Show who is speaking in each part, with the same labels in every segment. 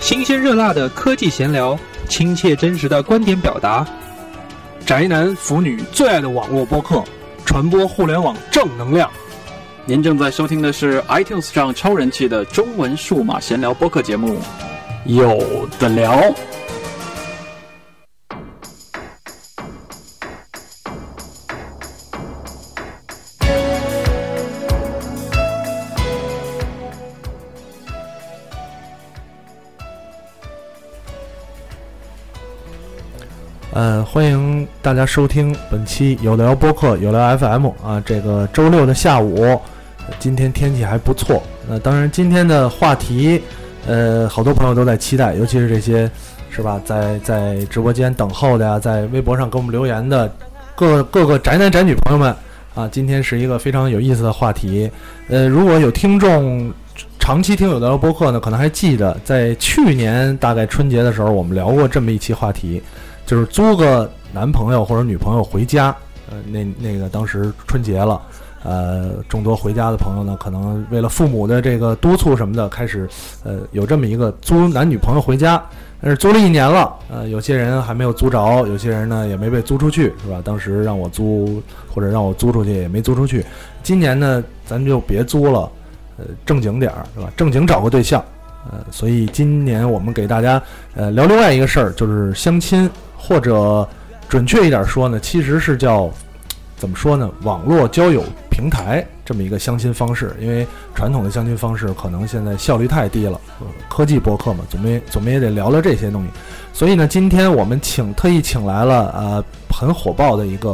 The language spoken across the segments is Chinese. Speaker 1: 新鲜热辣的科技闲聊，亲切真实的观点表达，
Speaker 2: 宅男腐女最爱的网络播客，传播互联网正能量。
Speaker 3: 您正在收听的是 iTunes 上超人气的中文数码闲聊播客节目，有的聊。
Speaker 4: 呃，欢迎大家收听本期有聊播客有聊 FM 啊，这个周六的下午，呃今天天气还不错。那、当然，今天的话题，呃，好多朋友都在期待，尤其是这些是吧，在在直播间等候的呀，在微博上给我们留言的各各个宅男宅女朋友们啊，今天是一个非常有意思的话题。呃，如果有听众长期听有聊播客呢，可能还记得在去年大概春节的时候，我们聊过这么一期话题。就是租个男朋友或者女朋友回家，呃，那那个当时春节了，呃，众多回家的朋友呢，可能为了父母的这个督促什么的，开始呃有这么一个租男女朋友回家，但是租了一年了，呃，有些人还没有租着，有些人呢也没被租出去，是吧？当时让我租或者让我租出去也没租出去，今年呢咱就别租了，呃，正经点儿是吧？正经找个对象。呃，所以今年我们给大家呃聊另外一个事儿，就是相亲，或者准确一点说呢，其实是叫怎么说呢，网络交友平台这么一个相亲方式。因为传统的相亲方式可能现在效率太低了，呃科技博客嘛，总也总也得聊聊这些东西。所以呢，今天我们请特意请来了呃很火爆的一个。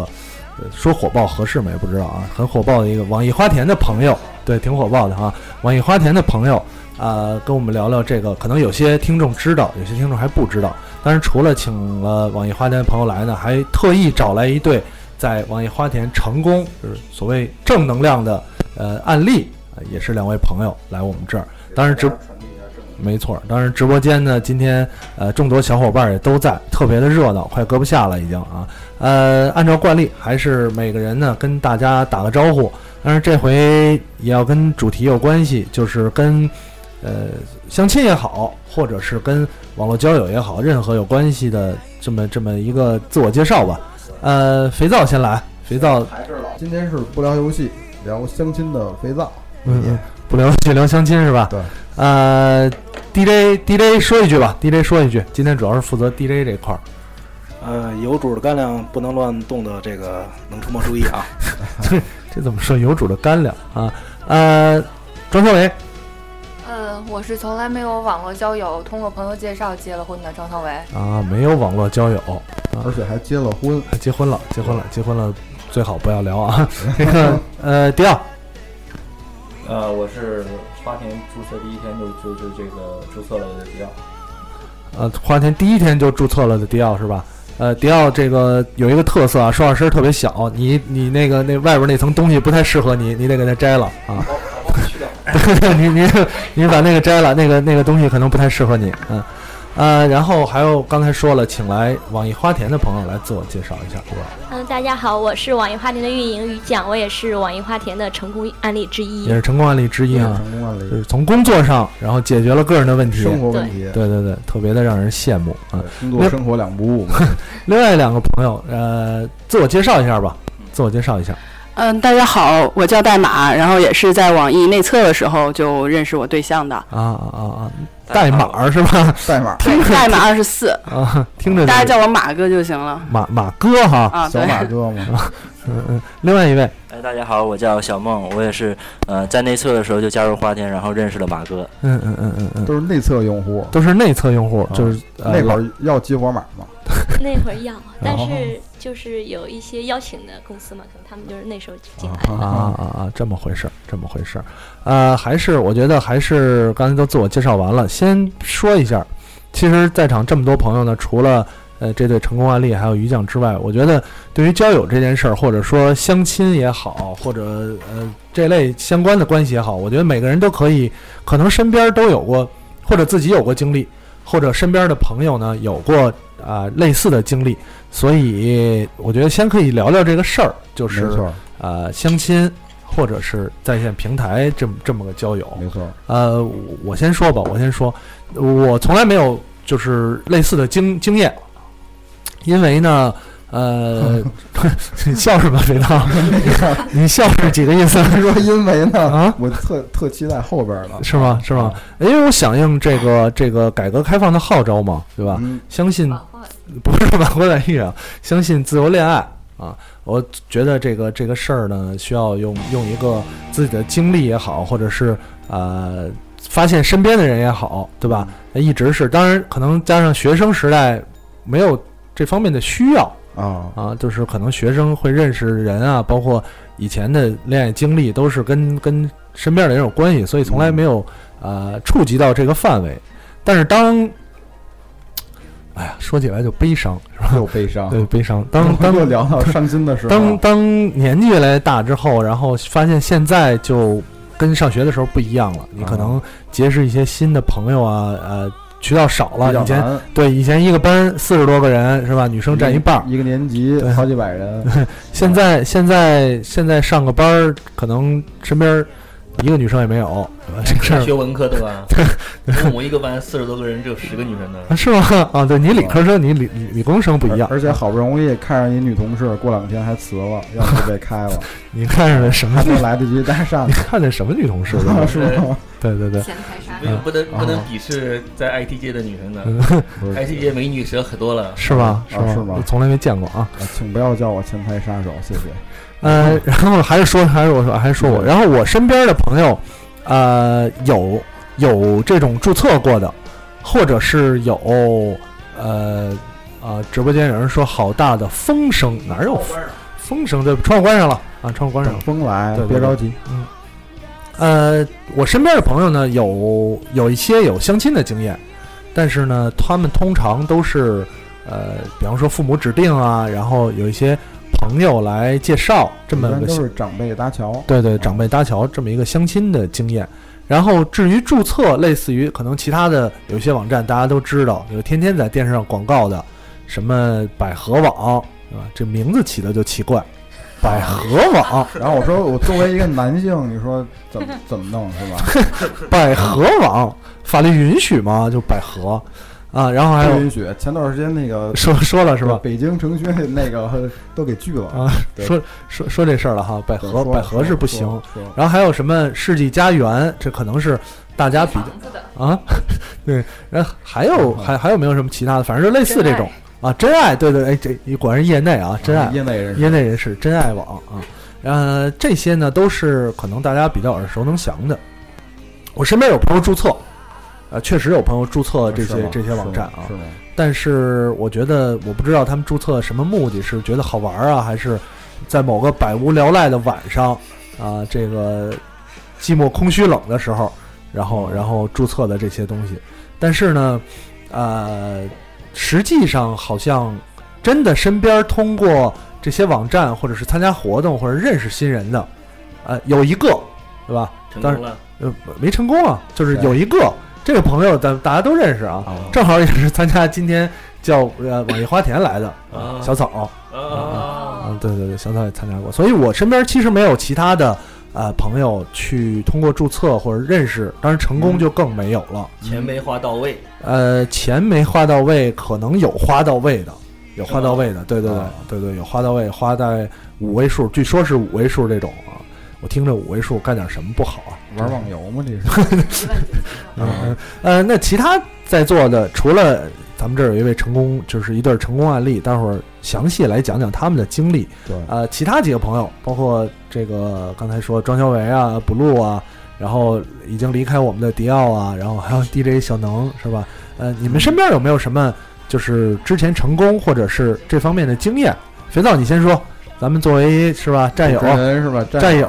Speaker 4: 呃说火爆合适吗？也不知道啊，很火爆的一个网易花田的朋友，对，挺火爆的哈。网易花田的朋友，啊，跟我们聊聊这个。可能有些听众知道，有些听众还不知道。当然，除了请了网易花田的朋友来呢，还特意找来一对在网易花田成功，就是所谓正能量的呃案例、呃也是两位朋友来我们这儿。当然直，没错，当然直播间呢，今天呃众多小伙伴也都在，特别的热闹，快搁不下了已经啊。呃，按照惯例，还是每个人呢跟大家打个招呼。但是这回也要跟主题有关系，就是跟呃相亲也好，或者是跟网络交友也好，任何有关系的这么这么一个自我介绍吧。呃，肥皂先来，肥皂，
Speaker 5: 今天是不聊游戏，聊相亲的肥皂。
Speaker 4: 嗯，嗯不聊 去聊相亲是吧？
Speaker 5: 对。
Speaker 4: 呃，DJ DJ 说一句吧，DJ 说一句，今天主要是负责 DJ 这块儿。
Speaker 6: 呃，有主的干粮不能乱动的，这个能触摸注意啊。
Speaker 4: 这怎么说？有主的干粮啊？呃，庄小伟，
Speaker 7: 呃，我是从来没有网络交友，通过朋友介绍结了婚的张小伟。
Speaker 4: 啊，没有网络交友，
Speaker 5: 而且还结了婚，
Speaker 4: 结婚了，结婚了，结婚了，最好不要聊啊。 那个呃，迪奥
Speaker 8: 呃，我是花田注册第一天就就就这个注册了的比较，
Speaker 4: 呃，花田第一天就注册了的迪奥是吧？呃，迪奥这个有一个特色啊，说话声儿特别小，你你那个那外边那层东西不太适合你，你得给它摘了啊。 你你你把那个摘了，那个那个东西可能不太适合你，嗯，呃，然后还有刚才说了，请来网易花田的朋友来自我介绍一下，好吧？
Speaker 9: 嗯，大家好，我是网易花田的运营于酱，我也是网易花田的成功案例之
Speaker 10: 嗯
Speaker 9: 一
Speaker 4: 也。是成功案例之一啊，
Speaker 5: 成功案
Speaker 4: 就
Speaker 5: 例，
Speaker 4: 是从工作上，然后解决了个人的问题，
Speaker 5: 生活问题，
Speaker 4: 对对对，特别的让人羡慕啊。
Speaker 5: 工作生活两不误
Speaker 4: 哎
Speaker 5: 嘛。
Speaker 4: 另外两个朋友，呃，自我介绍一下吧，自我介绍一下。
Speaker 10: 嗯，大家好，我叫代码，然后也是在网易内测的时候就认识我对 象的，
Speaker 4: 啊啊啊啊！代码儿是吧？
Speaker 5: 代码
Speaker 10: 对，代码二十四，
Speaker 4: 啊，听着
Speaker 10: 嗯大家
Speaker 4: 就
Speaker 10: 叫我马哥就行了
Speaker 4: 马马哥哈，
Speaker 10: 啊。
Speaker 5: 小
Speaker 10: 对，
Speaker 5: 马哥 嘛，
Speaker 4: 嗯嗯。另外一位
Speaker 8: 哎，大家好，我叫小梦，我也是呃在内测的时候就加入花田，然后认识了马哥。
Speaker 4: 嗯嗯嗯嗯嗯，
Speaker 5: 都是内测用户。
Speaker 4: 都是内测用
Speaker 10: 哦
Speaker 4: 户，
Speaker 5: 啊
Speaker 4: 就是呃
Speaker 5: 那会儿要激活码嘛，
Speaker 9: 那会儿 要，但
Speaker 4: 哦
Speaker 9: 是就是有一些邀请的公司嘛，可能他们就是那时候进来。
Speaker 4: 啊啊啊啊，这么回事儿，这么回事儿。呃，还是我觉得还是刚才都自我介绍完了，先说一下，其实，在场这么多朋友呢，除了呃这对成功案例还有于酱之外，我觉得对于交友这件事儿，或者说相亲也好，或者呃这类相关的关系也好，我觉得每个人都可以，可能身边都有过，或者自己有过经历，或者身边的朋友呢有过啊、类似的经历，所以我觉得先可以聊聊这个事儿，就
Speaker 5: 没
Speaker 4: 是
Speaker 5: 错。
Speaker 4: 呃相亲，或者是在线平台这么这么个交友。
Speaker 5: 没错，
Speaker 4: 呃，我我先说吧，我先说，我从来没有就是类似的经经验，因为呢，呃， 你笑什么？肥皂，你笑是几个意思？
Speaker 5: 说因为呢，我特特期待后边了，
Speaker 4: 啊是吗？是吗？因为我响应这个这个改革开放的号召嘛，对吧？
Speaker 5: 嗯
Speaker 4: 相信 不是吧？我在意啊，相信自由恋爱啊。我觉得这个这个事儿呢，需要用用一个自己的经历也好，或者是呃发现身边的人也好，对吧？一直是，当然可能加上学生时代没有这方面的需要
Speaker 5: 啊
Speaker 4: 啊，就是可能学生会认识人啊，包括以前的恋爱经历都是跟跟身边的人有关系，所以从
Speaker 5: 嗯
Speaker 4: 来没有啊、呃触及到这个范围。但是当哎呀，说起来就悲伤，是吧？
Speaker 5: 啊 又悲伤，
Speaker 4: 对，悲伤。当当
Speaker 5: 又聊到伤心的时候，
Speaker 4: 当当年纪越来越大之后，然后发现现在就跟上学的时候不一样了，
Speaker 5: 啊
Speaker 4: 你可能结识一些新的朋友啊，呃，渠道少
Speaker 5: 比
Speaker 4: 了。
Speaker 5: 较
Speaker 4: 以前
Speaker 5: 难
Speaker 4: 对以前一个班四十多个人是吧？女生占一半儿。
Speaker 5: 一个年级好几百人，
Speaker 4: 现在现在现在上个班儿，可能身边儿一个女生也没有，对吧
Speaker 5: 哎
Speaker 4: 这个事
Speaker 8: 学
Speaker 4: 儿
Speaker 8: 文科的吧？跟我们一个班四十多个人，只有十个女生呢。
Speaker 4: 啊是吗？啊，对你理科生，你理理理工生不一样。啊
Speaker 5: 而且好不容易看上一女同事，过两天还辞了， 要是被开了，
Speaker 4: 你看上了什么
Speaker 5: 还？没来得及搭讪
Speaker 4: 你 看见什么女同事了？
Speaker 5: 呢，是吗？
Speaker 4: 对对对，
Speaker 7: 前台杀
Speaker 8: 没有，不能不能
Speaker 5: 啊
Speaker 8: 鄙视在 IT 界的女生的
Speaker 4: 嗯
Speaker 5: 不是
Speaker 8: ，IT 界美女蛇可多了。
Speaker 4: 是吧？
Speaker 5: 啊是吗
Speaker 4: 我从来没见过啊。
Speaker 5: 啊请不要叫我前台杀手，谢谢。
Speaker 4: 呃，然后还是说，还是我说，还是说我，
Speaker 5: 嗯
Speaker 4: 然后我身边的朋友，呃，有有这种注册过的，或者是有呃啊、直播间有人说好大的风声，哪儿有风声？对，窗户关上了啊，窗户关上
Speaker 5: 等
Speaker 4: 了。
Speaker 5: 风来
Speaker 4: 对，对
Speaker 5: 别
Speaker 4: 对
Speaker 5: 着急，嗯
Speaker 4: 呃，我身边的朋友呢，有有一些有相亲的经验，但是呢，他们通常都是呃，比方说父母指定啊，然后有一些朋友来介绍这
Speaker 5: 一
Speaker 4: 么
Speaker 5: 般
Speaker 4: 个
Speaker 5: 都
Speaker 4: 形
Speaker 5: 是长辈搭桥，
Speaker 4: 对对，长辈搭桥这么一个相亲的经验。然后至于注册，类似于可能其他的有些网站大家都知道，有天天在电视上广告的，什么百合网啊，这名字起的就奇 怪，百合网、
Speaker 5: 然后我说我作为一个男性，你说怎么怎么弄是吧？
Speaker 4: 百合网，法律允许吗？就百合啊，然后还
Speaker 5: 不
Speaker 4: 有
Speaker 5: 允许。前段时间那个
Speaker 4: 说说 了是吧？
Speaker 5: 北京城区那个 都给拒了
Speaker 4: 啊，
Speaker 5: 对
Speaker 4: 说说说这事儿了哈，百合
Speaker 5: 说
Speaker 4: 百合是不行。
Speaker 5: 说说
Speaker 4: 然后还有什么世纪佳缘，这可能是大家比较。
Speaker 7: 房子的
Speaker 4: 啊， 对，然后还
Speaker 5: 嗯
Speaker 4: 有还还有没有什么其他的？反正就类似
Speaker 7: 真
Speaker 4: 这
Speaker 7: 爱
Speaker 4: 种啊，真爱，对对，哎，这果然是业内啊，真爱，
Speaker 5: 嗯业内人士
Speaker 4: 业内人士，真爱网啊，呃，这些呢都是可能大家比较耳熟能详的。我身边有朋友注册，呃，确实有朋友注册这
Speaker 5: 是
Speaker 4: 些
Speaker 5: 吗
Speaker 4: 这些网站
Speaker 5: 是吗
Speaker 4: 啊
Speaker 5: 是，吗？
Speaker 4: 但是我觉得我不知道他们注册什么目的，是觉得好玩儿啊，还是在某个百无聊赖的晚上啊、这个寂寞空虚冷的时候，然后然后注册的这些东西。但是呢，呃，实际上好像真的身边通过这些网站或者是参加活动或者认识新人的，呃，有一个对吧？
Speaker 8: 成
Speaker 4: 当然
Speaker 8: 功了，
Speaker 4: 呃，没成功啊，就是有一个这个朋友，咱大家都认识啊，
Speaker 5: 啊，
Speaker 4: 正好也是参加今天叫呃网易花田来的
Speaker 5: 哦
Speaker 8: 啊
Speaker 4: 小草
Speaker 8: 啊，
Speaker 7: 哦
Speaker 4: 啊，对对对，小草也参加过，所以我身边其实没有其他的呃朋友去通过注册或者认识，当然成功就更没有了。
Speaker 5: 嗯
Speaker 8: 钱没花到位，
Speaker 4: 呃，钱没花到位，可能有花到位的，有花到位的，对对对、
Speaker 5: 啊
Speaker 4: 对对，有花到位，花在五位数，据说是五位数这种啊。我听着五位数干点什么不好啊？
Speaker 5: 玩网游吗？这是
Speaker 7: 一万九
Speaker 4: 嗯，嗯呃，那其他在座的，除了咱们这儿有一位成功，就是一对儿成功案例，待会儿详细来讲讲他们的经历。
Speaker 5: 对
Speaker 4: 呃，其他几个朋友，包括这个刚才说庄小维啊、blue 啊，然后已经离开我们的迪奥啊，然后还有 DJ 小能是吧？呃，你们身边有没有什么就是之前成功或者是这方面的经验？肥皂，你先说，咱们作为是吧 战友
Speaker 5: 主，持人是吧？
Speaker 4: 战友，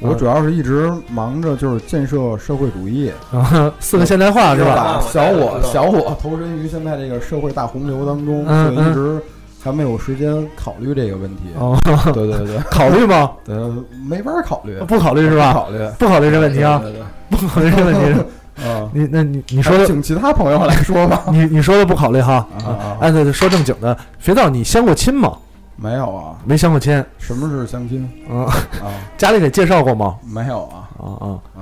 Speaker 5: 我
Speaker 4: 啊
Speaker 5: 主要是一直忙着就是建设社会主义，
Speaker 4: 啊，四个现代化是吧？
Speaker 5: 把
Speaker 8: 我
Speaker 5: 小我
Speaker 8: 我知道
Speaker 5: 小我投身于现在这个社会大洪流当中，
Speaker 4: 嗯
Speaker 5: 所以一直还没有时间考虑这个问题。
Speaker 4: 哦，
Speaker 5: 对对对，
Speaker 4: 考虑吗？
Speaker 5: 呃，没法考虑，
Speaker 4: 不考虑是
Speaker 5: 不
Speaker 4: 吧？
Speaker 5: 考虑
Speaker 4: 不考虑这问题 啊，
Speaker 5: 对对
Speaker 4: 不考虑这问题。
Speaker 5: 对啊，
Speaker 4: 你那你你
Speaker 5: 你
Speaker 4: 说的
Speaker 5: 请其他朋友来说吧。
Speaker 4: 你你说的不考虑哈
Speaker 5: 啊啊啊
Speaker 4: 哎对对，说正经的，肥皂你相过亲吗？
Speaker 5: 没有啊，
Speaker 4: 没相过亲
Speaker 5: 什么是相亲？
Speaker 4: 啊
Speaker 5: 啊，
Speaker 4: 家里给介绍过吗？
Speaker 5: 没有啊，
Speaker 4: 啊啊
Speaker 5: 啊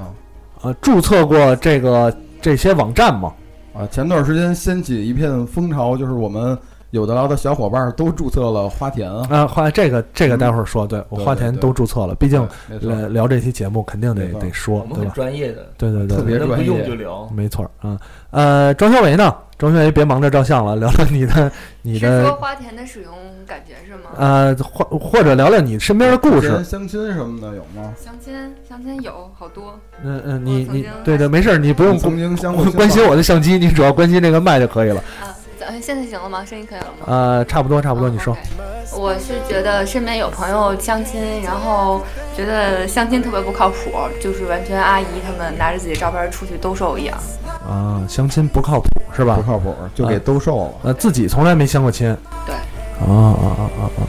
Speaker 4: 啊！注册过这个这些网站吗？
Speaker 5: 啊，前段时间掀起一片风潮，就是我们有的聊的小伙伴都注册了花田啊，
Speaker 4: 啊，花这个这个待会儿说，对我
Speaker 5: 对
Speaker 4: 花田
Speaker 5: 对
Speaker 4: 都注册了，毕竟
Speaker 5: 没错
Speaker 4: 聊聊这期节目肯定得
Speaker 5: 没错
Speaker 4: 得说
Speaker 8: 我，们
Speaker 4: 对
Speaker 8: 很
Speaker 4: 吧？
Speaker 8: 专业的，
Speaker 4: 对对对，
Speaker 5: 特别
Speaker 8: 那不
Speaker 5: 专业
Speaker 8: 用就聊。
Speaker 4: 没错儿啊。呃，庄小伟呢？庄小伟别忙着照相了，聊聊你的你
Speaker 7: 是说
Speaker 4: 的
Speaker 7: 花田的使用感觉是吗？
Speaker 4: 呃，或或者聊聊你身边的故
Speaker 5: 之前
Speaker 4: 事。
Speaker 5: 相亲什么的有吗？
Speaker 7: 相亲，相亲有好多，
Speaker 4: 嗯嗯，你
Speaker 7: 我曾
Speaker 4: 你
Speaker 7: 经
Speaker 4: 对对，没事儿，你不用
Speaker 5: 你曾经相过
Speaker 4: 关
Speaker 5: 亲
Speaker 4: 关心
Speaker 5: 吗
Speaker 4: 我的相机，你主要关心那个麦就可以了。
Speaker 7: 啊，咱现在行了吗？声音可以了吗？
Speaker 4: 呃，差不多差不多，
Speaker 7: 啊
Speaker 4: 你说
Speaker 7: OK 我是觉得身边有朋友相亲，然后觉得相亲特别不靠谱，就是完全阿姨她们拿着自己照片出去兜售一样。
Speaker 4: 啊，相亲不靠谱是吧
Speaker 5: 不？靠谱，就给兜售了。
Speaker 4: 呃，自己从来没相过亲。
Speaker 7: 对。
Speaker 4: 啊啊啊啊啊！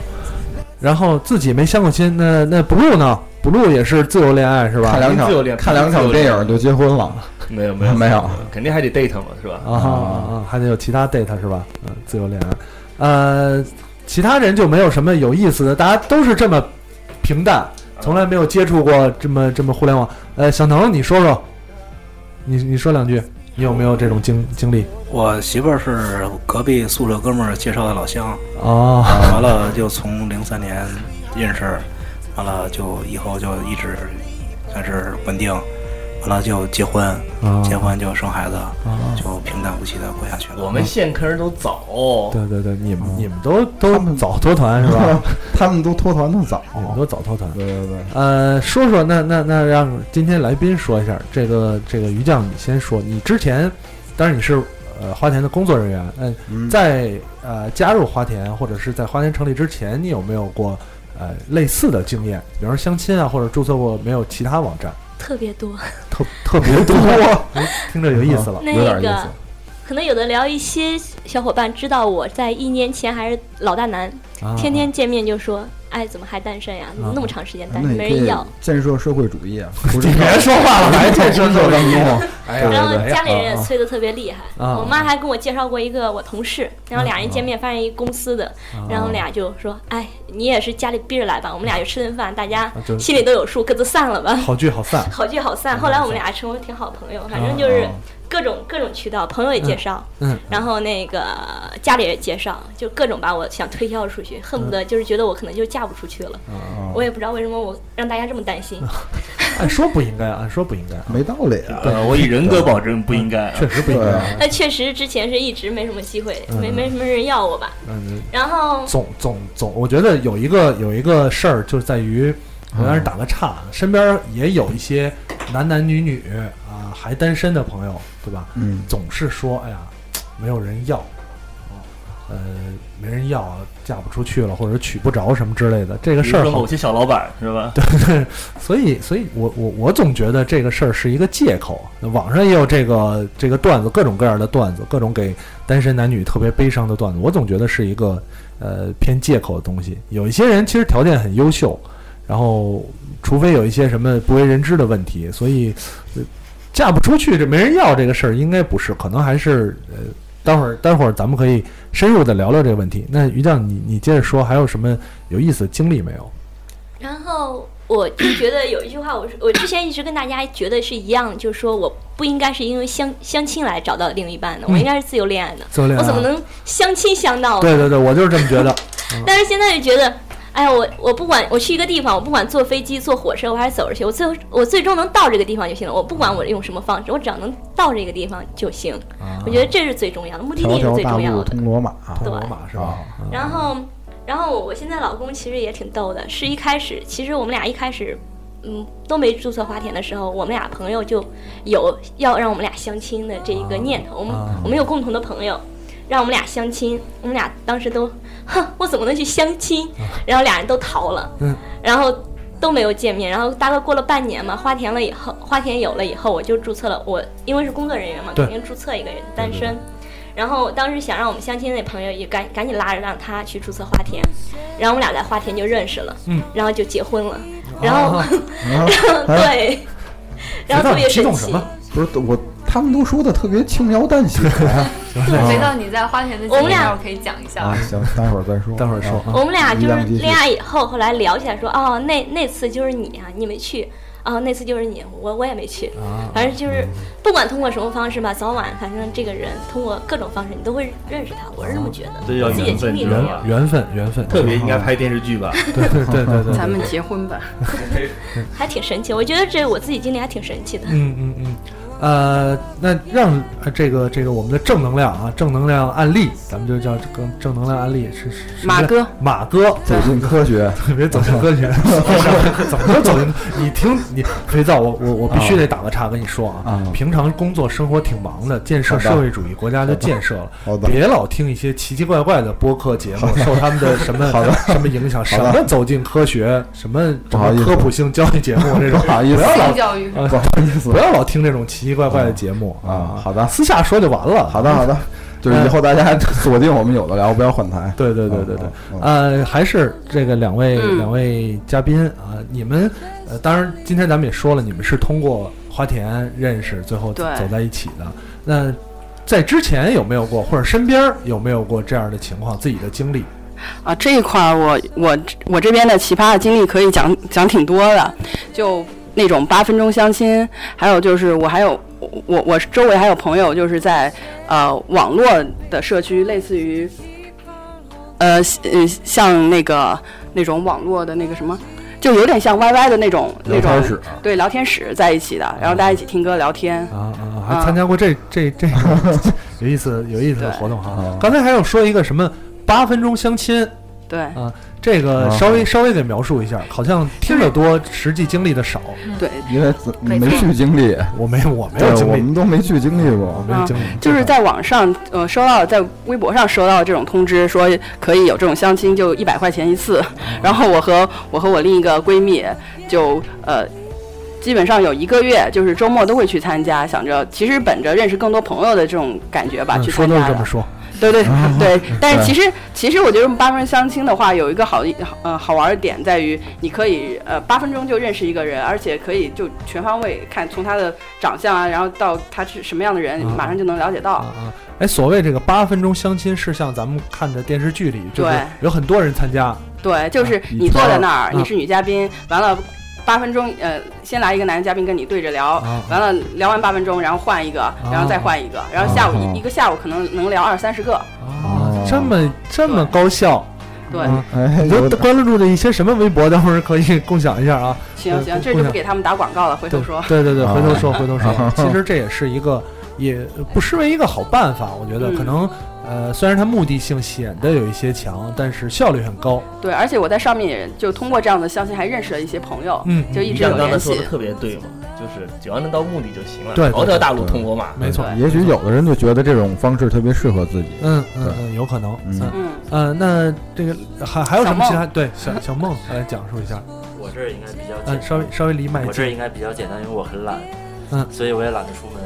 Speaker 4: 然后自己没相过亲，那那 blue 呢？blue 也是自由恋爱是
Speaker 5: 看
Speaker 4: 吧？
Speaker 5: 两
Speaker 8: 自由
Speaker 5: 场
Speaker 8: 恋
Speaker 5: 看两
Speaker 8: 自
Speaker 5: 场
Speaker 8: 由
Speaker 5: 电
Speaker 8: 恋
Speaker 5: 影就结婚了，
Speaker 8: 没有没有
Speaker 5: 没有，
Speaker 8: 肯定还得 date 嘛，是吧？
Speaker 4: 啊啊啊！还得有其他 date 是吧？嗯，自由恋爱。呃，其他人就没有什么有意思的，大家都是这么平淡，从来没有接触过这么这么互联网。呃，小能，你说说，你你说两句，你有没有这种经经历？
Speaker 6: 我媳妇儿是隔壁宿舍哥们儿介绍的老乡，
Speaker 4: 哦，
Speaker 6: 完了就从零三年认识，完了就以后就一直算是稳定，完了就结婚，
Speaker 4: 啊
Speaker 6: 结婚就生孩子，就平淡无奇的过下去了。
Speaker 8: 我们现坑都早，
Speaker 4: 对对对，你
Speaker 5: 啊
Speaker 4: 们你们都都
Speaker 5: 他们
Speaker 4: 早脱团是吧？哦
Speaker 5: 他们都脱团的早。
Speaker 4: 你们都早脱团。
Speaker 5: 对对对，
Speaker 4: 呃，说说那那那让今天来宾说一下这个这个于酱，你先说，你之前当然你是呃花田的工作人员，嗯、
Speaker 5: 嗯
Speaker 4: 在呃加入花田或者是在花田成立之前，你有没有过呃类似的经验，比方说相亲啊，或者注册过没有其他网站？
Speaker 9: 特别多。
Speaker 4: 特特别多， 哎听着有意思了。
Speaker 9: 那
Speaker 5: 啊有点意
Speaker 9: 个
Speaker 5: 思
Speaker 9: 可能有的聊一些小伙伴知道我在一年前还是老大难，
Speaker 4: 啊
Speaker 9: 天天见面就说，哎，怎么还单身呀？怎么那么长时间
Speaker 5: 那
Speaker 9: 单身，
Speaker 5: 你可
Speaker 9: 没人
Speaker 5: 以
Speaker 9: 要。
Speaker 5: 建设社会主义啊！ 不是
Speaker 4: 你别说话了，还健身
Speaker 5: 当中，
Speaker 4: 哎呀，
Speaker 9: 然后
Speaker 4: 对
Speaker 9: 家里人也
Speaker 4: 啊
Speaker 9: 催得特别厉害，
Speaker 4: 啊
Speaker 9: 我妈还跟我介绍过一个我同事，然后俩人见面发现一公司的，
Speaker 4: 啊
Speaker 9: 然后俩就说：“哎，你也是家里逼着来吧，我们俩就吃顿饭，大家
Speaker 4: 啊 就是
Speaker 9: 心里都有数，各自散了吧
Speaker 4: 啊，好聚好散。啊
Speaker 9: 好聚好散。”后来我们俩成为挺好朋友，反正就是各种各种渠道，朋友也介绍，
Speaker 4: 嗯，
Speaker 9: 然后那个家里人也介绍，就各种把我想推销出
Speaker 4: 嗯
Speaker 9: 去，恨不得就是觉得我可能就嫁不出去了，
Speaker 5: 啊
Speaker 4: 哦
Speaker 9: 我也不知道为什么我让大家这么 担心。
Speaker 4: 按哎说不应该，按说不应该，
Speaker 5: 没道理啊！
Speaker 8: 呃，我以人格保证不应该啊。
Speaker 4: 确实不应
Speaker 5: 对
Speaker 4: 该。
Speaker 5: 啊，
Speaker 9: 那确实之前是一直没什么机会，没
Speaker 4: 嗯
Speaker 9: 没什么人要我吧。
Speaker 4: 嗯，
Speaker 9: 然后
Speaker 4: 总总总，我觉得有一个有一个事儿，就在于，我当时打个岔，身边也有一些男男女女啊还单身的朋友，对吧？
Speaker 5: 嗯，
Speaker 4: 总是说，哎呀，没有人要，呃，没人要，嫁不出去了，或者娶不着什么之类的，这个
Speaker 8: 比
Speaker 4: 事
Speaker 8: 如
Speaker 4: 儿
Speaker 8: 说
Speaker 4: 好
Speaker 8: 某些小老板是吧？
Speaker 4: 所以，所以我我我总觉得这个事儿是一个借口。网上也有这个这个段子，各种各样的段子，各种给单身男女特别悲伤的段子。我总觉得是一个呃偏借口的东西。有一些人其实条件很优秀，然后除非有一些什么不为人知的问题，所以、呃嫁不出去这没人要这个事儿，应该不是，可能还是呃。待会儿，待会儿咱们可以深入的聊聊这个问题。那于酱，你你接着说，还有什么有意思的经历没有？
Speaker 9: 然后我就觉得有一句话，我是我之前一直跟大家觉得是一样的，就是说我不应该是因为相相亲来找到另一半的，我应该是自由恋爱的。
Speaker 4: 自由
Speaker 5: 啊
Speaker 4: 恋爱
Speaker 9: 我怎么能相亲相到呢？
Speaker 4: 对对对，我就是这么觉得。
Speaker 9: 但是现在就觉得，哎呀，我我不管我去一个地方，我不管坐飞机、坐火车，我还是走着去，我最后我最终能到这个地方就行了。我不管我用什么方式，我只要能到这个地方就行。我觉得这是最重要的，目的
Speaker 5: 啊条
Speaker 9: 地是
Speaker 5: 条
Speaker 9: 最
Speaker 5: 大
Speaker 9: 重
Speaker 5: 路
Speaker 9: 要的。
Speaker 5: 通罗马， 啊
Speaker 9: 对，
Speaker 4: 马是
Speaker 5: 吧？
Speaker 9: 然后，然后我现在老公其实也挺逗的，是一开始其实我们俩一开始，嗯，都没注册花田的时候，我们俩朋友就有要让我们俩相亲的这一个念头，我们、
Speaker 4: 啊
Speaker 9: 我们有共同的朋友。让我们俩相亲，我们俩当时都，哼，我怎么能去相亲？然后俩人都逃了，
Speaker 4: 啊嗯
Speaker 9: 然后都没有见面。然后大概过了半年嘛，花田了以后，花田有了以后，我就注册了。我因为是工作人员嘛，
Speaker 4: 对
Speaker 9: 肯定注册一个人单身。然后当时想让我们相亲那朋友也赶赶紧拉着让他去注册花田，然后我们俩在花田就认识了，
Speaker 4: 嗯，
Speaker 9: 然后就结婚了，然后、嗯
Speaker 5: 啊
Speaker 9: 对，然后特别
Speaker 4: 激
Speaker 9: 神
Speaker 4: 动什
Speaker 9: 奇
Speaker 4: 么，啊
Speaker 5: 不是我，他们都说的特别轻描淡写 呀。
Speaker 7: 回到你在花田的
Speaker 9: 我们俩
Speaker 7: 介绍可以讲一下。
Speaker 5: 啊，行，待会儿再说，
Speaker 4: 待会儿说
Speaker 9: 我们俩就
Speaker 5: 一
Speaker 9: 是
Speaker 5: 辆机器
Speaker 9: 恋爱以后，后来聊起来说，哦，那那次就是你啊，你没去，哦，那次就是你，我我也没去，
Speaker 4: 啊
Speaker 9: 反正就是不管通过什么方式吧，早晚反正这个人通过各种方式，你都会认识他，我是这么觉得，
Speaker 11: 这叫
Speaker 9: 我自己也
Speaker 11: 缘分
Speaker 9: 经历
Speaker 11: 知道
Speaker 9: 了。
Speaker 11: 吧
Speaker 4: 缘缘分缘分，
Speaker 11: 特别应该拍电视剧吧？
Speaker 4: 对对对对对，
Speaker 10: 咱们结婚吧。
Speaker 9: 还挺神奇，我觉得这我自己经历还挺神奇的。
Speaker 4: 嗯嗯嗯，呃，那让呃这个这个我们的正能量啊，正能量案例，咱们就叫这个正能量案例是是是
Speaker 10: 马哥
Speaker 4: 马哥
Speaker 5: 走进科学，
Speaker 4: 别走进科 学，怎么走进？你听你肥皂，我我我必
Speaker 5: 啊
Speaker 4: 须得打个岔跟你说啊，平常工作生活挺忙的，建设
Speaker 5: 好的
Speaker 4: 社会主义国家就建设了
Speaker 5: 好，的
Speaker 4: 别老听一些奇奇怪怪的播客节目
Speaker 5: 好，的
Speaker 4: 受他们的什么
Speaker 5: 好的
Speaker 4: 什么影响，什
Speaker 5: 好的
Speaker 4: 么走进科学，什么
Speaker 5: 不好
Speaker 4: 什
Speaker 5: 意
Speaker 4: 么
Speaker 5: 思
Speaker 4: 科普性教育节目这种，
Speaker 5: 不好意思
Speaker 4: 不要老
Speaker 5: 性教育
Speaker 4: 啊
Speaker 5: 不好意思
Speaker 4: 不要老听这种奇奇怪怪的节目
Speaker 5: 啊，好的，
Speaker 4: 私下说就完了。
Speaker 5: 好的，好的，就是以后大家 锁定我们有的聊，不要换台。
Speaker 4: 对对对对
Speaker 5: 嗯
Speaker 4: 对，
Speaker 5: 啊
Speaker 4: 呃，还是这个两位、
Speaker 10: 嗯
Speaker 4: 两位嘉宾啊，你们呃，当然今天咱们也说了，你们是通过花田认识，最后走
Speaker 10: 对
Speaker 4: 在一起的。那在之前有没有过，或者身边有没有过这样的情况，自己的经历？
Speaker 10: 啊，这一块儿我我我这边的奇葩的经历可以讲讲挺多的，就那种八分钟相亲，还有就是我还有我我我周围还有朋友就是在呃网络的社区，类似于呃呃像那个那种网络的那个什么。就有点像 YY 的那种那种
Speaker 4: 聊天室啊
Speaker 10: 对聊天室在一起的，然后大家一起听歌聊天
Speaker 4: 啊啊，还参加过这、这这个 有意思有意思的活动
Speaker 5: 啊
Speaker 4: 哈。刚才还有说一个什么八分钟相亲
Speaker 10: 对
Speaker 4: 啊，这个
Speaker 5: 啊
Speaker 4: 稍微、稍微给描述一下，好像听得多，实际经历的少。
Speaker 10: 对，
Speaker 5: 因为自你没去经历，
Speaker 4: 我没我没
Speaker 10: 有经历
Speaker 5: 我们都没去经历过，
Speaker 10: 啊，就是
Speaker 4: 嗯
Speaker 10: 在网上呃收到在微博上收到这种通知，说可以有这种相亲，就一百块钱一次。
Speaker 4: 嗯
Speaker 10: 然后我和我和我另一个闺蜜就呃。基本上有一个月，就是周末都会去参加，想着其实本着认识更多朋友的这种感觉吧，
Speaker 4: 嗯
Speaker 10: 去
Speaker 4: 说
Speaker 10: 参
Speaker 4: 都
Speaker 10: 加的。
Speaker 4: 是这么说。
Speaker 10: 对对 对，但是
Speaker 4: 啊对
Speaker 10: 其实其实我觉得八分钟相亲的话，有一个好呃好玩的点在于，你可以呃八分钟就认识一个人，而且可以就全方位看，从他的长相啊，然后到他是什么样的人，
Speaker 4: 啊
Speaker 10: 马上就能了解到。
Speaker 4: 哎，所谓这个八分钟相亲，是像咱们看的电视剧里，就是
Speaker 10: 对
Speaker 4: 有很多人参加，啊
Speaker 10: 对，就是你坐在那儿，你是女嘉宾，完了八分钟，呃，先来一个男嘉宾跟你对着聊
Speaker 4: 啊，
Speaker 10: 完了聊完八分钟，然后换一个，然后再换一个，然后下午
Speaker 4: 啊
Speaker 10: 一一个下午可能能聊二三十个。
Speaker 4: 这么这么高效。
Speaker 10: 对
Speaker 4: 啊
Speaker 5: 哦啊哎
Speaker 4: 你都关注了一些什么微博？待会儿可以 共享一下啊。
Speaker 10: 行
Speaker 4: 呃
Speaker 10: 行，
Speaker 4: 共
Speaker 10: 这
Speaker 4: 共
Speaker 10: 就
Speaker 4: 享
Speaker 10: 不给他们打广告了，回头说。
Speaker 4: 对对对，回头说，
Speaker 10: 啊
Speaker 4: 回头说
Speaker 5: 啊。
Speaker 4: 其实这也是一个，也不失为一个好办法。我觉得
Speaker 10: 嗯
Speaker 4: 可能，呃，虽然它目的性显得有一些强，但是效率很高。啊
Speaker 10: 对，而且我在上面也就通过这样的相亲还认识了一些朋友，
Speaker 4: 嗯
Speaker 10: 就一直
Speaker 11: 你
Speaker 10: 有
Speaker 11: 刚才
Speaker 10: 联
Speaker 11: 说
Speaker 10: 系
Speaker 11: 的。特别对嘛，就是只要能到目的就行了，
Speaker 5: 对对
Speaker 11: 条条大路
Speaker 5: 对
Speaker 11: 通罗马，
Speaker 5: 嗯也许有的人就觉得这种方式特别适合自己。
Speaker 4: 嗯嗯嗯，有可能。
Speaker 5: 嗯
Speaker 4: 嗯呃，那这个还还有什么其他？对，小小 梦来讲述一下。
Speaker 12: 我这儿应该比较简单，
Speaker 4: 嗯，稍微稍微离麦
Speaker 12: 我这儿应
Speaker 4: 近。
Speaker 12: 该比较简单，因为我很懒，
Speaker 4: 嗯，
Speaker 12: 所以我也懒得出门，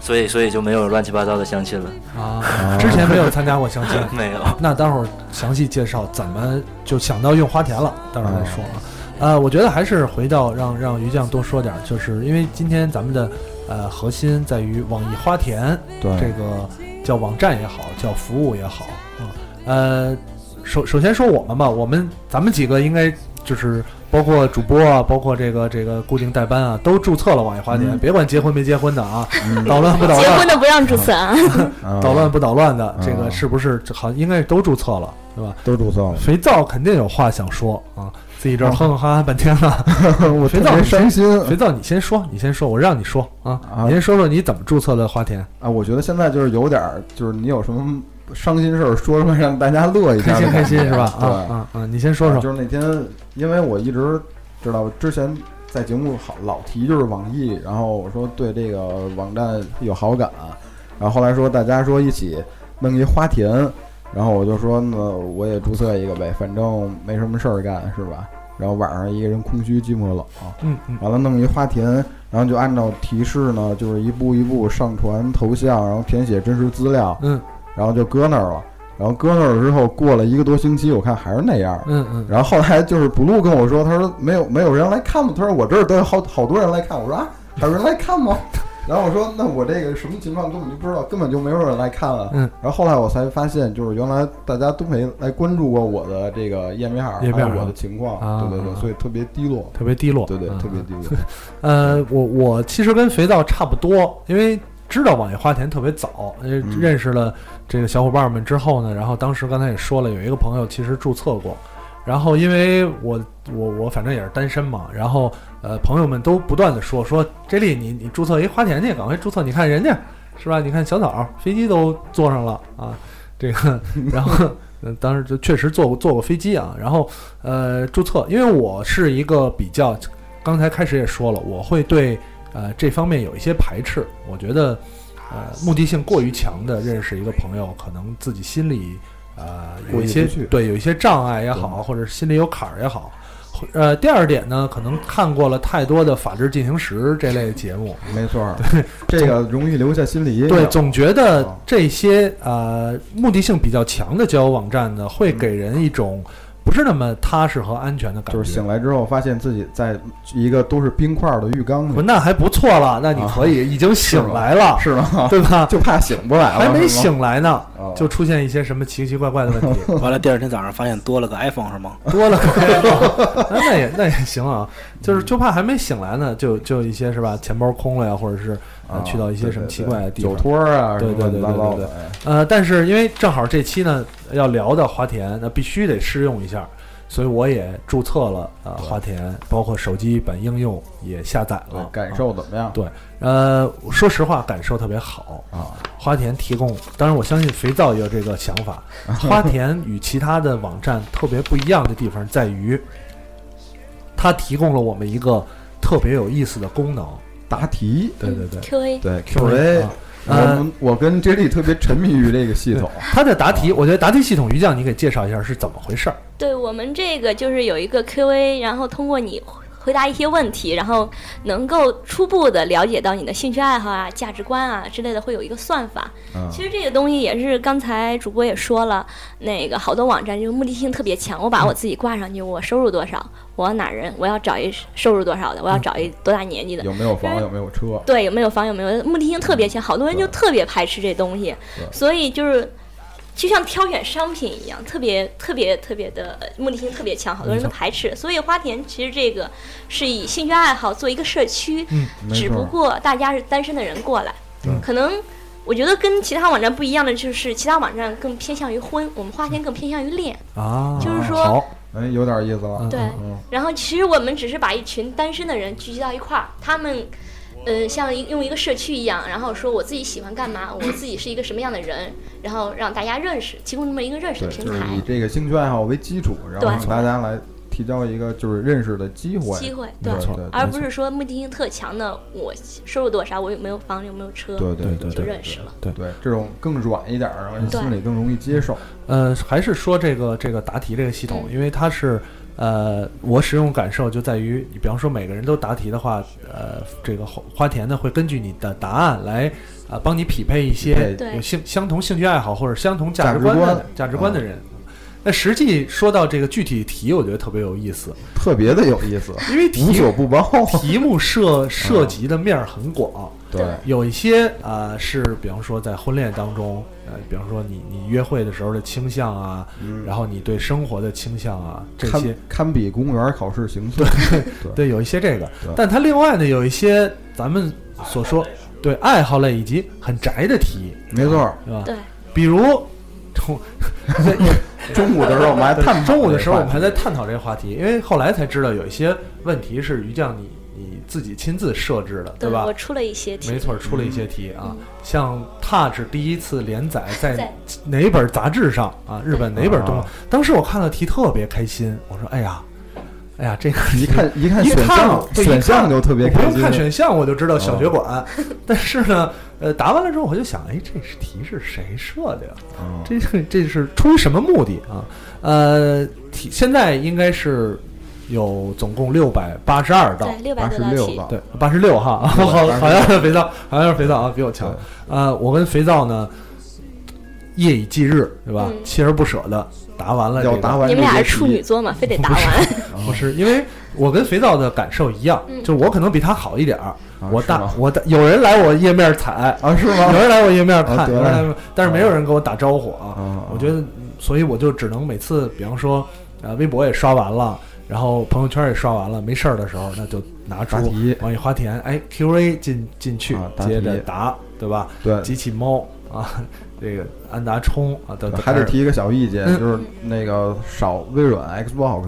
Speaker 12: 所以所以就没有乱七八糟的相亲了。，
Speaker 4: 啊，之前没有参加过相亲
Speaker 12: 没
Speaker 11: 哦
Speaker 12: 有。
Speaker 4: 那待会儿详细介绍怎么就想到用花田了，待会儿再说啊。呃，我觉得还是回到让让于酱多说点儿，就是因为今天咱们的呃核心在于网易花田，
Speaker 5: 对
Speaker 4: 这个叫网站也好，叫服务也好啊、呃，首首先说我们吧，我们咱们几个应该就是包括主播啊，包括这个这个固定代班啊，都注册了网易花田，
Speaker 11: 嗯
Speaker 4: 别管结婚没结婚的啊，
Speaker 5: 嗯
Speaker 4: 捣乱不捣乱，
Speaker 9: 结婚的不让注册啊，
Speaker 4: 捣乱不捣乱
Speaker 5: 啊
Speaker 4: 的，这个是不是好？应该是都注册了，对吧？
Speaker 5: 都注册了。
Speaker 4: 肥皂肯定有话想说啊，自己这儿哼哼哈哈半天 了。
Speaker 5: 我
Speaker 4: 肥
Speaker 5: 特
Speaker 4: 皂
Speaker 5: 别
Speaker 4: 你先
Speaker 5: 伤心
Speaker 4: 肥皂你先说，你先说，我让你说啊，
Speaker 5: 啊
Speaker 4: 你先说说你怎么注册的花田。
Speaker 5: 啊，我觉得现在就是有点儿，就是你有什么伤心事儿说出来，让大家乐一下，
Speaker 4: 开心开心是吧？啊
Speaker 5: 对，
Speaker 4: 啊啊！你先说
Speaker 5: 啊
Speaker 4: 说
Speaker 5: 就是那天，因为我一直知道之前在节目好老提就是网易，然后我说对这个网站有好感，然后后来说大家说一起弄一花田，然后我就说那我也注册一个呗，反正没什么事儿干是吧？然后晚上一个人空虚寂寞冷，
Speaker 4: 嗯嗯
Speaker 5: 完了弄一花田，然后就按照提示呢，就是一步一步上传头像，然后填写真实资料，
Speaker 4: 嗯，
Speaker 5: 然后就搁那儿了。然后搁那儿之后，过了一个多星期，我看还是那样儿。
Speaker 4: 嗯嗯
Speaker 5: 然后后来就是 blue 跟我说，他说没有没有人来看吗？他说我这儿都有好好多人来看。我说啊，还有人来看吗？ 然后我说那我这个什么情况根本就不知道，根本就没有人来看啊。
Speaker 4: 嗯。
Speaker 5: 然后后来我才发现，就是原来大家都没来关注过我的这个页面儿，
Speaker 4: 页面儿
Speaker 5: 还有我的情况。
Speaker 4: 啊
Speaker 5: 对对对，
Speaker 4: 啊
Speaker 5: 所以特别低落。
Speaker 4: 特别低落，
Speaker 5: 对对，
Speaker 4: 嗯
Speaker 5: 特别低 落。
Speaker 4: 呃，我我其实跟肥皂差不多，因为知道网易花田特别早，呃认识了这个小伙伴们之后呢，然后当时刚才也说了，有一个朋友其实注册过，然后因为我我我反正也是单身嘛，然后呃朋友们都不断的说说 J 莉你你注册一花田去，赶快注册，你看人家是吧？你看小岛飞机都坐上了啊，这个 然后。嗯，当时就确实坐过坐过飞机啊，然后呃注册，因为我是一个比较，刚才开始也说了，我会对呃这方面有一些排斥，我觉得呃目的性过于强的认识一个朋友，可能自己心里呃有一
Speaker 5: 过意
Speaker 4: 些
Speaker 5: 不去
Speaker 4: 对有一些障碍也好，或者是心里有坎儿也好。或呃，第二点呢，可能看过了太多的《法制进行时》这类节目，
Speaker 5: 没错儿， 这个容易留下心理阴影。
Speaker 4: 对，总觉得
Speaker 5: 哦
Speaker 4: 这些呃目的性比较强的交友网站呢，会给人一种不是那么踏实和安全的感觉。
Speaker 5: 嗯就是醒来之后发现自己在一个都是冰块儿的浴缸里。
Speaker 4: 哦那还不错了，那你可以、已经醒来了，
Speaker 5: 啊是吗？
Speaker 4: 对吧？
Speaker 5: 就怕醒不来了，
Speaker 4: 还没
Speaker 5: 是吗
Speaker 4: 醒来呢
Speaker 5: 哦，
Speaker 4: 就出现一些什么奇奇怪怪的问 题。
Speaker 6: 完了，第二天早上发现多了个 iPhone 是吗？
Speaker 4: 多了个 iPhone，那那也那也行啊，就是就怕还没醒来呢，就就一些是吧，钱包空了呀，或者是呃
Speaker 5: 啊
Speaker 4: 去到一些什么奇怪的地方，
Speaker 5: 对对对酒托儿啊
Speaker 4: 对对对对
Speaker 5: 什么乱七八
Speaker 4: 对
Speaker 5: 糟
Speaker 4: 对
Speaker 5: 的
Speaker 4: 对
Speaker 5: 哎。
Speaker 4: 呃，但是因为正好这期呢要聊到花田，那必须得试用一下，所以我也注册了呃花田，包括手机版应用也下载了，
Speaker 5: 哎啊感受怎么样？
Speaker 4: 对，呃，说实话，感受特别好
Speaker 5: 啊。
Speaker 4: 花田提供，当然我相信肥皂也有这个想 法。花田与其他的网站特别不一样的地方在于，它提供了我们一个特别有意思的功能——
Speaker 5: 答题。
Speaker 4: 对对 对
Speaker 9: Q&A
Speaker 5: 对
Speaker 4: Q&A
Speaker 5: Q&A，
Speaker 4: 啊
Speaker 5: 我
Speaker 4: 呃
Speaker 5: 们我跟 J D 特别沉迷于这个系统。
Speaker 4: 它的答题，我觉得答题系统，于酱你给介绍一下是怎么回事儿？
Speaker 9: 对我们这个就是有一个 Q&A，然后通过你回答一些问题，然后能够初步的了解到你的兴趣爱好啊、价值观啊之类的，会有一个算法。
Speaker 4: 嗯
Speaker 5: 啊
Speaker 9: 其实这个东西也是刚才主播也说了，那个好多网站就是目的性特别强，我把我自己挂上去，我收入多少，我哪人，我要找一收入多少的，我要找一多大年纪的，
Speaker 5: 有没有房？有没有车？
Speaker 9: 对，有没有房，有没有目的性特别强，好多人就特别排斥这东西，
Speaker 5: 对
Speaker 9: 所以就是就像挑选商品一样，特别特别特别的呃目的性特别强，好多人都排斥。所以花田其实这个是以兴趣爱好做一个社区，
Speaker 13: 嗯没
Speaker 9: 只不
Speaker 13: 错
Speaker 9: 过大家是单身的人过来，可能。我觉得跟其他网站不一样的就是，其他网站更偏向于婚，我们花田更偏向于恋。
Speaker 4: 啊，
Speaker 9: 就是说
Speaker 5: 好，哎，有点意思了。
Speaker 9: 对
Speaker 5: 嗯
Speaker 9: 然后其实我们只是把一群单身的人聚集到一块儿，他们，呃，像一用一个社区一样，然后说我自己喜欢干 嘛，我自己是一个什么样的人，然后让大家认识，提供这么一个认识
Speaker 5: 嗯对，
Speaker 9: 的平
Speaker 5: 就是
Speaker 9: 台。
Speaker 5: 以这个兴趣爱好为基础，然后
Speaker 9: 对
Speaker 5: 让大家来提交一个就是认识的机会。
Speaker 9: 机会
Speaker 5: 对
Speaker 9: 对，
Speaker 5: 对，
Speaker 9: 而不是说目的性特强的，我收入多少，我有没有房，有没有车，
Speaker 5: 对对对
Speaker 9: 就
Speaker 5: 对
Speaker 9: 认识了。
Speaker 5: 对对这种更软一点儿，然后人
Speaker 9: 对
Speaker 5: 心里更容易接受。
Speaker 4: 呃，还是说这个这个答题这个系统，
Speaker 5: 嗯
Speaker 4: 因为它是呃，我使用感受就在于，你比方说每个人都答题的话，呃，这个花花田呢会根据你的答案来啊、呃帮你匹配一些
Speaker 5: 匹配
Speaker 4: 有兴相同兴趣爱好或者相同价值
Speaker 5: 价值
Speaker 4: 观的
Speaker 5: 观嗯
Speaker 4: 价值观的人。那实际说到这个具体题，我觉得特别有意思，
Speaker 5: 特别的有意思，
Speaker 4: 因为题
Speaker 5: 无所嗯不包。
Speaker 4: 题目涉涉及的面儿很广，
Speaker 5: 对
Speaker 4: 有一些啊、呃是比方说在婚恋当中，呃，比方说你你约会的时候的倾向啊，然后你对生活的倾向啊，这
Speaker 5: 堪
Speaker 4: 些
Speaker 5: 堪比公务员考试行测。 对
Speaker 4: 对，有一些这个
Speaker 5: 对，
Speaker 4: 但它另外呢有一些咱们所说对爱好类以及很宅的题，
Speaker 5: 没错，
Speaker 4: 对吧？
Speaker 9: 对，
Speaker 4: 比如中
Speaker 5: 中午的时候我们还探讨
Speaker 4: 中午的
Speaker 5: 这
Speaker 4: 时候
Speaker 5: 话
Speaker 4: 我们还在探讨这个话题，因为后来才知道有一些问题是于酱你你自己亲自设置的，吧？
Speaker 9: 我出了一些题，
Speaker 4: 没错，出了一些题啊，像《Touch》第一次连载在
Speaker 9: 在
Speaker 4: 哪本杂志上啊？日本哪本动漫
Speaker 5: 啊？
Speaker 4: 当时我看到题特别开心，我说：“哎呀，哎呀，这个
Speaker 5: 一看一看
Speaker 4: 一
Speaker 5: 选项
Speaker 4: 对
Speaker 5: 选
Speaker 4: 一看
Speaker 5: 项就特别
Speaker 4: 我不
Speaker 5: 开
Speaker 4: 用
Speaker 5: 心哦
Speaker 4: 看选项我就知道小学馆。 但是呢，呃，答完了之后我就想，哎，这是题是谁设的呀？
Speaker 5: 哦啊
Speaker 4: 这是这是出于什么目的啊？呃，题现在应该是。”有总共六百八十二道，
Speaker 9: 对600多道题86道
Speaker 4: 对，八十六哈，啊 好，好像是肥皂，好像是肥皂啊，比我强。呃，我跟肥皂呢，夜以继日，对吧？
Speaker 9: 嗯
Speaker 4: 锲而不舍的答完了、这
Speaker 5: 要
Speaker 4: 个，
Speaker 5: 答完
Speaker 9: 你们俩是处女座嘛，非得答完。
Speaker 5: 啊
Speaker 4: 不是，因为我跟肥皂的感受一样，
Speaker 9: 嗯
Speaker 4: 就是我可能比他好一点儿。我大我大有人来我页面踩啊，是吗有人来我页面
Speaker 5: 啊
Speaker 4: 看，
Speaker 5: 得
Speaker 4: 有人来
Speaker 5: 嘞，
Speaker 4: 但是没有人跟我打招呼啊。我觉得，嗯所以我就只能每次，比方说，呃，微博也刷完了，然后朋友圈也刷完了，没事儿的时候，那就拿出
Speaker 5: 啊答题
Speaker 4: 网易花田，哎，Q&A 进进去，
Speaker 5: 答
Speaker 4: 接
Speaker 5: 题
Speaker 4: 着答，对吧？
Speaker 5: 对
Speaker 4: 机器猫啊，这个安达充啊，等
Speaker 5: 还得提一个小意见，
Speaker 4: 嗯
Speaker 5: 就是那个少微软 Xbox，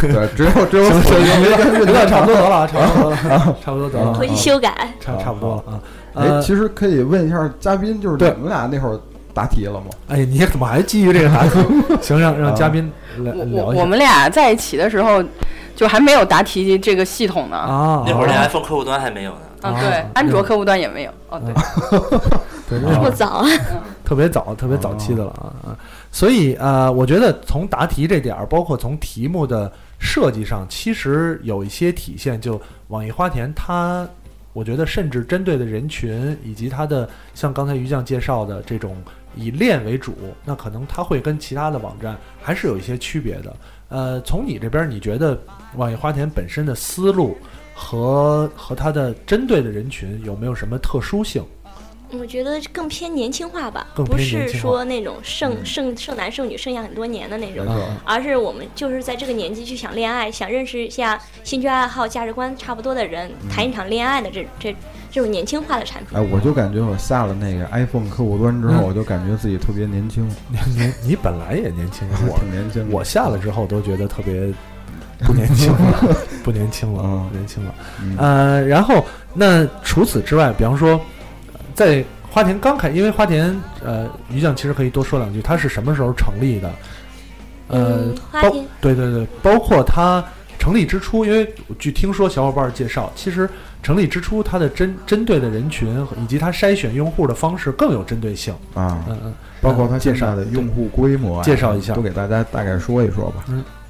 Speaker 5: 对，只有只 有
Speaker 4: 行
Speaker 5: 索尼
Speaker 4: 行行
Speaker 5: 跟
Speaker 4: 行
Speaker 5: Windows
Speaker 4: 差不多得了差不多得了 差不多得了
Speaker 5: 啊
Speaker 9: 回去修改
Speaker 4: 差差不多了啊。
Speaker 5: 哎，
Speaker 4: 呃
Speaker 5: 其实可以问一下嘉宾，就是你们俩那会儿答题了吗？
Speaker 4: 哎，你怎么还基于这个答题？ 行，让让嘉宾来
Speaker 10: 我
Speaker 4: 呃聊一下。
Speaker 10: 我们俩在一起的时候，就还没有答题这个系统呢。
Speaker 4: 啊
Speaker 12: 那会儿连 iPhone 客户端还没有呢。
Speaker 10: 啊，对，安卓客户端也没有。哦，对，
Speaker 4: 啊对
Speaker 10: 这么早啊
Speaker 4: 嗯特别早，特别早期的了啊啊！所以呃，我觉得从答题这点儿，包括从题目的设计上，其实有一些体现。就网易花田它，我觉得甚至针对的人群以及它的，像刚才于酱介绍的这种以链为主，那可能它会跟其他的网站还是有一些区别的。呃，从你这边儿，你觉得网易花田本身的思路和 和它的针对的人群有没有什么特殊性？
Speaker 9: 我觉得更偏年轻化吧，
Speaker 4: 更
Speaker 9: 不
Speaker 4: 偏
Speaker 9: 是
Speaker 4: 年轻化嗯
Speaker 9: 说那种剩剩剩男剩女剩下很多年的那种
Speaker 4: 没错，
Speaker 9: 而是我们就是在这个年纪去想恋爱，想认识一下兴趣爱好、价值观差不多的人，
Speaker 4: 嗯
Speaker 9: 谈一场恋爱的这这这种年轻化的产品。
Speaker 4: 啊
Speaker 5: 哎，我就感觉我下了那个 iPhone 客户端之后，
Speaker 4: 嗯
Speaker 5: 我就感觉自己特别年轻。
Speaker 4: 你你本来也年轻，啊我
Speaker 5: 挺年轻。
Speaker 4: 我下了之后都觉得特别不年轻了，不年轻了，不年轻了。
Speaker 5: 嗯
Speaker 4: 呃，然后那除此之外，比方说呃在花田刚开，因为花田呃，于酱其实可以多说两句，它是什么时候成立的？呃
Speaker 9: 嗯，花
Speaker 4: 包
Speaker 9: 田
Speaker 4: 对对对，包括它成立之初，因为据听说小伙伴介绍，其实成立之初它的针针对的人群以及它筛选用户的方式更有针对性。
Speaker 5: 啊，
Speaker 4: 嗯嗯，
Speaker 5: 包括它
Speaker 4: 介
Speaker 5: 现
Speaker 4: 绍
Speaker 5: 在的用户规模啊，
Speaker 4: 介绍一下
Speaker 5: 都给大家大概说一说吧。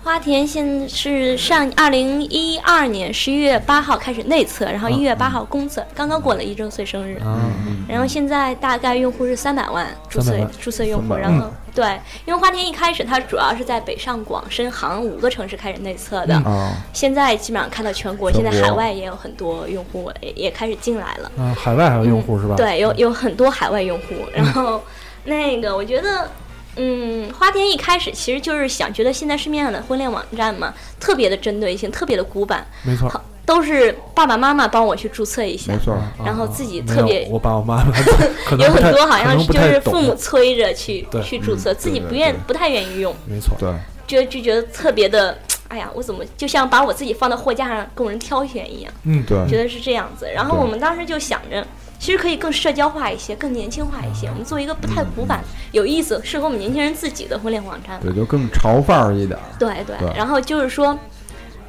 Speaker 9: 花田现是上二零一二年十一月八号开始内测，然后一月八号公测，刚刚过了一周岁生日。
Speaker 4: 嗯
Speaker 9: 然后现在大概用户是三百万注册
Speaker 4: 300万
Speaker 9: 注册用户，
Speaker 4: 300万
Speaker 9: 然后
Speaker 4: 嗯
Speaker 9: 对，因为花田一开始它主要是在北上广深杭五个城市开始内测的，
Speaker 4: 哦
Speaker 5: 啊
Speaker 9: 现在基本上看到全国，
Speaker 4: 全
Speaker 9: 现
Speaker 4: 国
Speaker 9: 在海外也有很多用户也也开始进来了，
Speaker 4: 啊、海外还有用户是吧？嗯
Speaker 9: 对，有有很多海外用户，然后那个我觉得。嗯，花田一开始其实就是想觉得现在市面上的婚恋网站嘛，特别的针对性，特别的古板，
Speaker 4: 没错，
Speaker 9: 都是爸爸妈妈帮我去注册一下，
Speaker 4: 没错。
Speaker 9: 然后自己
Speaker 4: 啊没
Speaker 9: 特
Speaker 4: 有
Speaker 9: 别
Speaker 4: 我爸我妈妈 可能
Speaker 9: 有
Speaker 4: 不太
Speaker 9: 很多好
Speaker 4: 可
Speaker 9: 像
Speaker 4: 能
Speaker 9: 是
Speaker 4: 不
Speaker 9: 就
Speaker 4: 太
Speaker 9: 是
Speaker 4: 懂
Speaker 9: 父母催着去
Speaker 4: 对
Speaker 9: 去注册，
Speaker 4: 嗯
Speaker 9: 自己不
Speaker 4: 对
Speaker 9: 愿
Speaker 4: 对
Speaker 9: 不太愿意用，
Speaker 4: 没错，
Speaker 5: 对，
Speaker 9: 就就觉得特别的，哎呀，我怎么就像把我自己放到货架上供人挑选一样，
Speaker 4: 嗯对
Speaker 9: 觉得是这样子。然后
Speaker 4: 对
Speaker 9: 我们当时就想着。其实可以更社交化一些，更年轻化一些。我们做一个不
Speaker 4: 嗯
Speaker 9: 太古板、有意思、适合我们年轻人自己的婚恋网站吧。
Speaker 5: 对，就更潮范儿一点儿。
Speaker 9: 对对
Speaker 5: 对，
Speaker 9: 然后就是说，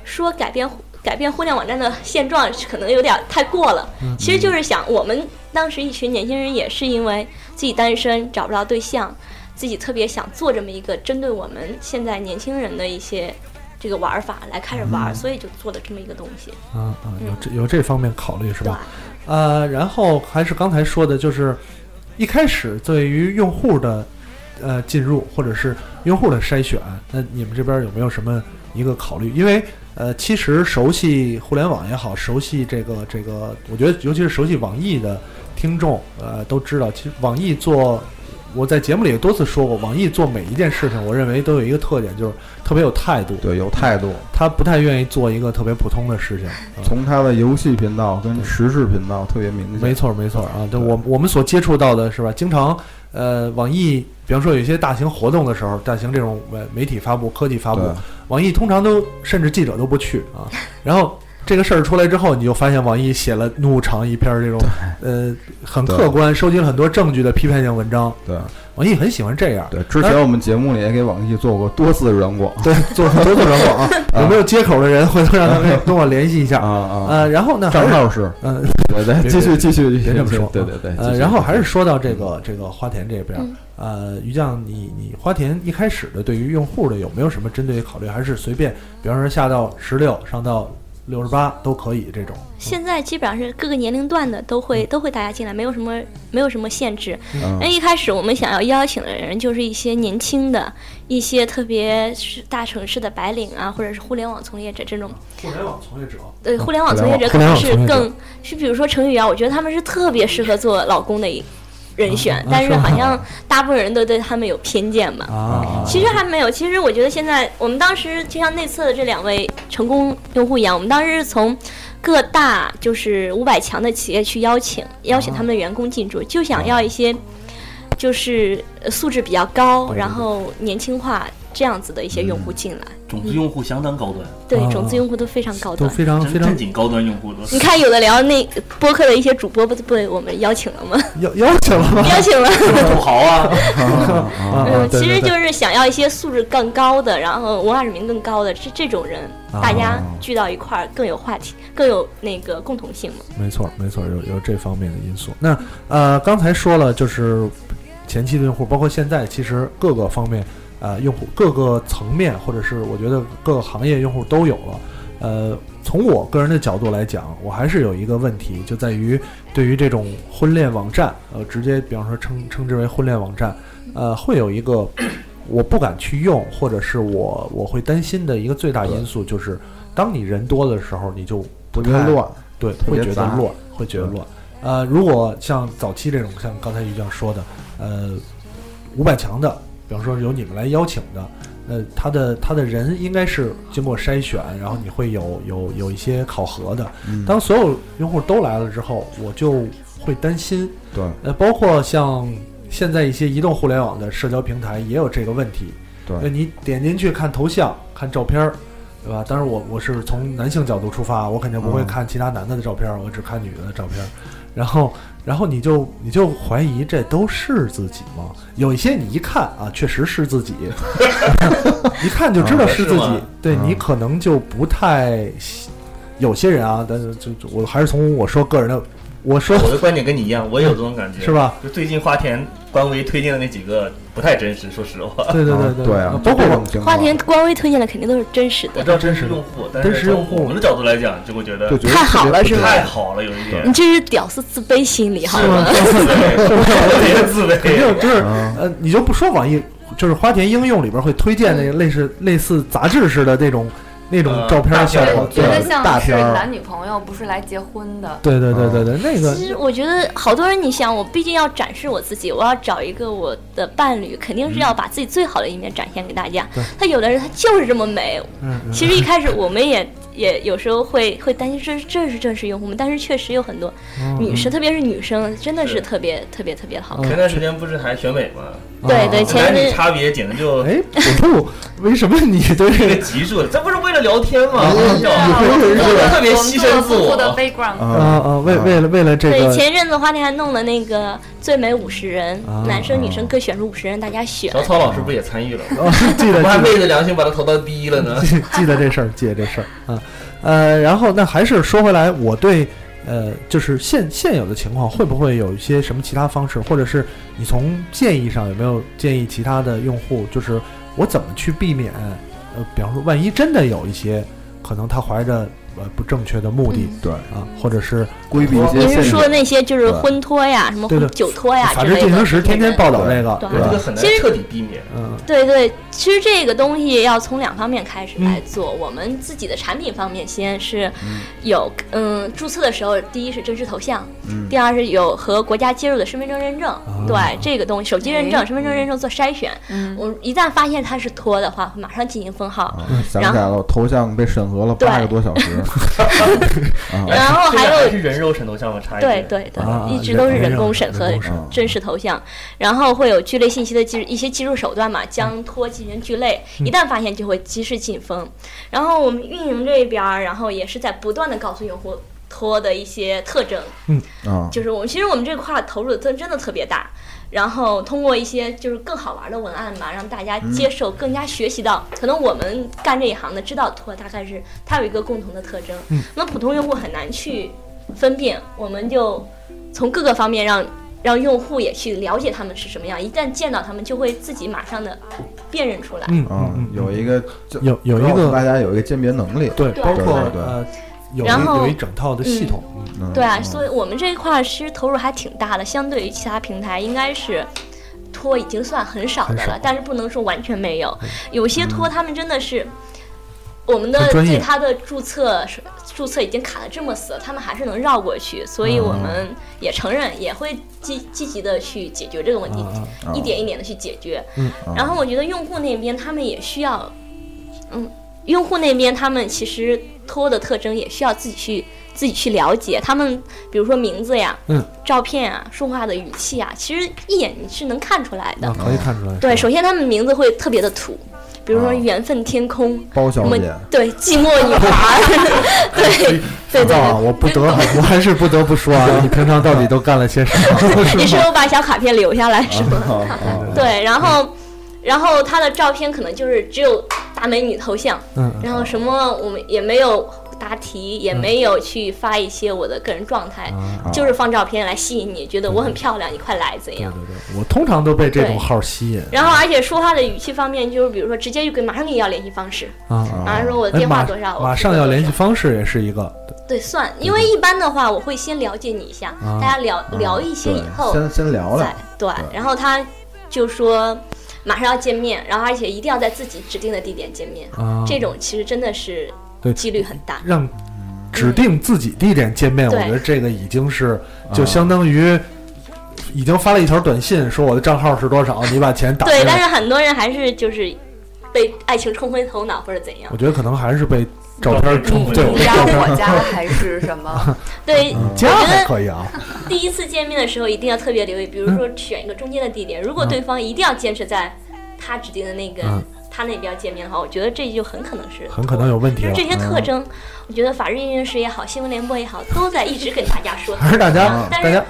Speaker 9: 说改变改变互联网站的现状，可能有点太过了。
Speaker 13: 嗯
Speaker 9: 其实就是想，我们当时一群年轻人也是因为自己单身找不着对象，自己特别想做这么一个针对我们现在年轻人的一些这个玩儿法来开始玩儿，
Speaker 4: 嗯
Speaker 9: 所以就做了这么一个东西。
Speaker 4: 啊啊，有
Speaker 9: 嗯
Speaker 4: 这有这方面考虑是吧？呃，然后还是刚才说的，就是一开始对于用户的呃进入或者是用户的筛选，那你们这边有没有什么一个考虑？因为呃，其实熟悉互联网也好，熟悉这个这个，我觉得尤其是熟悉网易的听众，呃，都知道，其实网易做。我在节目里也多次说过，网易做每一件事情，我认为都有一个特点，就是特别有态度。
Speaker 5: 对，有态度。
Speaker 4: 他不太愿意做一个特别普通的事情。呃
Speaker 5: 从它的游戏频道跟时事频道特别明显。
Speaker 4: 没错，没错啊！对我我们所接触到的是吧？经常呃，网易，比方说有一些大型活动的时候，大型这种媒媒体发布、科技发布
Speaker 5: 对，
Speaker 4: 网易通常都甚至记者都不去 啊。然后这个事儿出来之后，你就发现网易写了怒长一篇儿这种呃很
Speaker 5: 对
Speaker 4: 客观、收集了很多证据的批判性文章。
Speaker 5: 对，
Speaker 4: 网易很喜欢这样。
Speaker 5: 对，之前我们节目里也给网易做过多次软广，
Speaker 4: 对，做多次软广啊
Speaker 5: 啊
Speaker 4: 有没有接口的人，回头让他们跟我联系一下
Speaker 5: 啊啊。
Speaker 4: 呃，然后呢，
Speaker 5: 账
Speaker 4: 还
Speaker 5: 号是，
Speaker 4: 嗯，
Speaker 5: 对对，
Speaker 4: 别
Speaker 5: 继续
Speaker 4: 别
Speaker 5: 继续，
Speaker 4: 别这么说，
Speaker 5: 对对
Speaker 11: 哎
Speaker 5: 对。继
Speaker 4: 呃，
Speaker 5: 续
Speaker 4: 然后还是说到这个这个花田这边
Speaker 5: 嗯，
Speaker 4: 呃，于酱，你你花田一开始的对于用户的有没有什么针对考虑，还是随便，比方说下到十六，上到六十八都可以这种。
Speaker 9: 现在基本上是各个年龄段的都会都会大家进来，没有什么没有什么限制。
Speaker 4: 嗯
Speaker 9: 那一开始我们想要邀请的人就是一些年轻的、一些特别是大城市的白领啊，或者是互联网从业者这种。
Speaker 4: 互联网从业者。
Speaker 9: 对，嗯互联网从业者可能是更是，比如说程宇啊，我觉得他们是特别适合做老公的一人选，
Speaker 4: 啊
Speaker 9: 但是
Speaker 4: 是吗
Speaker 9: 好像大部分人都对他们有偏见吧。
Speaker 4: 啊，
Speaker 9: 其实还没有，其实我觉得现在我们当时就像内测的这两位成功用户一样，我们当时是从各大就是五百强的企业去邀请，邀请他们的员工进驻，就想要一些就是呃素质比较高，然后年轻化这样子的一些用户进来。
Speaker 11: 种子用户相当高端，
Speaker 9: 对，种子用哦户都嗯非常高端，
Speaker 11: 真正经高端用户都是。
Speaker 9: 你看有的聊那播客的一些主播不不被我们邀请了 吗？
Speaker 4: 邀邀请了吗？
Speaker 9: 邀请了
Speaker 11: 土豪啊！
Speaker 4: 啊
Speaker 9: 嗯，其实就是是想要一些素质更高的，然后文化水平更高的，这这种人，
Speaker 4: 啊
Speaker 9: 大家聚到一块儿更有话题，更有那个共同性嘛。
Speaker 4: 没错没错，有有这方面的因素。那呃，刚才说了，就是前期的用户，包括现在，其实各个方面，呃，用户各个层面，或者是我觉得各个行业用户都有了。呃，从我个人的角度来讲，我还是有一个问题，就在于对于这种婚恋网站，呃，直接比方说称称之为婚恋网站，呃，会有一个 我不敢去用，或者是我我会担心的一个最大因素就是，当你人多的时候，你就不
Speaker 5: 特别
Speaker 4: 太
Speaker 5: 乱
Speaker 4: 对，
Speaker 5: 特
Speaker 4: 会
Speaker 5: 别
Speaker 4: 觉得
Speaker 5: 杂嗯
Speaker 4: 乱，会觉得乱。呃，如果像早期这种，像刚才于酱说的，呃，五百强的，比方说由你们来邀请的，那他的他的人应该是经过筛选，然后你会有有有一些考核的。
Speaker 5: 嗯
Speaker 4: 当所有用户都来了之后，我就会担心。
Speaker 5: 对，
Speaker 4: 呃，包括像现在一些移动互联网的社交平台也有这个问题。
Speaker 5: 对
Speaker 4: 那你点进去看头像、看照片儿，对吧？当然我我是从男性角度出发，我肯定不会
Speaker 5: 嗯
Speaker 4: 看其他男的的照片儿，我只看女的的照片儿。然后，然后你就你就怀疑这都是自己吗？有一些你一看啊，确实是自己， 一看就知道是自己。
Speaker 11: 啊是吗
Speaker 4: 对你可能就不太喜，有些人啊，但是就就我还是从我说个人的，我 说
Speaker 11: 我的观点跟你一样，我也有这种感觉，
Speaker 4: 是吧？
Speaker 11: 就最近花田官微推荐的那几个不太真实，说实话。
Speaker 4: 对对对
Speaker 5: 嗯
Speaker 4: 对对啊包括我
Speaker 9: 花田官微推荐的肯定都是真实
Speaker 11: 我
Speaker 9: 的，
Speaker 11: 知道真实用户，但
Speaker 4: 真
Speaker 11: 是
Speaker 4: 实
Speaker 11: 从
Speaker 4: 用户
Speaker 11: 我们的角度来讲，就会觉得
Speaker 4: 就觉得太好了是吧
Speaker 5: 啊
Speaker 11: 太好了，有一点
Speaker 9: 你。这是屌丝自卑心理，好吗？
Speaker 11: 对自卑
Speaker 4: 肯定就是呃，你就不说网易，就是花田应用里边会推荐那个类似类似杂志似的那种那种照片效果，
Speaker 7: 觉得
Speaker 4: 对大
Speaker 7: 像是
Speaker 4: 片儿
Speaker 7: 男，女朋友，不是来结婚的。
Speaker 4: 对对对对对，那个
Speaker 9: 其实我觉得好多人，你想，我毕竟要展示我自己，我要找一个我的伴侣，肯定是要把自己最好的一面展现给大家
Speaker 4: 对。
Speaker 9: 他有的人他就是这么美，
Speaker 4: 嗯
Speaker 9: 其实一开始我们也也有时候会会担心这这是正式用户吗？但是确实有很多
Speaker 11: 嗯
Speaker 9: 女生，特别是女生，真的
Speaker 11: 是
Speaker 9: 是特别特别特别好看。
Speaker 11: 前段时间不是还选美吗？
Speaker 9: 对对前哦
Speaker 11: 男
Speaker 9: 阵
Speaker 11: 女差别简直就
Speaker 4: 哎，不，为什么你对
Speaker 11: 这个级数，这不是为了聊天
Speaker 5: 啊嗯
Speaker 11: 吗？
Speaker 4: 哎呀
Speaker 7: 啊
Speaker 11: 我特别牺牲自
Speaker 7: 我们做了
Speaker 11: 我
Speaker 7: 丰富的。background，
Speaker 5: 嗯
Speaker 4: 啊啊，为为了为了这
Speaker 9: 对，
Speaker 4: 个，
Speaker 9: 前一阵子花田还弄了那个最美五十人
Speaker 4: 啊，
Speaker 9: 男生女生各选出五十人，大家选。
Speaker 11: 小曹老师不也参与了吗？
Speaker 4: 哦记得
Speaker 11: 我还
Speaker 4: 记得
Speaker 11: 昧着良心把他投到第一了呢。
Speaker 4: 记 记得这事儿，记得这事儿啊。呃，然后那还是说回来，我对呃，就是现现有的情况，会不会有一些什么其他方式，或者是你从建议上有没有建议其他的用户，就是我怎么去避免？呃，比方说，万一真的有一些可能他怀着呃不正确的目的，
Speaker 5: 对
Speaker 4: 啊，或者是
Speaker 5: 规避一
Speaker 9: 嗯您是说那些就是婚托呀、什么
Speaker 4: 对对
Speaker 9: 酒托呀之
Speaker 4: 啊法
Speaker 9: 类
Speaker 4: 制
Speaker 9: 的？
Speaker 4: 进行时天天报道这个，
Speaker 9: 对
Speaker 4: 对吧
Speaker 9: 这个很难其实彻底
Speaker 11: 避免。
Speaker 4: 嗯，
Speaker 9: 对对，其实这个东西要从两方面开始
Speaker 4: 嗯
Speaker 9: 来做。我们自己的产品方面，先是有嗯注册的时候，第一是真实头像，
Speaker 13: 嗯
Speaker 9: 第二是有和国家接入的身份证认证。
Speaker 4: 哦
Speaker 9: 对这个东西，手机认证、
Speaker 13: 哎
Speaker 9: 身份证认证做筛选。
Speaker 4: 嗯
Speaker 9: 我一旦发现它是托的话，会马上进行封
Speaker 4: 哦
Speaker 9: 号。
Speaker 5: 啊想
Speaker 9: 然
Speaker 5: 起来
Speaker 9: 后
Speaker 5: 了，我头像被审核了
Speaker 9: 对
Speaker 5: 八个多小 时。啊
Speaker 9: 然后还有
Speaker 11: 这个是人肉沈头像吗？差一
Speaker 9: 对
Speaker 11: 点。
Speaker 9: 对对，
Speaker 11: 啊
Speaker 9: 一直都是
Speaker 11: 人
Speaker 9: 人工
Speaker 11: 肉
Speaker 9: 审核
Speaker 11: 人工审核
Speaker 9: 真实头像，然后会有聚类信息的技一些技术手段嘛，将
Speaker 11: 嗯
Speaker 9: 托进行聚类，
Speaker 13: 嗯
Speaker 9: 一旦发现就会及时禁封。然后我们运营这边儿，然后也是在不断的告诉用户托的一些特征，
Speaker 4: 嗯
Speaker 5: 啊
Speaker 9: 就是我们其实我们这块儿投入的真真的特别大，然后通过一些就是更好玩的文案吧，让大家
Speaker 13: 嗯
Speaker 9: 接受，更加学习到。可能我们干这一行的知道托大概是它有一个共同的特征，
Speaker 13: 嗯
Speaker 9: 那普通用户很难去分辨，我们就从各个方面让。让用户也去了解他们是什么样，一旦见到他们，就会自己马上的辨认出来。
Speaker 4: 啊
Speaker 5: 嗯，有一个
Speaker 4: 有有一个
Speaker 5: 大家有一个鉴别能力，
Speaker 4: 对，包括
Speaker 5: 对
Speaker 4: 呃，有一
Speaker 9: 然后
Speaker 4: 有一整套的系统，嗯
Speaker 9: 对啊，所以我们这一块儿其实投入还挺大的，相对于其他平台应该是。托已经算很少的
Speaker 4: 很
Speaker 9: 了
Speaker 4: 少，嗯
Speaker 9: 但是不能说完全没有。有些托他们真的是，我们的
Speaker 4: 很专业
Speaker 9: 对他的注册是注册已经卡得这么死，他们还是能绕过去，所以我们
Speaker 4: 嗯
Speaker 9: 也承认，也会积积极的去解决这个问题，
Speaker 13: 嗯
Speaker 5: 啊
Speaker 9: 一点一点的去解决。
Speaker 13: 嗯
Speaker 9: 然后我觉得用户那边他们也需要，嗯，用户那边他们其实托的特征也需要自己去自己去了解，他们比如说名字呀、
Speaker 4: 嗯，
Speaker 9: 照片啊、说话的语气啊，其实一眼你是能看出来的。
Speaker 4: 那啊可以看出来，
Speaker 9: 对，首先他们名字会特别的土，比如说缘分天空，
Speaker 4: 包小
Speaker 9: 什么
Speaker 4: 姐
Speaker 9: 对寂寞女孩， 对对对，
Speaker 4: 啊，我不得，我还是不得不说 啊，你平常到底都干了些啥？
Speaker 9: 你是有把小卡片留下来是吗？
Speaker 4: 啊
Speaker 9: 对，然后，然后他的照片可能就是只有大美女头像，
Speaker 4: 嗯
Speaker 9: 然后什么我们也没有答题，也
Speaker 4: 嗯
Speaker 9: 没有去发一些我的个人状态，
Speaker 4: 啊
Speaker 5: 啊
Speaker 9: 就是放照片来吸引你，觉得我很
Speaker 4: 嗯
Speaker 9: 漂亮，你快来怎样？
Speaker 4: 我通常都被这种
Speaker 9: 对
Speaker 4: 号吸引。
Speaker 9: 然后而且说话的语气方面，就是比如说直接就给马上给你要联系方式，
Speaker 4: 啊
Speaker 9: 马上说我
Speaker 4: 哎
Speaker 9: 电话
Speaker 4: 马
Speaker 9: 多啊少，我
Speaker 4: 马
Speaker 9: 是
Speaker 4: 上
Speaker 9: 多
Speaker 4: 要
Speaker 9: 少
Speaker 4: 联系方式也是一个，
Speaker 9: 对算，因为一般的话我会先了解你一下，
Speaker 4: 啊
Speaker 9: 大家聊聊一些以后，
Speaker 5: 先先聊聊
Speaker 9: 在，对，然后他就说马上要见面，然后而且一定要在自己指定的地点见面，
Speaker 4: 啊
Speaker 9: 这种其实真的是
Speaker 4: 对
Speaker 9: 几率很大。
Speaker 4: 让指定自己地点见面，我
Speaker 9: 对
Speaker 4: 觉得这个已经是
Speaker 5: 啊
Speaker 4: 就相当于已经发了一条短信，说我的账号是多少，你把钱打
Speaker 9: 对，
Speaker 4: 进
Speaker 9: 但是
Speaker 4: 来。
Speaker 9: 很多人还是就是被爱情冲昏头脑或者怎样
Speaker 4: 我。觉得可能还是被照片冲
Speaker 11: 嗯
Speaker 4: 对，
Speaker 7: 你
Speaker 4: 被
Speaker 7: 让
Speaker 4: 照片
Speaker 7: 我加还是什 么？
Speaker 9: 对，
Speaker 4: 嗯
Speaker 9: 我觉
Speaker 4: 加还
Speaker 9: 得
Speaker 4: 可以啊，
Speaker 9: 第一次见面的时候一定要特别留意，比如
Speaker 4: 嗯
Speaker 9: 说选一个中间的地点，如果对方一定要坚持在他指定的那个
Speaker 4: 嗯
Speaker 9: 他那边要见面的话，我觉得这就很可能是
Speaker 4: 很可能有问题
Speaker 9: 就
Speaker 4: 了。
Speaker 9: 是这些特
Speaker 4: 嗯
Speaker 9: 征，我觉得法制进行时也好，新闻联播也好，都在一直跟大家 说。
Speaker 4: 还是大家
Speaker 9: 嗯但
Speaker 4: 大
Speaker 9: 是
Speaker 4: 家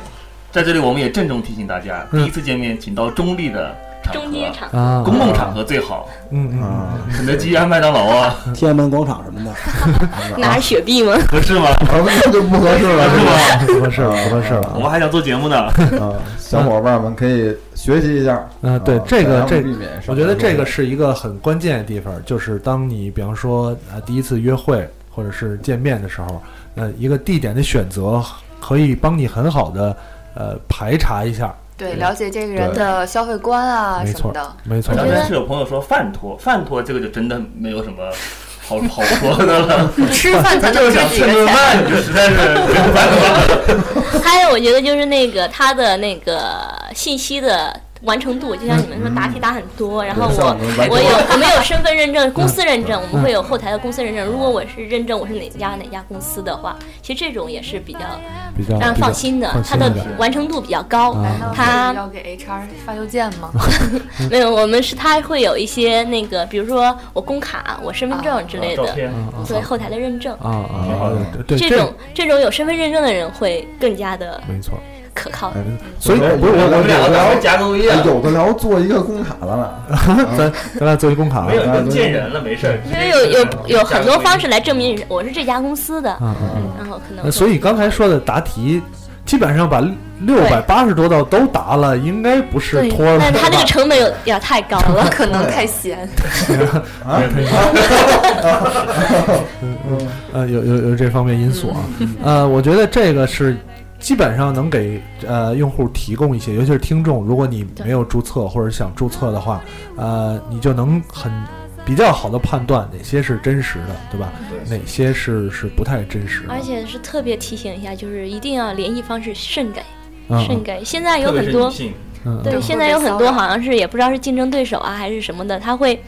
Speaker 11: 在这里，我们也郑重提醒大家，
Speaker 4: 嗯
Speaker 11: 第一次见面请到中立的场合，
Speaker 9: 中间场
Speaker 4: 啊
Speaker 11: 公共场合最好，
Speaker 4: 嗯嗯嗯。
Speaker 11: 肯德基啊、麦当劳 啊，
Speaker 14: 天安门广场什么的，
Speaker 9: 拿着雪碧吗？
Speaker 11: 合适吗？
Speaker 5: 那就啊不合适了，
Speaker 11: 是吧？
Speaker 4: 不合适了，不合适了。
Speaker 11: 我们还想做节目呢。
Speaker 5: 啊，小伙伴们可以学习一下。
Speaker 4: 嗯，对
Speaker 5: 啊，
Speaker 4: 这个
Speaker 5: 尽量
Speaker 4: 这
Speaker 5: 避免，上
Speaker 4: 我觉得
Speaker 5: 当受
Speaker 4: 这个
Speaker 5: 伤
Speaker 4: 是一个很关键的地方，就是当你比方说啊第一次约会或者是见面的时候，呃，一个地点的选择可以帮你很好的呃排查一下。
Speaker 7: 对，了解这个人的消费观啊
Speaker 4: 没
Speaker 7: 什么
Speaker 4: 错
Speaker 7: 的，，
Speaker 4: 没错。
Speaker 11: 刚才是有朋友说饭托，饭托这个就真的没有什么 好好说的了。
Speaker 7: 吃饭才
Speaker 11: 他
Speaker 7: 能
Speaker 11: 就是想
Speaker 7: 吃几
Speaker 11: 吃
Speaker 7: 个
Speaker 11: 顿
Speaker 7: 钱
Speaker 11: 饭，你就实在是没有办法。
Speaker 9: 还有，我觉得就是那个他的那个信息的完成度，就像你们说答题答很多，然后
Speaker 13: 对像
Speaker 9: 我
Speaker 13: 我们完成
Speaker 9: 我有我们有身份认证、公司认证，我
Speaker 13: 嗯
Speaker 9: 们会有后台的公司认证。如果我是认证我是哪家哪家公司的话，其实这种也是比较
Speaker 4: 比较
Speaker 9: 让人放心的
Speaker 4: 比较，
Speaker 9: 它
Speaker 4: 放
Speaker 9: 的
Speaker 4: 心一点
Speaker 9: 完成度比较高
Speaker 4: 啊
Speaker 7: 难道，
Speaker 9: 它
Speaker 7: 是要给 HR 发邮件 吗？
Speaker 9: 没有，我们是他会有一些那个，比如说我工卡、我身份证之类的
Speaker 4: 啊照片啊，
Speaker 9: 作为后台的认证。
Speaker 4: 啊啊，对
Speaker 9: 这
Speaker 4: 对
Speaker 9: 种这种有身份认证的人会更加的
Speaker 4: 没错。
Speaker 9: 可靠。
Speaker 4: 哎所以我我
Speaker 5: 有的
Speaker 4: 我
Speaker 5: 聊哎
Speaker 11: 咱们夹个微啊
Speaker 5: 有的聊做一个工卡了，
Speaker 4: 咱咱俩做一公卡，啊
Speaker 11: 没有人见人了，没事儿。
Speaker 9: 因为有有有很多方式来证明我是这家公司的，
Speaker 4: 嗯嗯嗯
Speaker 9: 然后可能
Speaker 4: 那
Speaker 9: 会
Speaker 4: 所以刚才说的答题，基本上把六百八十多道都答了，应该不是
Speaker 9: 对
Speaker 4: 托儿，
Speaker 9: 但他这
Speaker 4: 吧
Speaker 9: 个成本有点太高 了，
Speaker 7: 可能太闲。
Speaker 4: 啊，嗯呃，有有有这方面因素啊，
Speaker 9: 嗯
Speaker 4: 呃，我觉得这个是基本上能给呃用户提供一些，尤其是听众，如果你没有注册或者想注册的话，呃，你就能很比较好的判断哪些是真实的，对吧？哪些是是不太真实的
Speaker 9: 而且是特别提醒一下，就是一定要联系方式慎给
Speaker 4: 嗯，
Speaker 9: 慎给。现在有很多，
Speaker 4: 嗯，
Speaker 9: 对，现在有很多好像是也不知道是竞争对手啊还是什么的，他会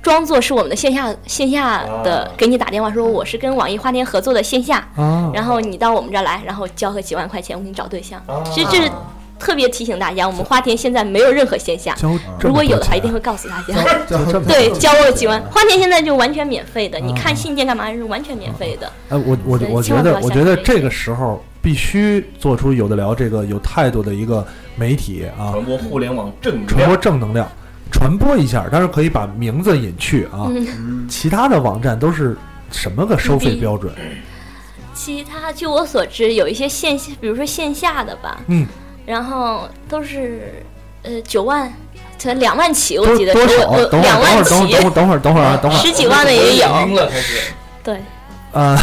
Speaker 9: 装作是我们的线下线下的给你打电话说我是跟网易花店合作的线下，
Speaker 4: 啊
Speaker 9: 然后你到我们这儿来，然后交个几万块钱，我给你找对象。
Speaker 11: 啊
Speaker 9: 其实这是特别提醒大家，我们花田现在没有任何线下
Speaker 4: 交，这
Speaker 9: 如
Speaker 4: 么
Speaker 9: 果
Speaker 4: 多
Speaker 9: 有的话
Speaker 4: 钱
Speaker 9: 一定会告诉大 家。
Speaker 4: 交啊交这么多
Speaker 9: 对，
Speaker 4: 钱啊
Speaker 9: 交我几万，花田现在就完全免费的，你看信件干嘛是完全免费的。
Speaker 4: 哎，我我
Speaker 9: 对
Speaker 4: 我
Speaker 9: 千
Speaker 4: 觉
Speaker 9: 万
Speaker 4: 得
Speaker 9: 不，要
Speaker 4: 我
Speaker 9: 相
Speaker 4: 觉得
Speaker 9: 信
Speaker 4: 这个时候必须做出有的聊这个有态度的一个媒体啊，
Speaker 11: 传播互联网正能
Speaker 4: 传播
Speaker 11: 量，
Speaker 4: 正能量，传播一下，但是可以把名字隐去啊。
Speaker 9: 嗯
Speaker 4: 其他的网站都是什么个收费标准？
Speaker 9: 嗯其他据我所知，有一些线下，比如说线下的吧，
Speaker 4: 嗯，
Speaker 9: 然后都是呃九万，才两万起，我
Speaker 4: 多
Speaker 9: 记得
Speaker 4: 多
Speaker 9: 是
Speaker 4: 少？啊
Speaker 9: 我
Speaker 4: 等会
Speaker 9: 两万
Speaker 4: 儿，等会儿，等会儿，等会儿，等会儿，等
Speaker 9: 起，嗯
Speaker 4: 会儿啊，等会儿，
Speaker 9: 十几万的也有
Speaker 11: 晕了开始。
Speaker 9: 对，
Speaker 4: 啊，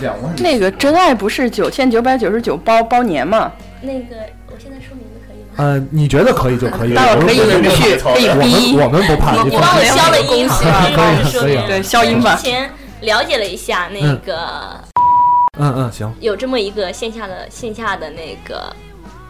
Speaker 5: 两万
Speaker 10: 那个真爱不是九千九百九十九包包年吗？
Speaker 9: 那个，我现在说明可以吗？
Speaker 4: 呃， 你觉得可以就可以，
Speaker 10: 待会儿可以
Speaker 4: 我们
Speaker 10: 允许可以逼
Speaker 4: 我们我们不怕，
Speaker 9: 你
Speaker 4: 啊放
Speaker 9: 帮我
Speaker 4: 心啊
Speaker 9: 消了音好吧，
Speaker 4: 可以
Speaker 9: 我说
Speaker 4: 可以
Speaker 9: 明，
Speaker 10: 对消音吧
Speaker 9: 我之前了解了一下那
Speaker 4: 嗯
Speaker 9: 个，
Speaker 4: 嗯嗯，行，
Speaker 9: 有这么一个线下的线下的那个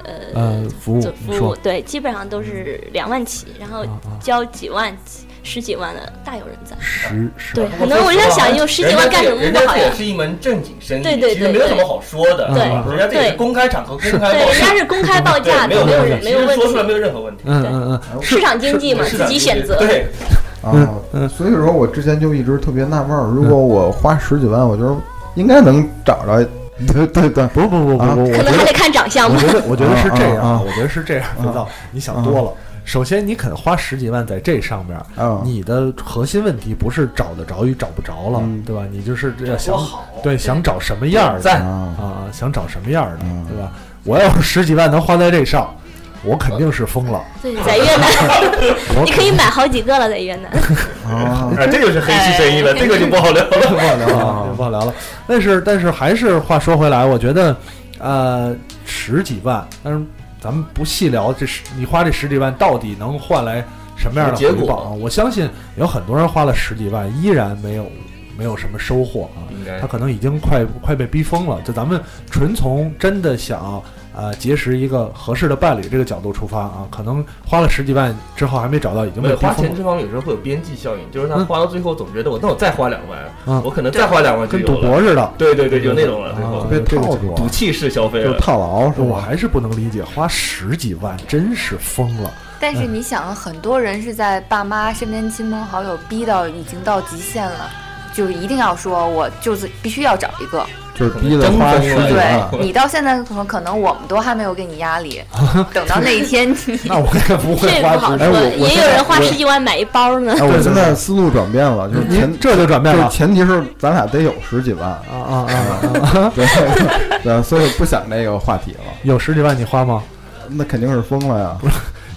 Speaker 9: 呃
Speaker 4: 呃，服务
Speaker 9: 做
Speaker 4: 你
Speaker 9: 服务
Speaker 4: 说，
Speaker 9: 对，基本上都是两万起，然后
Speaker 11: 啊
Speaker 9: 交几万、十几万的大有人在。
Speaker 4: 十十
Speaker 9: 对，可能我就在想，有十几万干什么
Speaker 11: 啊人
Speaker 9: 不
Speaker 11: 家
Speaker 9: 好
Speaker 11: 这
Speaker 9: 呀
Speaker 11: 也？是一门正经生意，
Speaker 9: 对对对
Speaker 11: 其实没有什么好说的，
Speaker 9: 对
Speaker 11: 吧人家这也是公开场合、公开
Speaker 9: 对，
Speaker 11: 报
Speaker 9: 人
Speaker 11: 价，
Speaker 9: 家是公开报价的，
Speaker 11: 对没
Speaker 9: 没有人没有
Speaker 11: 有问题其实
Speaker 9: 问
Speaker 11: 说出来
Speaker 9: 题。
Speaker 11: 没有任何问题，
Speaker 4: 嗯嗯嗯，
Speaker 9: 市场经济嘛，
Speaker 11: 是
Speaker 9: 自
Speaker 11: 的
Speaker 9: 己选择。
Speaker 11: 对，
Speaker 5: 啊，
Speaker 4: 嗯
Speaker 5: 所以说我之前就一直特别纳闷儿，如果我花十几万，我觉得应该能找 着。对对对，
Speaker 4: 不不不
Speaker 5: 不
Speaker 4: 不
Speaker 9: 可能啊还得看长相吧
Speaker 4: 我觉得，我觉得是这
Speaker 5: 啊啊啊啊
Speaker 4: 样，我觉得是这样，肥皂，你想多了。首先，你肯花十几万在这上面，
Speaker 5: 啊
Speaker 9: 啊
Speaker 4: 你的核心问题不是找得着与找不着了，
Speaker 9: 嗯
Speaker 4: 对吧？你就是这
Speaker 11: 找
Speaker 4: 想
Speaker 11: 多好
Speaker 4: 对想找什么样儿的
Speaker 11: 嗯赞
Speaker 4: 啊，想找什么样儿的，
Speaker 9: 嗯
Speaker 5: 嗯
Speaker 4: 对吧？我要是十几万能花在这上，我肯定是疯了。
Speaker 9: 对， 在越南，你可以买好几个了，在越南。
Speaker 5: 啊，
Speaker 4: 哎
Speaker 11: 这就是黑
Speaker 9: 哎
Speaker 11: 心生意了，这个就不好聊了，
Speaker 4: 不好聊了，不好聊了。但是，但是还是话说回来，我觉得，呃，十几万，但是咱们不细聊，这十你花这十几万到底能换来什么样的
Speaker 11: 结果
Speaker 4: 回报啊？我相信有很多人花了十几万，依然没有没有什么收获啊
Speaker 11: 应该。
Speaker 4: 他可能已经快快被逼疯了。就咱们纯从真的想。呃，结识一个合适的伴侣这个角度出发啊，可能花了十几万之后还没找到，已经
Speaker 11: 没
Speaker 4: 被
Speaker 11: 有
Speaker 4: 逼
Speaker 11: 花
Speaker 4: 疯
Speaker 11: 钱
Speaker 4: 了
Speaker 11: 这。方面有时候会有边际效应，就是他花到最后总觉得我那我再花两
Speaker 4: 嗯
Speaker 11: 万，我可能再花两万就
Speaker 4: 跟
Speaker 11: 有
Speaker 4: 赌
Speaker 11: 了
Speaker 4: 博似的
Speaker 11: 对对对，就那种了，最后
Speaker 4: 啊被套住了
Speaker 11: 赌气式消费
Speaker 4: 就
Speaker 11: 了，
Speaker 4: 套牢，我还是不能理解，花十几万真是疯 了。
Speaker 7: 但是你想，很多人是在爸妈、身边亲朋好友逼到已经到极限了，就是一定要说，我就是必须要找一个。
Speaker 5: 就是逼得花十几
Speaker 4: 哎
Speaker 5: 万
Speaker 7: 对，你到现在可能可能我们都还没有给你压 力，等到那一天你
Speaker 4: 那我也不
Speaker 9: 这不好说，
Speaker 11: 哎
Speaker 9: 也有人花十几万买一包呢。
Speaker 5: 哎，我现在思路转变了，就是前
Speaker 4: 哎这就转变了
Speaker 5: 就是前提是咱俩得有十几万啊
Speaker 4: 啊啊！
Speaker 5: 对对，所以不想这个话题了，
Speaker 4: 有十几万你花吗？
Speaker 5: 那肯定是疯了呀！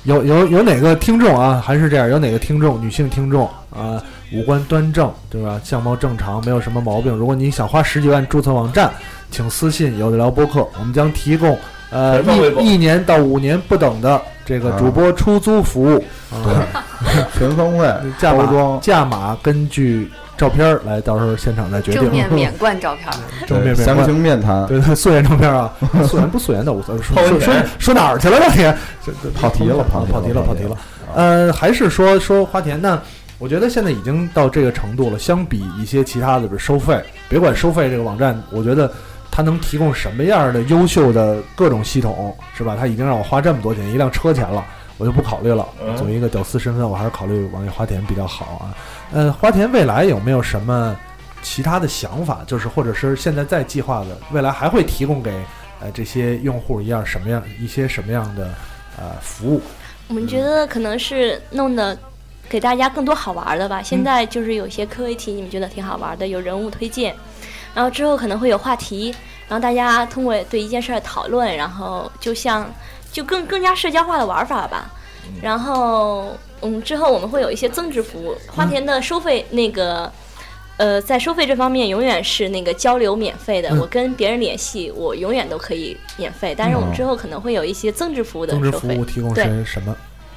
Speaker 4: 有有有哪个听众啊？还是这样，有哪个听众，女性听众啊，五官端正，对吧？相貌正常，没有什么毛病。如果你想花十几万注册网站，请私信有的聊播客，我们将提供呃
Speaker 11: 全方位播
Speaker 4: 一一年到五年不等的这
Speaker 5: 啊
Speaker 4: 个主播出租服务，啊，
Speaker 5: 全方位
Speaker 4: 价
Speaker 5: 包
Speaker 4: 码
Speaker 5: 装
Speaker 4: 价码根据照片儿来，到时候现场再决定。
Speaker 7: 正面免冠照 片儿。
Speaker 4: 正面
Speaker 5: 对详情面谈
Speaker 4: 对对，素颜照片啊，素颜不素颜的无所谓。说说说说哪儿去了？这天这这
Speaker 5: 跑题了跑题了
Speaker 4: 跑题了，跑
Speaker 5: 跑
Speaker 4: 题
Speaker 5: 题
Speaker 4: 了
Speaker 5: 了。
Speaker 4: 呃，还是说说花田那我觉得现在已经到这个程度了，相比一些其他的，比如收费，别管收费这个网站，我觉得它能提供什么样的优秀的各种系统，是吧？它已经让我花这么多钱，一辆车钱了，我就不考虑了。
Speaker 11: 嗯
Speaker 4: 作为一个屌丝身份，我还是考虑网易花田比较好啊。呃，花田未来有没有什么其他的想法？就是或者是现在在计划的，未来还会提供给呃这些用户一样什么样一些什么样的呃服务？
Speaker 9: 我们觉得可能是弄的给大家更多好玩的吧。
Speaker 4: 嗯
Speaker 9: 现在就是有些科威题，你们觉得挺好玩的，有人物推荐，然后之后可能会有话题，然后大家通过对一件事儿讨论，然后就像就更更加社交化的玩法吧。
Speaker 4: 嗯
Speaker 9: 然后嗯，之后我们会有一些增值服务，花
Speaker 4: 嗯
Speaker 9: 田的收费那个。呃，在收费这方面，永远是那个交流免费的。
Speaker 4: 嗯
Speaker 9: 我跟别人联系，我永远都可以免费。但是我们
Speaker 4: 哦
Speaker 9: 之后可能会有一些增值服务的
Speaker 4: 增值
Speaker 9: 收
Speaker 4: 服
Speaker 9: 费。
Speaker 4: 务提供
Speaker 9: 对
Speaker 4: 是什么？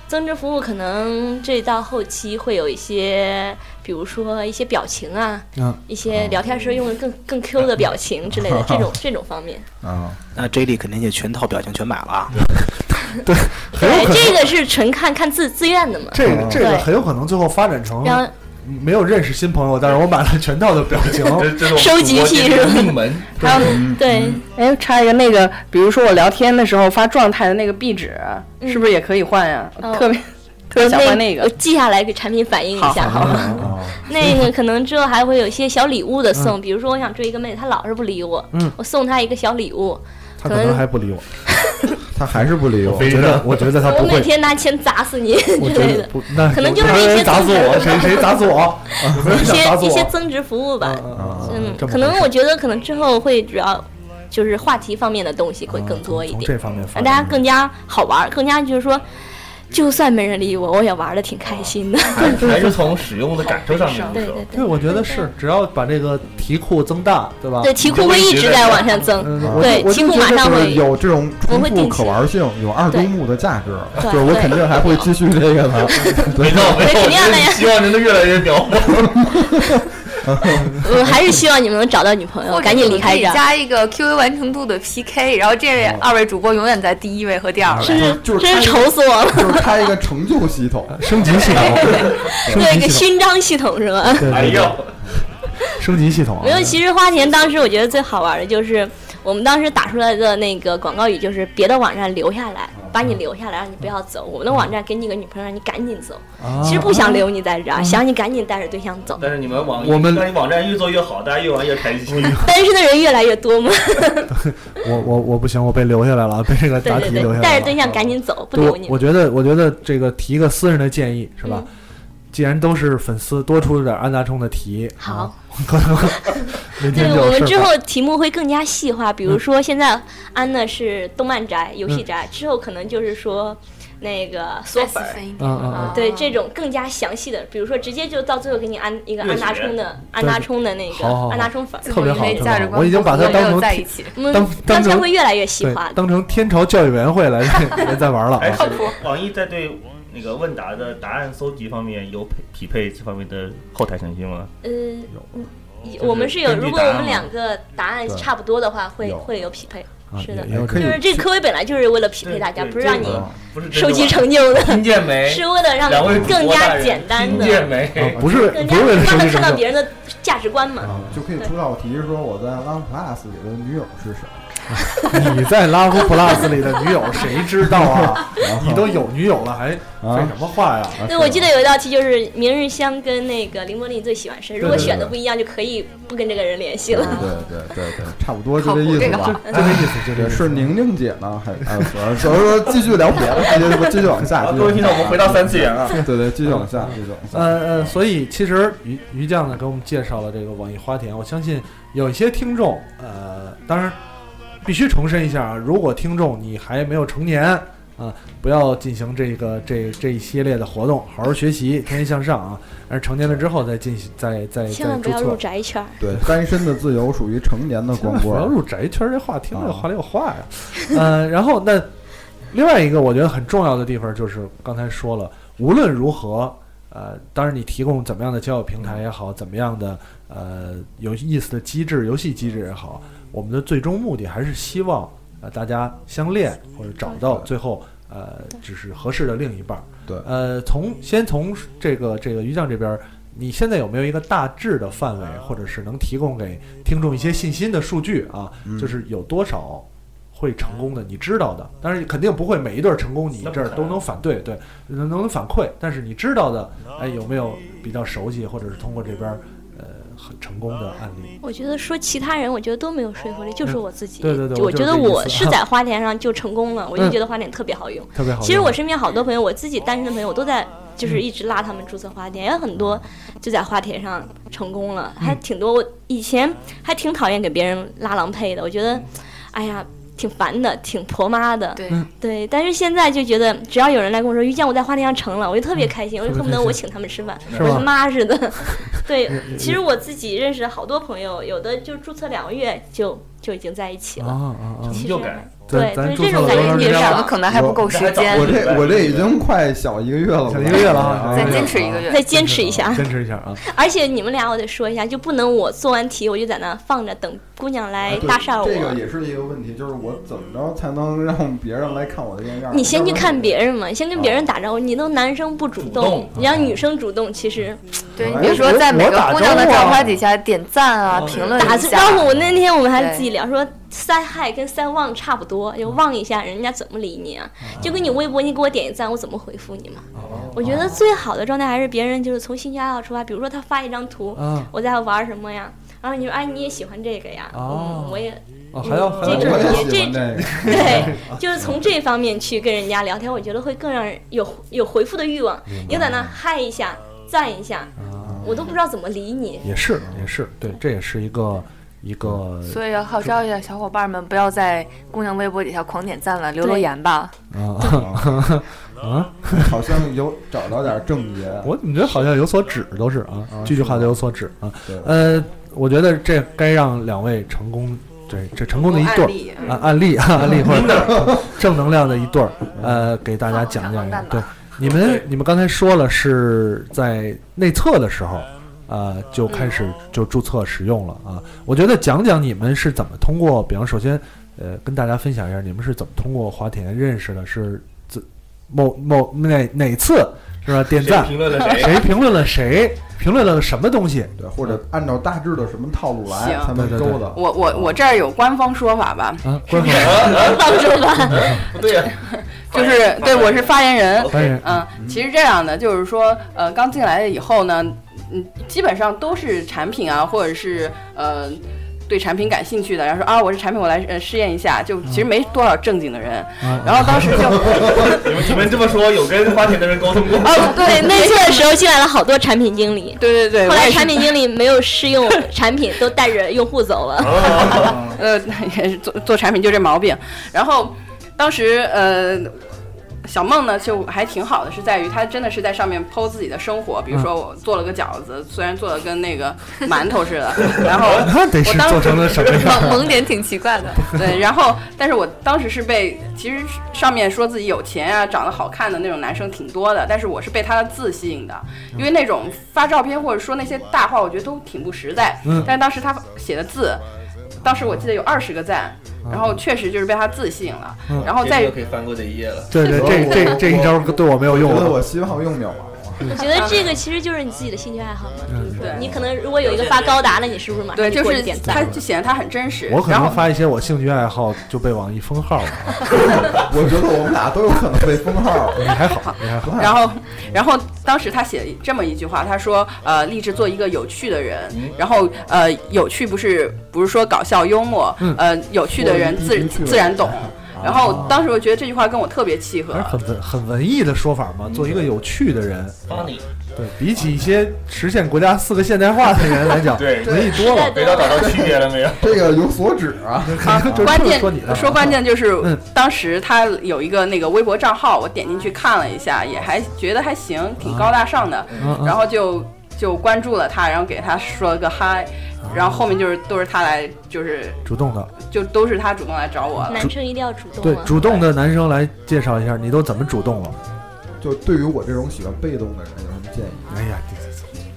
Speaker 9: 增值服务可能这到后期会有一些，比如说一些表情啊，
Speaker 4: 嗯
Speaker 9: 一些聊天时候用的更 更 Q 的表情之类的，这种这种方面。
Speaker 5: 啊，
Speaker 6: 那 J D 肯定也全套表情全买了啊。
Speaker 9: 对，这个是纯看看自自愿的嘛。
Speaker 4: 这个这个
Speaker 9: 对
Speaker 4: 很有可能最后发展成
Speaker 9: 然后
Speaker 4: 没有认识新朋友，但是我买了全套的表情
Speaker 9: 收集癖是吧
Speaker 4: 嗯
Speaker 11: 命门，
Speaker 10: 还有
Speaker 9: 对，
Speaker 10: 哎，插一个那个，比如说我聊天的时候发状态的那个壁纸，是不是也可以换呀？
Speaker 9: 嗯
Speaker 10: 特别特别想换嗯哦那
Speaker 9: 我
Speaker 10: 个。
Speaker 9: 记下来给产品反映一下，好吗？
Speaker 5: 啊，
Speaker 9: 那个可能之后还会有一些小礼物的送，比如说我想追一个妹子，她老是不理我，
Speaker 4: 嗯
Speaker 9: 我送她一个小礼物，
Speaker 4: 他可能还不理 我。
Speaker 5: 他还是不理我，
Speaker 4: 我觉得我觉得他
Speaker 9: 我
Speaker 4: 不
Speaker 9: 每
Speaker 4: 会，
Speaker 9: 天拿钱砸死你之
Speaker 4: 我觉
Speaker 9: 类
Speaker 4: 得
Speaker 9: 的。
Speaker 4: 不，那
Speaker 9: 可能
Speaker 4: 有
Speaker 9: 就是
Speaker 4: 有
Speaker 9: 一些
Speaker 4: 人砸
Speaker 9: 增
Speaker 4: 死
Speaker 9: 值
Speaker 4: 我，
Speaker 9: 的
Speaker 4: 谁谁砸死 我，有人
Speaker 9: 一
Speaker 4: 想砸死
Speaker 9: 些一些
Speaker 4: 我。
Speaker 9: 增值服务吧，嗯，
Speaker 4: 这么
Speaker 9: 可能我觉得可能之后会主要就是话题方面的东西会更多一
Speaker 4: 嗯从
Speaker 9: 点
Speaker 4: 哦
Speaker 9: 呃
Speaker 4: 这，方面发展
Speaker 9: 让大家更加好玩儿，更加就是说就算没人理我，我也玩的挺开心的。
Speaker 11: 还还是从使用的感受上
Speaker 7: 嗯
Speaker 11: 面入
Speaker 9: 对
Speaker 11: 手。
Speaker 9: 对
Speaker 4: 对，我觉得是，只要把这个题库增大，对吧？
Speaker 9: 对，题库会一直在往上增
Speaker 4: 嗯，
Speaker 5: 我
Speaker 9: 对，
Speaker 5: 我
Speaker 9: 题
Speaker 5: 就
Speaker 9: 库
Speaker 5: 觉
Speaker 9: 马
Speaker 5: 得
Speaker 9: 上
Speaker 5: 就是
Speaker 9: 会
Speaker 5: 有这种
Speaker 9: 我
Speaker 5: 重
Speaker 9: 会
Speaker 5: 复
Speaker 9: 定
Speaker 5: 可
Speaker 9: 期
Speaker 5: 玩性，有二周
Speaker 9: 对
Speaker 5: 目的价值，
Speaker 9: 对
Speaker 5: 就是我肯定还会继续这个的。对
Speaker 11: 没有，我希望您的越来越表
Speaker 9: 我还是希望你们能找到女朋
Speaker 7: 嗯
Speaker 9: 友，赶紧离开
Speaker 7: 可以
Speaker 9: 这儿。
Speaker 7: 加一个 QA 完成度的 PK，然后这
Speaker 4: 哦
Speaker 7: 二位主播永远在第一位和第二 位，
Speaker 5: 就是开一个
Speaker 9: 真是愁死 我了
Speaker 5: 就是开一个成就系统，
Speaker 4: 升级系统
Speaker 5: 升
Speaker 9: 对，
Speaker 5: 级
Speaker 9: 给
Speaker 5: 系
Speaker 9: 勋章系统是吧？
Speaker 5: 统，
Speaker 4: 哎
Speaker 5: 呦，
Speaker 4: 升级系统啊
Speaker 9: 没有，其实花田当时我觉得最好玩的就是我们当时打出来的那个广告语，就是别的网站留下来，把
Speaker 4: 嗯
Speaker 9: 你留下来，让你不要走；我们的网站给你个女朋友，让你赶紧走。
Speaker 4: 啊
Speaker 9: 其实不想留你在这儿，啊想你赶紧带着对象走。
Speaker 11: 但是你们网
Speaker 4: 我们
Speaker 11: 但是网站越做越好，大家越玩越开心。
Speaker 9: 单身的人越来越多嘛，
Speaker 4: 我我我不行，我被留下来了，被这个
Speaker 9: 对
Speaker 4: 答
Speaker 9: 对
Speaker 4: 题留下来
Speaker 9: 对，带
Speaker 4: 了哦
Speaker 9: 着。对象赶紧走，不
Speaker 4: 对
Speaker 9: 留
Speaker 4: 我
Speaker 9: 你了。嗯
Speaker 4: 我觉得，我觉得这个提一个私人的建议是吧？既然都是粉丝，多出点安达充的题。 好，可能明
Speaker 9: 对
Speaker 4: 天就
Speaker 9: 我
Speaker 4: 有事
Speaker 9: 们
Speaker 4: 儿
Speaker 9: 之
Speaker 4: 吧
Speaker 9: 后题目会更加细化，比如说现在安的是动漫宅、游戏
Speaker 4: 嗯
Speaker 9: 宅，之后可能就是说那个缩粉儿，
Speaker 4: 嗯嗯
Speaker 7: 哦
Speaker 4: 嗯
Speaker 9: 对这种更加详细的，比如说直接就到最后给你安一个
Speaker 4: 乐
Speaker 9: 安
Speaker 4: 学
Speaker 9: 达充的安
Speaker 4: 对
Speaker 9: 达充的那个
Speaker 4: 好好好
Speaker 9: 安达充粉儿，
Speaker 4: 特别好，特别好。我已经把它当成天 当
Speaker 9: 嗯当
Speaker 4: 当
Speaker 9: 成
Speaker 4: 成
Speaker 9: 会越来越细化
Speaker 4: 对
Speaker 9: 的。
Speaker 4: 当成天朝教育委员会来 来再玩了
Speaker 11: 哎，
Speaker 4: 啊。
Speaker 11: 是网易在对那个问答的答案搜集方面有匹匹配这方面的后台程序吗？
Speaker 9: 呃，嗯
Speaker 11: 就是
Speaker 9: 我们是有，
Speaker 11: 根据
Speaker 9: 如果
Speaker 11: 答
Speaker 9: 我
Speaker 11: 案
Speaker 9: 们
Speaker 11: 嘛
Speaker 9: 两个答案
Speaker 11: 对
Speaker 9: 差不多的话，会
Speaker 11: 有
Speaker 9: 会有匹配。
Speaker 4: 啊
Speaker 9: 是的，
Speaker 11: 也有
Speaker 9: 就
Speaker 11: 可以
Speaker 9: 是这科委本来就是为了匹配大家，
Speaker 11: 对
Speaker 9: 不是让
Speaker 11: 这
Speaker 9: 你
Speaker 11: 个
Speaker 5: 啊
Speaker 11: 不是
Speaker 9: 收集成就的，
Speaker 11: 听 见没？
Speaker 9: 是为了让
Speaker 11: 两位主播
Speaker 9: 更
Speaker 11: 大
Speaker 9: 加
Speaker 11: 人
Speaker 9: 简单的，
Speaker 11: 听见没？
Speaker 4: 不是
Speaker 9: 更
Speaker 4: 不是为了
Speaker 9: 加
Speaker 4: 收集
Speaker 9: 能看
Speaker 4: 成
Speaker 9: 到
Speaker 4: 就，啊
Speaker 9: 别人的价值观嘛。
Speaker 5: 啊就可以出道题说我在 OnePlus 里的女友是谁。
Speaker 4: 你在 Love Plus 里的女友谁知道 啊？你都有女友了，还
Speaker 5: 啊
Speaker 4: 废什么话呀？
Speaker 9: 对，我记得有一道题就是明日香跟那个林柏林最喜欢谁，如果
Speaker 5: 对对
Speaker 9: 选的
Speaker 5: 对
Speaker 9: 不一样，就可以不跟这个人联系
Speaker 4: 嗯
Speaker 9: 了。
Speaker 5: 对对对对，差不多就这意思
Speaker 9: 靠
Speaker 5: 吧
Speaker 9: 谱，这个
Speaker 5: 就这意思，就这意思。是宁宁姐呢，还啊，所以说继续聊别的，继续继续往下。继续往下
Speaker 11: 各位听众我们回到三次元啊
Speaker 5: 对对，继续往下，继续往下。
Speaker 4: 呃呃，所以其实于于酱呢给我们介绍了这个网易花田，我相信有一些听众，呃，当然必须重申一下啊，如果听众你还没有成年啊、不要进行这个这这一系列的活动，好好学习，天天向上啊。但是成年了之后再进行再再
Speaker 9: 千
Speaker 4: 再
Speaker 9: 万不
Speaker 4: 注
Speaker 9: 要入
Speaker 4: 册。
Speaker 9: 宅圈儿。
Speaker 5: 对，单身的自由属于成年的光
Speaker 4: 不
Speaker 5: 棍
Speaker 4: 要
Speaker 5: 儿。
Speaker 4: 入宅圈这话听着话里有话呀。啊 呃，然后那另外一个我觉得很重要的地方就是刚才说了，无论如何，呃，当然你提供怎么样的交友平台也好，怎么样的呃有意思的机制、游戏机制也好，我们的最终目的还是希望呃大家相恋或者找到最后呃只是合适的另一半儿。
Speaker 5: 对，
Speaker 4: 呃，从先从这个这个于酱这边儿，你现在有没有一个大致的范围，或者是能提供给听众一些信心的数据啊？就是有多少会成功的，你知道的，当然肯定不会每一对儿成功你这儿都能反对，对，能能反馈，但是你知道的，哎，有没有比较熟悉，或者是通过这边儿呃很成功的案例？
Speaker 9: 我觉得说其他人，我觉得都没有说服力，就是我自己。
Speaker 4: 嗯对对对
Speaker 9: 就
Speaker 4: 我
Speaker 9: 我
Speaker 4: 就是
Speaker 9: 觉得
Speaker 4: 这意思啊
Speaker 9: 我是在花田上就成功了，我就
Speaker 4: 嗯
Speaker 9: 觉得花田特别好用。
Speaker 4: 特别好用
Speaker 9: 其实我身边好多朋友，我自己单身的朋友，我都在就是一直拉他们注册花田，也有很多就在花田上成功了，
Speaker 4: 嗯
Speaker 9: 还挺多。我以前还挺讨厌给别人拉郎配的，我觉得，哎呀。挺烦的，挺婆妈的，对
Speaker 4: 嗯
Speaker 9: 对，但是现在就觉得，只要有人来跟我说遇见我在花田上成了，我就特别开心，我就
Speaker 4: 嗯特别
Speaker 9: 恨不
Speaker 4: 开
Speaker 9: 得
Speaker 4: 心
Speaker 9: 我请他们吃饭，
Speaker 4: 是
Speaker 9: 我
Speaker 4: 吧嗯
Speaker 9: 的妈 似的。对
Speaker 4: 也也，
Speaker 9: 其实我自己认识好多朋友，有的就注册两个月就就已经在一起了。
Speaker 4: 啊啊啊！
Speaker 9: 其实
Speaker 4: 就
Speaker 9: 对
Speaker 4: 咱咱
Speaker 9: 对
Speaker 4: 注
Speaker 9: 这
Speaker 4: 册
Speaker 9: 种
Speaker 4: 了
Speaker 9: 感
Speaker 4: 多
Speaker 9: 觉
Speaker 4: 长时
Speaker 9: 也
Speaker 4: 间
Speaker 9: 少
Speaker 4: 了
Speaker 9: 可能还不够时间
Speaker 5: 我这我这已经快小一个月了，
Speaker 4: 小一个月了啊再坚
Speaker 9: 持一个月再坚持一下
Speaker 4: 坚持一下啊！
Speaker 9: 而且你们俩，我得说一下，就不能我做完题我就在那放着等姑娘来
Speaker 5: 啊对
Speaker 9: 搭讪我。
Speaker 5: 这个也是一个问题，就是我怎么着才能让别人来看我的样儿？
Speaker 9: 你先去看别人嘛，先跟别人打招呼。你都男生不主
Speaker 5: 啊主动啊嗯
Speaker 9: 动，你让女生主动，其实
Speaker 7: 对
Speaker 4: 哎
Speaker 7: 你比如说在每个姑娘的
Speaker 4: 啊
Speaker 7: 照片底下点赞啊、
Speaker 4: 哦
Speaker 7: 评论
Speaker 9: 打
Speaker 7: 一
Speaker 9: 字
Speaker 7: 下
Speaker 9: 招，呼。我那天我们还
Speaker 7: 对
Speaker 9: 自己聊说三嗨跟三望差不多，就望一下人家怎么理你啊，就跟你微博你给我点一赞，我怎么回复你嘛？
Speaker 5: 啊
Speaker 9: 我觉得最好的状态还是别人就是从兴趣爱好出发，比如说他发一张图
Speaker 4: 嗯，
Speaker 9: 我在玩什么呀，然后你说哎你也喜欢这个呀，
Speaker 5: 啊
Speaker 4: 哦
Speaker 9: 嗯我也
Speaker 4: 哦，还要
Speaker 9: 嗯
Speaker 4: 还要
Speaker 9: 这种
Speaker 4: 我也
Speaker 9: 也这
Speaker 4: 喜欢这个
Speaker 9: 对，就是从这方面去跟人家聊天，我觉得会更让人有有回复的欲望。你在那嗨一下，赞一下，我都不知道怎么理你。
Speaker 4: 也是
Speaker 5: 嗯
Speaker 4: 也是，对，这也是一个一个
Speaker 7: 所以号召一下小伙伴们，不要在姑娘微博底下狂点赞了，留留言吧。
Speaker 4: 啊， 啊，
Speaker 5: 好像有找到点症结。
Speaker 4: 我怎么觉得好像有所指都是啊
Speaker 5: 啊，
Speaker 4: 句句
Speaker 5: 是吗
Speaker 4: 话都有所指啊
Speaker 5: 对。
Speaker 4: 呃，我觉得这该让两位成功，这这成功的一对
Speaker 7: 成功案例
Speaker 4: 儿啊，案例啊，案例或者正能量的一对儿，呃，给大家讲讲。对，你们你们刚才说了是在内测的时候。呃，就开始就注册使用了啊！我觉得讲讲你们是怎么通过，比方首先，呃，跟大家分享一下你们是怎么通过华田认识的，是自某某哪哪次是吧？点赞
Speaker 5: 评论了谁
Speaker 4: 谁评论了谁，评论了什么东西？
Speaker 5: 对，或者按照大致的什么套路来，
Speaker 10: 行
Speaker 5: 才能
Speaker 4: 对对
Speaker 5: 勾
Speaker 4: 对
Speaker 5: 的。
Speaker 10: 我我我这儿有官方说法 吧？
Speaker 4: 啊，官方
Speaker 10: 官方说法，
Speaker 11: 不对啊呀，
Speaker 10: 就是对我是发
Speaker 9: 哦
Speaker 10: 言人。
Speaker 4: 发言人
Speaker 10: 嗯，其实这样的就是说，呃，刚进来以后呢，嗯，基本上都是产品啊，或者是呃。对产品感兴趣的，然后说啊，我是产品，我来呃试验一下，就其实没多少正经的人。
Speaker 9: 嗯
Speaker 4: 啊
Speaker 10: 然后当时 就
Speaker 11: 你们你们这么说，有跟花田的人沟通过？
Speaker 10: 哦
Speaker 9: 对，那次的时候进来了好多产品经理，
Speaker 10: 对对对
Speaker 9: 后
Speaker 10: 我
Speaker 9: 来
Speaker 10: 也是
Speaker 9: 产品经理没有试用产品，都带着用户走
Speaker 4: 哦
Speaker 9: 了。
Speaker 10: 呃，也是做做产品就这毛病。然后当时呃，小梦呢就还挺好的，是在于她真的是在上面剖自己的生活，
Speaker 9: 嗯
Speaker 10: 比如说我做了个饺子，虽然做的跟那个馒头似的，然后
Speaker 4: 那得
Speaker 10: 我
Speaker 4: 是
Speaker 10: 当时
Speaker 4: 做成了什么样？
Speaker 7: 萌萌点挺奇怪的，
Speaker 10: 对，然后但是我当时是被其实上面说自己有钱啊、长得好看的那种男生挺多的，但是我是被他的字吸引的，因为那种发照片或者说那些大话，我觉得都挺不实在。
Speaker 13: 嗯
Speaker 10: 但是当时他写的字，当时我记得有二十个赞，然后确实就是被他字吸引了，
Speaker 4: 嗯
Speaker 10: 然后
Speaker 11: 这
Speaker 10: 再
Speaker 11: 个可以翻过这一页了。
Speaker 4: 对对，这这这一招对我没有用
Speaker 5: 我觉
Speaker 4: 啊
Speaker 5: 得我希望用不了。
Speaker 9: 我觉得这个其实就是你自己的兴趣爱好嘛，
Speaker 4: 嗯
Speaker 9: 就是说你可能如果有一个发高达的，你是不是马上
Speaker 10: 对，就
Speaker 9: 过去
Speaker 10: 是
Speaker 9: 点赞
Speaker 10: 他？就显得他很真实。
Speaker 4: 我可
Speaker 10: 然后
Speaker 4: 能发一些我兴趣爱好就被网易封号了啊。
Speaker 5: 我觉得我们俩都有可能被封 号。
Speaker 4: 你还好，你还好。
Speaker 10: 然后，然后当时他写这么一句话，他说：“呃，立志做一个有趣的人。
Speaker 4: 嗯
Speaker 10: 然后，呃，有趣不是不是说搞笑幽默，
Speaker 4: 嗯
Speaker 10: 呃，有趣的人
Speaker 4: 我一
Speaker 10: 自
Speaker 4: 一趣味
Speaker 10: 自然懂。
Speaker 4: 啊
Speaker 10: 然后当时我觉得这句话跟我特别契合
Speaker 4: 还是。很文很文艺的说法嘛，做一个有趣的人。
Speaker 11: Funny
Speaker 4: 对比起一些实现国家四个现代化的人来讲，
Speaker 11: 对，
Speaker 4: 文艺多了。
Speaker 11: 回头找到区别了没有？
Speaker 5: 这个有所指啊，
Speaker 4: 就
Speaker 10: 关
Speaker 4: 就
Speaker 10: 键
Speaker 4: 说你的啊
Speaker 10: 说关键就是
Speaker 4: 嗯，
Speaker 10: 当时他有一个那个微博账号，我点进去看了一下，也还觉得还行，挺高大上的
Speaker 4: 嗯。嗯
Speaker 10: 然后就就关注了他，然后给他说了个嗨，
Speaker 4: 啊
Speaker 10: 然后后面就是都是他来，就是
Speaker 4: 主动的，
Speaker 10: 就都是他主动来找我了。
Speaker 9: 男生一定要主动啊。
Speaker 4: 对主动的男生来介绍一下，你都怎么主动了？
Speaker 5: 就对于我这种喜欢被动的人有什么建议？
Speaker 4: 哎呀，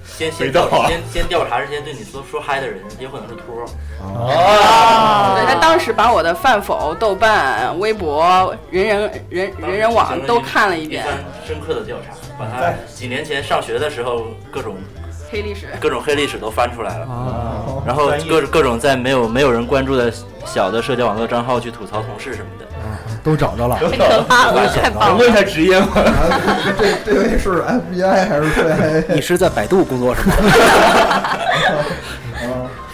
Speaker 12: 先先
Speaker 5: 没到啊
Speaker 12: 调先先调查这些对你说说嗨的人，有可能是托儿。
Speaker 4: 啊
Speaker 10: 对他当时把我的饭否、豆瓣、微博、人人人人人网都看了一遍
Speaker 12: 第，三深刻的调查，把
Speaker 11: 啊
Speaker 12: 他几年前上学的时候各种
Speaker 10: 黑历史。
Speaker 12: 各种黑历史都翻出来了
Speaker 4: 啊，
Speaker 12: 然后
Speaker 4: 专业
Speaker 12: 各各种在没有没有人关注的小的社交网络账号去吐槽同事什么的。
Speaker 4: 都找着了，
Speaker 12: 太可怕了太棒了
Speaker 4: 能
Speaker 12: 能问一
Speaker 4: 下
Speaker 12: 职业吗？
Speaker 5: 啊这这位是 FBI 还是 CIA？
Speaker 14: 你是在百度工作是吗？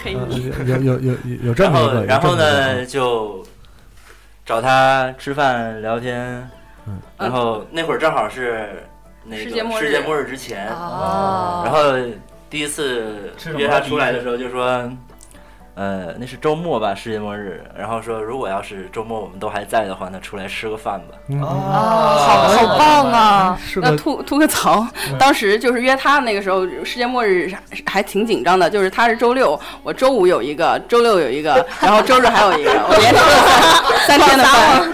Speaker 10: 黑
Speaker 4: 嗯有有有有有这
Speaker 12: 然
Speaker 4: 么一
Speaker 12: 后
Speaker 4: 个，
Speaker 12: 然后
Speaker 4: 有这么一
Speaker 12: 呢就找他吃饭聊天，
Speaker 14: 嗯
Speaker 12: 然后那会儿正好是那个
Speaker 10: 世界末日
Speaker 12: 世界末日之前，
Speaker 10: 哦
Speaker 12: 然后第一次约他出来的时候就说。呃，那是周末吧，世界末日。然后说，如果要是周末我们都还在的话，那出来吃个饭吧。
Speaker 4: 个
Speaker 7: 哦
Speaker 10: 好好棒啊！
Speaker 4: 嗯个
Speaker 10: 那吐吐个槽，当时就是约他那个时候世界末日还还挺紧张的，就是他是周六，我周五有一个，周六有一个，然后周日还有一个，我连吃了三三天的饭。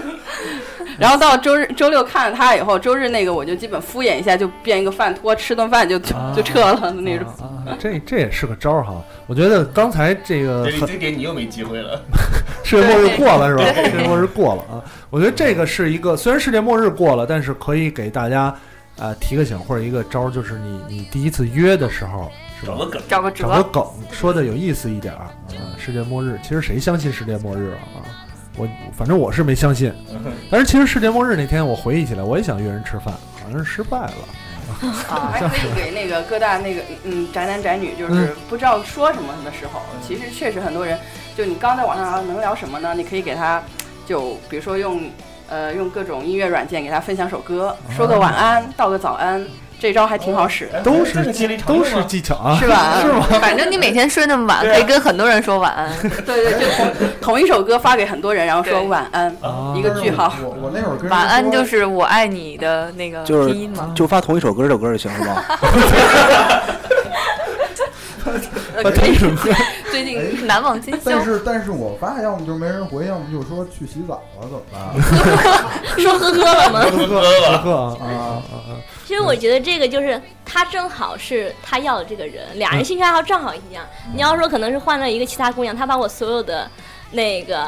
Speaker 10: 然后到周日周六看了他以后，周日那个我就基本敷衍一下，就变一个饭托，吃顿饭就就就撤了的那种。
Speaker 4: 个啊这这也是个招儿哈。我觉得刚才这个
Speaker 11: 这
Speaker 4: 很
Speaker 11: 这点你又没机会了。
Speaker 4: 世界末日过了是吧？
Speaker 11: 对
Speaker 4: 世界末日过了啊！我觉得这个是一个，虽然世界末日过了，但是可以给大家啊、呃提个醒或者一个招儿，就是你你第一次约的时候，是吧
Speaker 11: 找个梗
Speaker 10: 找个
Speaker 4: 找个梗，说的有意思一点儿啊、世界末日，其实谁相信世界末日啊？我反正我是没相信，但是其实世界末日那天我回忆起来，我也想约人吃饭，好像是失败了。
Speaker 10: 啊，还可以给那个各大那个嗯宅男宅女，就是
Speaker 4: 嗯
Speaker 10: 不知道说什么的时候，其实确实很多人，就你刚在网上聊能聊什么呢？你可以给他，就比
Speaker 4: 哦
Speaker 10: 如说用呃用各种音乐软件给他分享首歌，说个晚安，道个早安，这招还挺好使的，
Speaker 4: 都是都是技巧啊，
Speaker 10: 是吧？
Speaker 4: 是吗？啊
Speaker 7: 反正 你每天睡那么晚，可以跟很多人说晚安。
Speaker 10: 对对，就同同一首歌发给很多人，然后说晚安，
Speaker 4: 哦
Speaker 10: 一个句号。
Speaker 5: 我我那会儿
Speaker 7: 晚安就是我爱你的那个
Speaker 6: 就
Speaker 7: 拼
Speaker 6: 是
Speaker 7: 音吗？
Speaker 6: 嗯就发同一首歌，这首歌就行了吧？
Speaker 7: 呃可以 最近难忘今
Speaker 4: 哎
Speaker 7: 宵
Speaker 5: 但，是但是我发，要么就没人回，要么就说去洗澡了，怎么办？
Speaker 9: 说呵呵了吗？
Speaker 5: 喝
Speaker 4: 喝
Speaker 5: 喝
Speaker 4: 啊
Speaker 5: 啊 啊啊！
Speaker 9: 其实我觉得这个就是他正好是他要的这个人，俩人兴趣爱好正好一样。你要说可能是换了一个其他姑娘，她把我所有的那个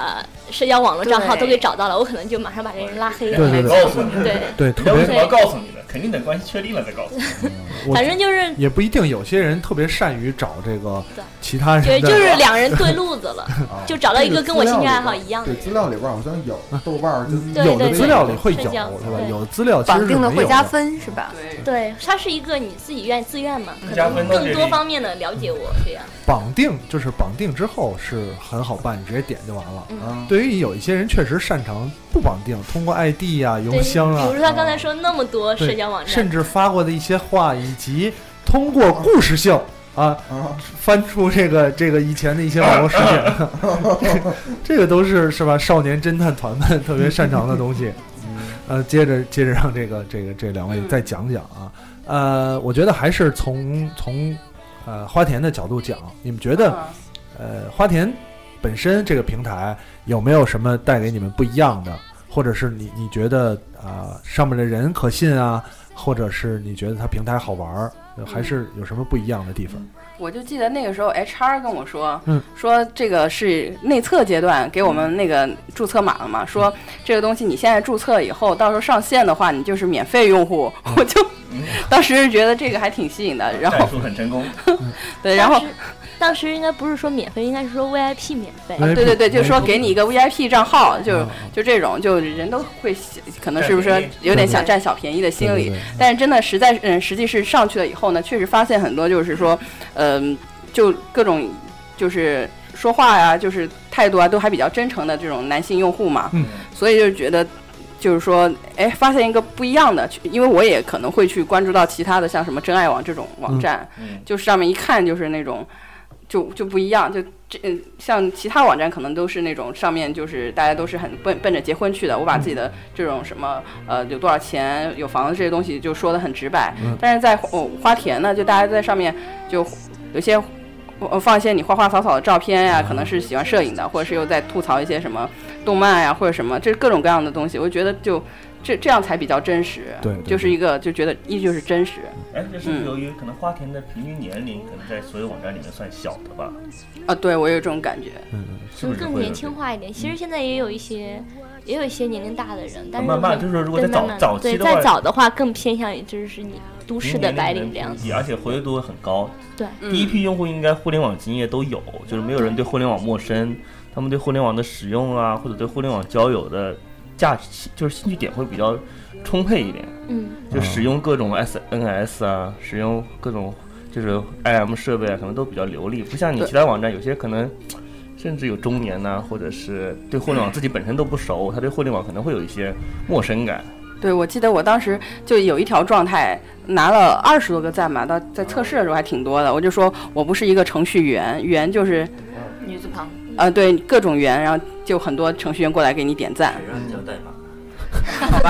Speaker 9: 社交网络账号
Speaker 11: 对
Speaker 9: 都给找到了，我可能就马上把这人拉黑了。
Speaker 4: 对对对
Speaker 11: 告诉你，
Speaker 9: 对
Speaker 4: 对特别
Speaker 11: 要为什么要告诉你呢？肯定等关系确定了再告诉你。
Speaker 5: 嗯
Speaker 4: 我
Speaker 9: 反 正就是
Speaker 4: 也不一定，有些人特别善于找这个其他
Speaker 9: 对，
Speaker 4: 人的，
Speaker 9: 就是两人对路子了
Speaker 5: 啊，
Speaker 9: 就找到一个跟我兴趣爱好一样的
Speaker 5: 对，。资料里边好像有豆瓣儿跟
Speaker 9: 啊嗯对
Speaker 4: 有的
Speaker 9: 对
Speaker 4: 资料里会有，
Speaker 9: 对
Speaker 4: 是吧？
Speaker 9: 对
Speaker 4: 有的资料其实
Speaker 7: 绑
Speaker 4: 是
Speaker 7: 定
Speaker 4: 没
Speaker 7: 了
Speaker 4: 有
Speaker 7: 会加
Speaker 4: 的。
Speaker 7: 分是吧？
Speaker 9: 对，它是一个你自己愿自愿嘛，
Speaker 11: 嗯
Speaker 9: 可
Speaker 4: 加分
Speaker 9: 能
Speaker 4: 到这
Speaker 9: 更
Speaker 4: 里
Speaker 9: 多方面的了解我这样。
Speaker 4: 绑定就是绑定之后是很好办，你直接点就完了。
Speaker 5: 啊
Speaker 9: 嗯
Speaker 4: 对于有一些人确实擅长不绑定，通过 ID 啊、
Speaker 9: 对，
Speaker 4: 邮箱啊，
Speaker 9: 比如说他刚才说那么多
Speaker 4: 对
Speaker 9: 社交网站
Speaker 4: 甚，至发过的一些话，以及通过故事性啊，翻出这个这个以前的一些网络事件，这个都是是吧？少年侦探团们特别擅长的东西。呃，接着接着让这个这个这两位再讲讲啊。呃，我觉得还是从从呃花田的角度讲，你们觉得
Speaker 10: 嗯
Speaker 4: 呃花田本身这个平台有没有什么带给你们不一样的，或者是你你觉得啊、呃上面的人可信啊，或者是你觉得它平台好玩儿，呃还是有什么不一样的地方？
Speaker 10: 我就记得那个时候 HR 跟我说，
Speaker 4: 嗯
Speaker 10: 说这个是内测阶段，给我们那个注册码了嘛，说这个东西你现在注册以后，到时候上线的话，你就是免费用户。 我就
Speaker 9: 嗯
Speaker 10: 当时是觉得这个还挺吸引的，然后
Speaker 11: 战术很成功，
Speaker 10: 对，然后
Speaker 9: 当时当时应该不是说免费，应该是说 VIP 免费。
Speaker 10: 啊对对对，就是说嗯给你一个 VIP 账号，
Speaker 4: 啊
Speaker 10: 就就这种，就人都会想可能是不
Speaker 9: 占
Speaker 10: 是
Speaker 9: 便宜
Speaker 10: 有点想占小便宜的心
Speaker 9: 对
Speaker 10: 理
Speaker 9: 对对？
Speaker 10: 但是真的实在嗯，实际是上去了以后呢，确实发现很多就是说，嗯，就各种就是说话呀，就是态度啊，都还比较真诚的这种男性用户嘛，
Speaker 4: 嗯，
Speaker 10: 所以就是觉得。就是说，哎，发现一个不一样的，去因为我也可能会去关注到其他的，像什么真爱网这种网站，
Speaker 11: 嗯嗯
Speaker 10: 就是上面一看就是那种，就就不一样，就这嗯像其他网站可能都是那种上面就是大家都是很奔奔着结婚去的，我把自己的这种什么呃有多少钱、有房子这些东西就说的很直白，
Speaker 13: 嗯
Speaker 10: 但是在花、哦花田呢，就大家在上面就有些。呃放一些你花花草草的照片呀、可能是喜欢摄影的，或者是又在吐槽一些什么动漫呀、或者什么，这各种各样的东西，我觉得就这这样才比较真实，
Speaker 4: 对对
Speaker 10: 就是一个就觉得依旧是真实，
Speaker 11: 哎，这是
Speaker 10: 嗯
Speaker 11: 不是由于可能花田的平均年龄可能在所有网站里面算小的吧？
Speaker 10: 啊，对我有这种感觉，
Speaker 4: 嗯，
Speaker 11: 是不是
Speaker 9: 更
Speaker 11: 会有嗯
Speaker 9: 年轻化一点。其实现在也有一些，也有一些年龄大的人，但是
Speaker 11: 慢啊慢就是说如果在早
Speaker 9: 对慢慢
Speaker 11: 早期
Speaker 9: 对
Speaker 11: 的话
Speaker 9: 再早的话，更偏向于就是你都市的
Speaker 11: 年龄
Speaker 9: 白
Speaker 11: 层
Speaker 9: 领这样子
Speaker 11: 级，。而且活跃度会很高。
Speaker 9: 对
Speaker 10: 嗯
Speaker 11: 第一批用户应该互联网经验都有，就是没有人对互联网陌生，他们对互联网的使用啊，或者对互联网交友的价值，就是兴趣点会比较充沛一点。
Speaker 9: 嗯
Speaker 11: 就使用各种 SNS 啊，使用各种就是 IM 设备啊，可能都比较流利，不像你
Speaker 10: 对
Speaker 11: 其他网站有些可能。甚至有中年呐、或者是对互联网自己本身都不熟，他对互联网可能会有一些陌生感。
Speaker 10: 对，我记得我当时就有一条状态拿了二十多个赞吧，到在测试的时候还挺多的。我就说我不是一个程序员，员就是
Speaker 7: 女字旁，
Speaker 10: 呃对各种员，然后就很多程序员过来给你点赞。
Speaker 12: 叫代码。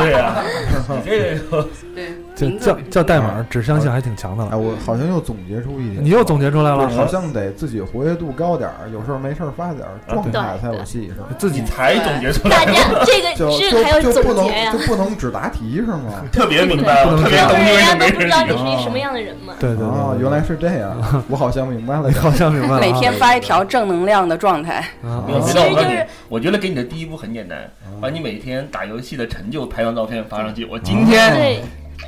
Speaker 11: 对啊，你这个
Speaker 4: 就叫叫代码指向性还挺强的了。
Speaker 5: 哎，我好像又总结出一
Speaker 10: 嗯
Speaker 5: 点，
Speaker 4: 你又总结出来了
Speaker 5: 就是好像得自己活跃度高点儿，有事儿没事儿发点儿，状态才有戏，是吧？
Speaker 4: 自
Speaker 10: 嗯
Speaker 4: 己
Speaker 11: 才总结出来
Speaker 9: 大家这 个
Speaker 5: 就
Speaker 9: 这
Speaker 5: 就
Speaker 9: 个还要
Speaker 5: 就不
Speaker 9: 总
Speaker 5: 能
Speaker 9: 结 呀
Speaker 5: 就不能只答题是吗？
Speaker 11: 特别明白我特别懂
Speaker 9: 因为人家都
Speaker 11: 没
Speaker 9: 不知道你
Speaker 11: 人啊
Speaker 9: 是一什么样的人嘛。
Speaker 4: 对对
Speaker 5: 啊，原来是这样，我好像明白了，
Speaker 4: 好像明
Speaker 10: 哦
Speaker 4: 啊
Speaker 10: 每天发一
Speaker 4: 嗯
Speaker 10: 条嗯正能量的状态，
Speaker 11: 没有我觉得我告诉你，我觉得给你的第一步很简单，
Speaker 5: 啊
Speaker 9: 嗯
Speaker 11: 把你每天打游戏的成就拍张照片发上去。我
Speaker 9: 嗯
Speaker 11: 今天
Speaker 9: 对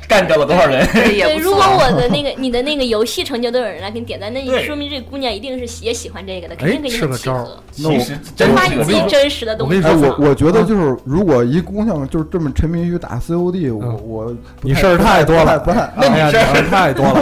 Speaker 11: 干掉了多少人？
Speaker 9: 对，
Speaker 7: 啊
Speaker 9: 如果我的那个你的那个游戏成就都有人来给你点赞，那你
Speaker 11: 啊对
Speaker 9: 说明这姑娘一定是也喜欢这个的，肯
Speaker 5: 哎
Speaker 9: 定，给你
Speaker 5: 是
Speaker 9: 很
Speaker 5: 个
Speaker 9: 契
Speaker 5: 招儿
Speaker 9: 合。。
Speaker 5: 那我
Speaker 11: 其实真
Speaker 9: 发你自己真实的
Speaker 5: 我
Speaker 9: 东
Speaker 5: 跟
Speaker 9: 西。
Speaker 5: 你说，我我觉得就是，如果一姑娘就是这么沉迷于打 COD，我我嗯不
Speaker 4: 你
Speaker 5: 太
Speaker 4: 事儿
Speaker 5: 不
Speaker 4: 多了，
Speaker 5: 不太不太，。
Speaker 4: 哎呀，你事儿太多了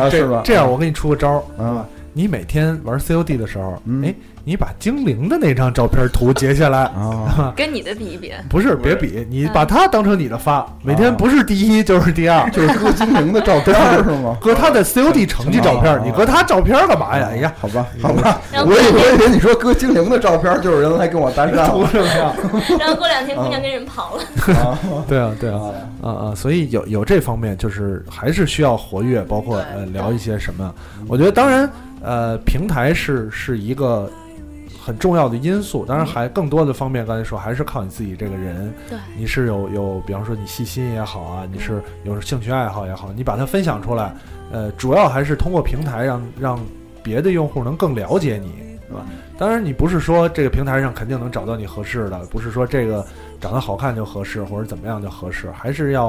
Speaker 5: 啊
Speaker 4: 这
Speaker 5: 是吧？
Speaker 4: 这样，我给你出个招儿，
Speaker 5: 嗯，
Speaker 4: 你每天玩 COD 的时候，
Speaker 10: 嗯
Speaker 4: 哎，你把精灵的那张照片图截下 来啊，
Speaker 7: 跟你的比一 比，
Speaker 4: 不是，别比，你把它当成你的发，
Speaker 10: 嗯
Speaker 4: 每
Speaker 10: 啊
Speaker 4: 天不是第一就是第 二，
Speaker 5: 就是搁精灵的照片是吗？
Speaker 4: 搁他的 COD 成绩照片，你搁他照片干嘛呀？哎呀，
Speaker 5: 哦好吧，好吧，我以我以为你说搁精灵的照片就有人来跟我搭讪了，
Speaker 9: 然后过两天姑
Speaker 5: 啊
Speaker 9: 娘跟人跑了。
Speaker 4: 对啊，对啊，啊啊，所以有有这方面，就是还是需要活跃，包括呃聊一些什么。我觉得当然，呃，平台是是一个很重要的因素，当然还更多的方面，刚才说还是靠你自己这个人，
Speaker 9: 对，
Speaker 4: 你是有有，比方说你细心也好啊，你是有兴趣爱好也好，你把它分享出来，呃，主要还是通过平台让让别的用户能更了解你。对吧？当然，你不是说这个平台上肯定能找到你合适的，不是说这个长得好看就合适，或者怎么样就合适，还是要，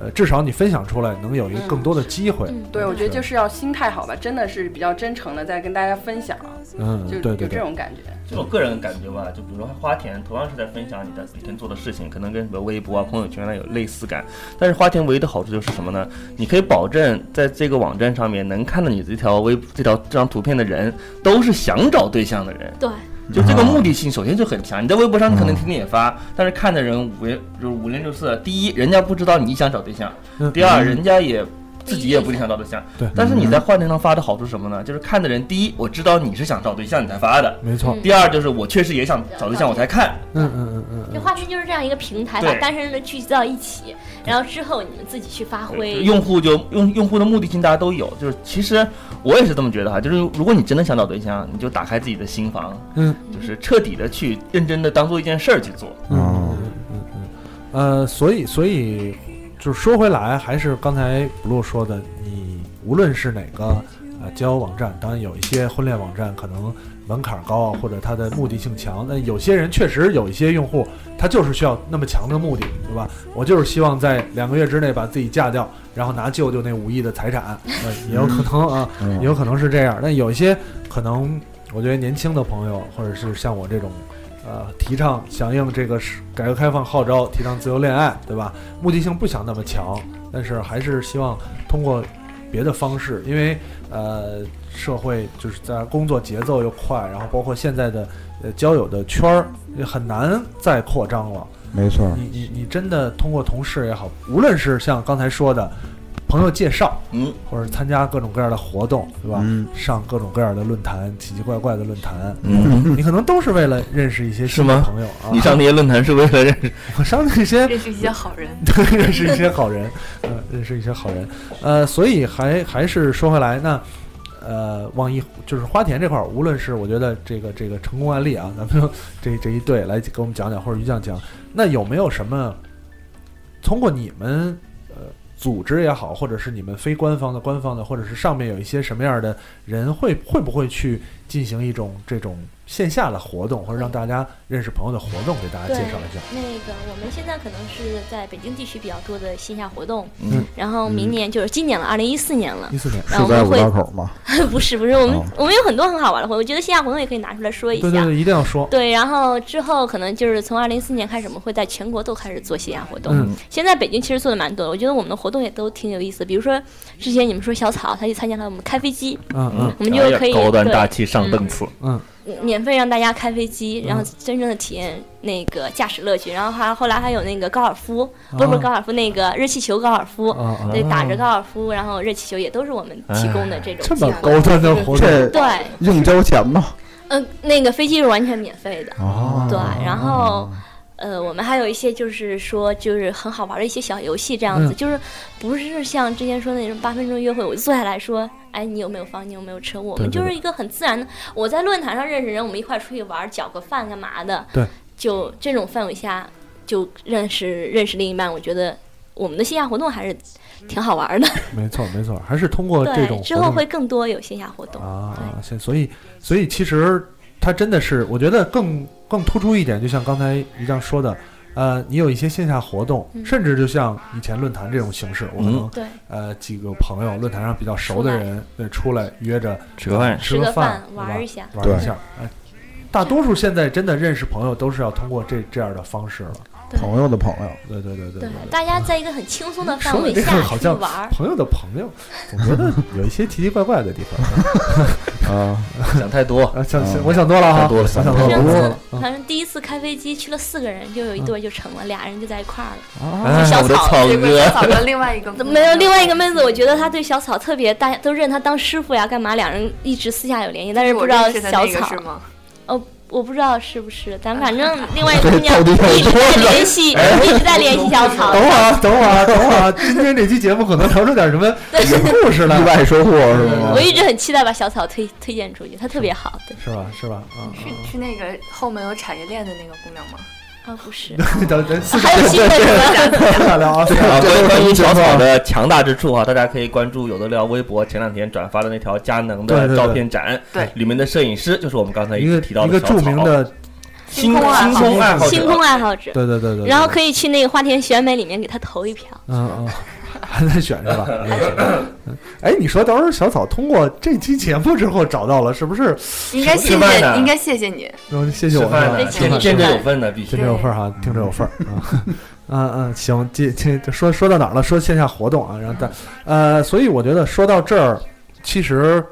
Speaker 4: 呃，至少你分享出来能有一个更多的机会。
Speaker 9: 嗯
Speaker 10: 对，我觉得就是要心态好吧，真的是比较真诚的在跟大家分享，
Speaker 4: 嗯
Speaker 10: 就
Speaker 4: 对对
Speaker 10: 有
Speaker 4: 对
Speaker 10: 这种感觉。
Speaker 11: 就我个人感觉吧，就比如说花田，同样是在分享你的每天做的事情，可能跟什么微博啊、朋友圈啊有类似感。但是花田唯一的好处就是什么呢？你可以保证在这个网站上面能看到你这条微这条这张图片的人，都是想找对象的人。
Speaker 9: 对，
Speaker 11: 就这个目的性首先就很强。你在微博上可能天天也发，但是看的人五颜就是五颜六色。第一，人家不知道你想找对象
Speaker 4: 嗯；
Speaker 11: 第二，人家也自己也不一定想找对象。
Speaker 4: 对
Speaker 11: 但是你在花田上发的好处是什么呢？就是看的人，第一，我知道你是想找对象你才发的，
Speaker 4: 没错嗯
Speaker 11: 第二就是我确实也想找对象我才看。
Speaker 4: 嗯嗯嗯
Speaker 9: 这花田就是这样一个平台，
Speaker 11: 对
Speaker 9: 把单身人聚集到一起，然后之后你们自己去发挥。
Speaker 11: 用户就用用户的目的性大家都有，就是其实我也是这么觉得哈，就是如果你真的想找对象，你就打开自己的心房，
Speaker 4: 嗯，
Speaker 11: 就是彻底的去认真的当做一件事儿去做。
Speaker 4: 嗯嗯嗯，呃，所以所以就是说回来，还是刚才 blue 说的，你无论是哪个呃交友网站，当然有一些婚恋网站可能门槛儿高啊，或者它的目的性强，那有些人确实有一些用户，他就是需要那么强的目的，对吧？我就是希望在两个月之内把自己嫁掉，然后拿舅舅那五亿的财产，呃也有可能啊，
Speaker 5: 嗯
Speaker 4: 也有可能是这样。但有一些可能，我觉得年轻的朋友，或者是像我这种。呃，提倡响应这个是改革开放号召，提倡自由恋爱，对吧？目的性不想那么强，但是还是希望通过别的方式，因为呃，社会就是在工作节奏又快，然后包括现在的呃交友的圈儿也很难再扩张了。
Speaker 5: 没错
Speaker 4: 你你你真的通过同事也好，无论是像刚才说的朋友介绍，
Speaker 11: 嗯，
Speaker 4: 或者参加各种各样的活动，对吧？
Speaker 5: 嗯
Speaker 4: 上各种各样的论坛，奇奇怪怪的论坛，
Speaker 11: 嗯
Speaker 4: 你可能都是为了认识一些
Speaker 11: 是
Speaker 4: 新的
Speaker 11: 吗
Speaker 4: 朋友啊。
Speaker 11: 你上那些论坛是为了认识？
Speaker 4: 我上那些
Speaker 7: 认识一些好 人
Speaker 4: 对，认识一些好人，呃，认识一些好人，呃，所以还还是说回来，那呃，网易就是花田这块儿，无论是我觉得这个这个成功案例啊，咱们就这这一对来给我们讲讲，或者于酱讲，那有没有什么通过你们呃组织也好，或者是你们非官方的、官方的，或者是上面有一些什么样的人会会不会去进行一种这种线下的活动，或者让大家认识朋友的活动，给大家
Speaker 9: 对，
Speaker 4: 介绍一下。
Speaker 9: 那个，我们现在可能是在北京地区比较多的线下活动，
Speaker 4: 嗯
Speaker 9: 然后明年就是今年了，二零一四年了，
Speaker 4: 14年
Speaker 9: 然后
Speaker 5: 是在
Speaker 9: 我们
Speaker 5: 五哦
Speaker 9: 会
Speaker 5: 道口吗？
Speaker 9: 不是不是，我们、我们有很多很好玩的活动，我觉得线下活动也可以拿出来说一下。
Speaker 4: 对对对，一定要说。
Speaker 9: 对然后之后可能就是从二零一四年开始，我们会在全国都开始做线下活动。
Speaker 4: 嗯
Speaker 9: 现在北京其实做的蛮多的，我觉得我们的活动也都挺有意思的。比如说之前你们说小草，他去参加了我们开飞机，
Speaker 4: 嗯嗯
Speaker 9: 我们就可以
Speaker 11: 啊高端
Speaker 9: 对
Speaker 11: 大气上档次。
Speaker 4: 嗯，
Speaker 9: 免费让大家开飞机，
Speaker 11: 嗯
Speaker 9: 然后真正的体验那个驾驶乐趣。然后还后来还有那个高尔夫，不是不是
Speaker 4: 啊
Speaker 9: 高尔夫，那个热气球高尔夫
Speaker 4: 啊啊，
Speaker 9: 对，打着高尔夫，然后热气球也都是我们提供的这种
Speaker 4: 哎这
Speaker 9: 计
Speaker 4: 么
Speaker 9: 划
Speaker 4: 高端的活动，
Speaker 9: 这对
Speaker 5: 用交钱吗？
Speaker 9: 嗯，那个飞机是完全免费的。
Speaker 5: 哦
Speaker 9: 对，然后。呃，我们还有一些就是说，就是很好玩的一些小游戏，这样子，
Speaker 13: 嗯
Speaker 9: 就是不是像之前说的那种八分钟约会，我坐下来说，哎，你有没有房，你有没有车？我
Speaker 13: 对
Speaker 9: 们
Speaker 13: 对
Speaker 9: 就是
Speaker 13: 对
Speaker 9: 一个很自然的，我在论坛上认识人，我们一块儿出去玩，搅个饭干嘛的，
Speaker 4: 对，
Speaker 9: 就这种氛围下，就认识认识另一半，我觉得我们的线下活动还是挺好玩的。
Speaker 4: 没错没错，还是通过哦这种
Speaker 9: 对，之后
Speaker 4: 活动
Speaker 9: 会更多有线下活动。
Speaker 4: 啊，现所以所以其实它真的是，我觉得更更突出一点，就像刚才一样说的，呃，你有一些线下活动，
Speaker 9: 嗯
Speaker 4: 甚至就像以前论坛这种形式，我可
Speaker 11: 嗯
Speaker 4: 能、
Speaker 9: 对
Speaker 4: 呃几个朋友论坛上比较熟的人，对出来约着
Speaker 11: 吃个饭
Speaker 4: 吃
Speaker 9: 吃
Speaker 4: 个
Speaker 9: 个
Speaker 4: 饭
Speaker 9: 饭，
Speaker 4: 对吧
Speaker 9: 玩一下
Speaker 4: 哎玩一下。呃大多数现在真的认识朋友都是要通过这这样的方式了。
Speaker 9: 对
Speaker 5: 朋友的朋友，
Speaker 4: 对对对
Speaker 9: 对，大家在一个很轻松的
Speaker 4: 说
Speaker 9: 范
Speaker 4: 的
Speaker 9: 围
Speaker 4: 这
Speaker 9: 下
Speaker 4: 个好
Speaker 9: 去
Speaker 4: 像
Speaker 9: 玩儿，
Speaker 4: 朋友的朋友，总觉得有一些奇奇怪怪的地 方
Speaker 5: 啊。
Speaker 11: 想太多
Speaker 9: 哦
Speaker 4: 啊，想想我想多了哈，
Speaker 11: 想多了
Speaker 4: 我
Speaker 11: 想
Speaker 4: 想
Speaker 11: 多
Speaker 4: 多
Speaker 11: 了
Speaker 4: 了，我想多了
Speaker 9: 反正第一次开飞机去了四个人，就有一对就成了，俩人就在一块儿了。
Speaker 4: 啊
Speaker 9: 就小
Speaker 4: 我的
Speaker 9: 草
Speaker 4: 草
Speaker 9: 结果
Speaker 4: 哥
Speaker 9: 小草
Speaker 7: 和另外一个
Speaker 9: 没有另外一个妹子，我觉得她对小草特别，大家都认她当师傅呀，干嘛？两人一直私下有联系，但是不知道
Speaker 7: 我认识的
Speaker 9: 小
Speaker 7: 那个
Speaker 9: 草
Speaker 7: 是吗？
Speaker 9: 哦，我不知道是不是，咱们反正另外一个姑娘
Speaker 4: 到底有
Speaker 9: 一直
Speaker 4: 多
Speaker 9: 在
Speaker 4: 少
Speaker 9: 联系，一直在联系小草。
Speaker 4: 等会儿啊，等会儿啊，等会儿啊，今天这期节目可能聊出点什么
Speaker 9: 对
Speaker 4: 故事 来，嗯
Speaker 5: 意外收获是吗
Speaker 9: 我一直很期待把小草推推荐出去，她特别好。对，
Speaker 4: 是吧？是吧？啊，
Speaker 7: 是是那个后面有产业链的那个姑娘吗？
Speaker 9: 啊，不是
Speaker 4: 等等，
Speaker 9: 还有机会
Speaker 4: 聊聊啊，
Speaker 11: 啊，关关于小草
Speaker 4: 的
Speaker 11: 的强大之处啊，大家可以关注有的聊微博前两天转发的那条佳能
Speaker 4: 对
Speaker 11: 的
Speaker 4: 对对
Speaker 11: 照片展，
Speaker 4: 对
Speaker 11: 里面的摄影师就是我们刚才
Speaker 4: 一
Speaker 11: 直
Speaker 4: 个
Speaker 11: 提到
Speaker 4: 一个
Speaker 11: 的小草哦
Speaker 4: 著名的
Speaker 11: 星空星空爱好者
Speaker 9: 星空啊爱好者，
Speaker 4: 对对对对，
Speaker 9: 然后
Speaker 4: 对
Speaker 9: 可以去那个花田选美里面给他投一票。
Speaker 4: 嗯嗯， 还在选是吧？还在选嗯哎，你说到时候小草通过这期节目之后找到了，是不是？
Speaker 7: 应该谢
Speaker 4: 吃饭呢
Speaker 7: 谢，应该谢谢你。
Speaker 4: 嗯，谢谢我
Speaker 11: 吃饭
Speaker 4: 啊
Speaker 11: 呢见
Speaker 4: 吃饭
Speaker 11: 见者有份呢必须
Speaker 4: 见者有份哈，听者有份儿啊。嗯 嗯，行，这这说说到哪儿了？说线下活动啊，然后但
Speaker 9: 嗯
Speaker 4: 呃，所以我觉得说到这儿，其实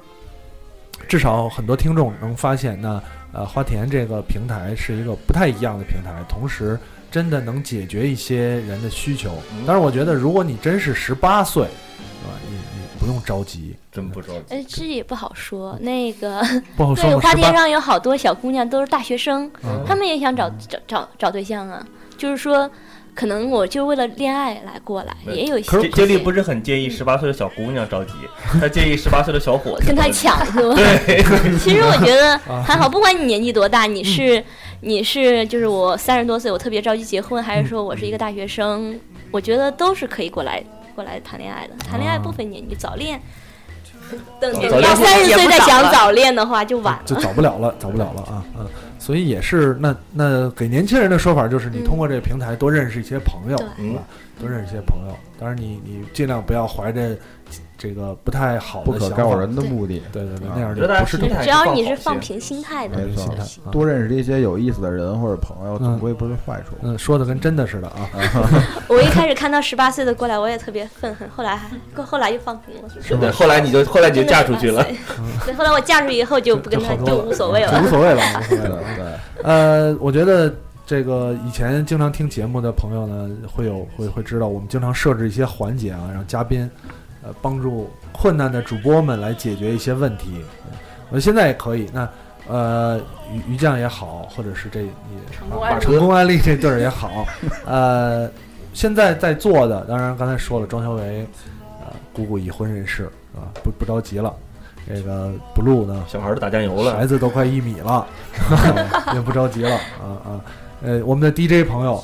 Speaker 4: 至少很多听众能发现呢，呃，花田这个平台是一个不太一样的平台，同时真的能解决一些人的需求。
Speaker 9: 嗯
Speaker 4: 但是我觉得，如果你真是十八岁，啊，你你不用着急，
Speaker 11: 真不着急。
Speaker 9: 呃，这也不好说。那个
Speaker 4: 不好说
Speaker 9: 对，
Speaker 4: 我
Speaker 9: 花
Speaker 4: 是
Speaker 9: 店
Speaker 4: 吧
Speaker 9: 上有好多小姑娘都是大学生，
Speaker 4: 嗯
Speaker 9: 她们也想找找找找对象啊。就是说，可能我就是为了恋爱来过来，也有一些
Speaker 11: 接接力不是很介意十八岁的小姑娘着急，他介意十八岁的小伙子
Speaker 9: 跟他
Speaker 11: 着急
Speaker 9: 抢是吧？
Speaker 11: 对，
Speaker 9: 其实我觉得
Speaker 11: 啊
Speaker 9: 还好，不管你年纪多大，
Speaker 4: 嗯
Speaker 9: 你是你是就是我三十多岁，我特别着急结
Speaker 4: 嗯
Speaker 9: 婚，还是说我是一个大学生，我觉得都是可以过来过来谈恋爱的。谈恋爱不分年纪，早恋。等
Speaker 4: 啊早
Speaker 9: 等
Speaker 4: 早
Speaker 9: 到
Speaker 4: 恋
Speaker 9: 三十
Speaker 4: 也不
Speaker 9: 岁再
Speaker 4: 早
Speaker 9: 想
Speaker 4: 了
Speaker 9: 早恋的话，就晚了。
Speaker 4: 就找不了了，找不了了啊，嗯，所以也是那那给年轻人的说法就是，你通过这个平台多认识一些朋友，
Speaker 9: 嗯
Speaker 4: 对吧？多认识一些朋友，当然你你尽量不要怀着这个不太好
Speaker 5: 不
Speaker 4: 的
Speaker 5: 可
Speaker 4: 想法
Speaker 5: 告人的目的，
Speaker 4: 对对对
Speaker 5: 啊，
Speaker 4: 那样就不是
Speaker 9: 只要你是放平心态的
Speaker 5: 没
Speaker 9: 就
Speaker 5: 错
Speaker 9: 行。，
Speaker 5: 多认识一些有意思的人或者朋友，总归不是坏处。
Speaker 4: 嗯，说的跟真的似的啊。
Speaker 9: 我一开始看到十八岁的过来，我也特别愤恨，后来还过后来就放平了。
Speaker 11: 是的后来你就后来你就嫁出去了
Speaker 9: 真的18岁 对，后来我嫁出去以后就不跟他就无所 谓了，
Speaker 4: 无所谓了，无所谓了。对，呃，我觉得这个以前经常听节目的朋友呢，会有会会知道，我们经常设置一些环节啊，让嘉宾呃帮助困难的主播们来解决一些问题。我觉得现在也可以，那呃于于酱也好，或者是这你
Speaker 1: 功案
Speaker 4: 把
Speaker 1: 例
Speaker 4: 啊成功案例这对儿也好，呃，现在在座的，当然刚才说了，庄小维。呃，姑姑已婚人士啊，不不着急了。这个 blue 呢，
Speaker 11: 小孩都打酱油了
Speaker 4: 孩子都快一米了，也不着急了啊啊。呃，我们的 DJ 朋友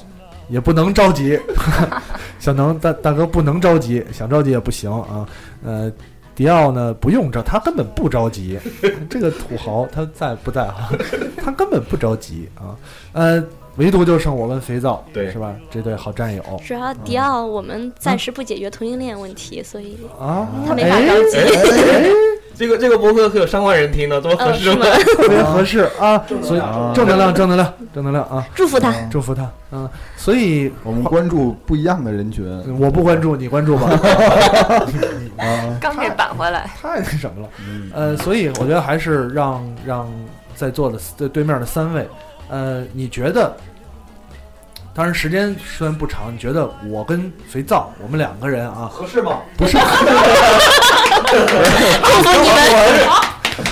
Speaker 4: 也不能着急， 小能大大哥不能着急，想着急也不行啊。呃，迪奥呢不用着，他根本不着急。 这个土豪他在不在啊？他根本不着急啊。呃，唯独就剩我跟肥皂，对，是吧？这对好战友。啊
Speaker 9: 主要迪奥我们暂时不解决同性恋问题，所以
Speaker 4: 啊，
Speaker 9: 他没法着急。
Speaker 11: 这个这个播客会有上万人听的，这
Speaker 4: 啊
Speaker 11: 么合
Speaker 9: 呃哦
Speaker 11: 适吗？
Speaker 4: 哎特别合适啊，所以
Speaker 11: 啊
Speaker 4: 正能量，正能量，正能量啊！
Speaker 9: 祝福他，
Speaker 4: 祝福他，嗯，所以
Speaker 5: 我们关注不一样的人群，
Speaker 4: 我不关注，你关注吧。啊，
Speaker 7: 刚给扳回来，
Speaker 4: 太那什么了。
Speaker 5: 嗯
Speaker 4: 呃，所以我觉得还是让让在座的对对面的三位，呃，你觉得？当然，时间虽然不长，你觉得我跟肥皂，我们两个人啊，合适吗？不 是，
Speaker 9: 祝福你们，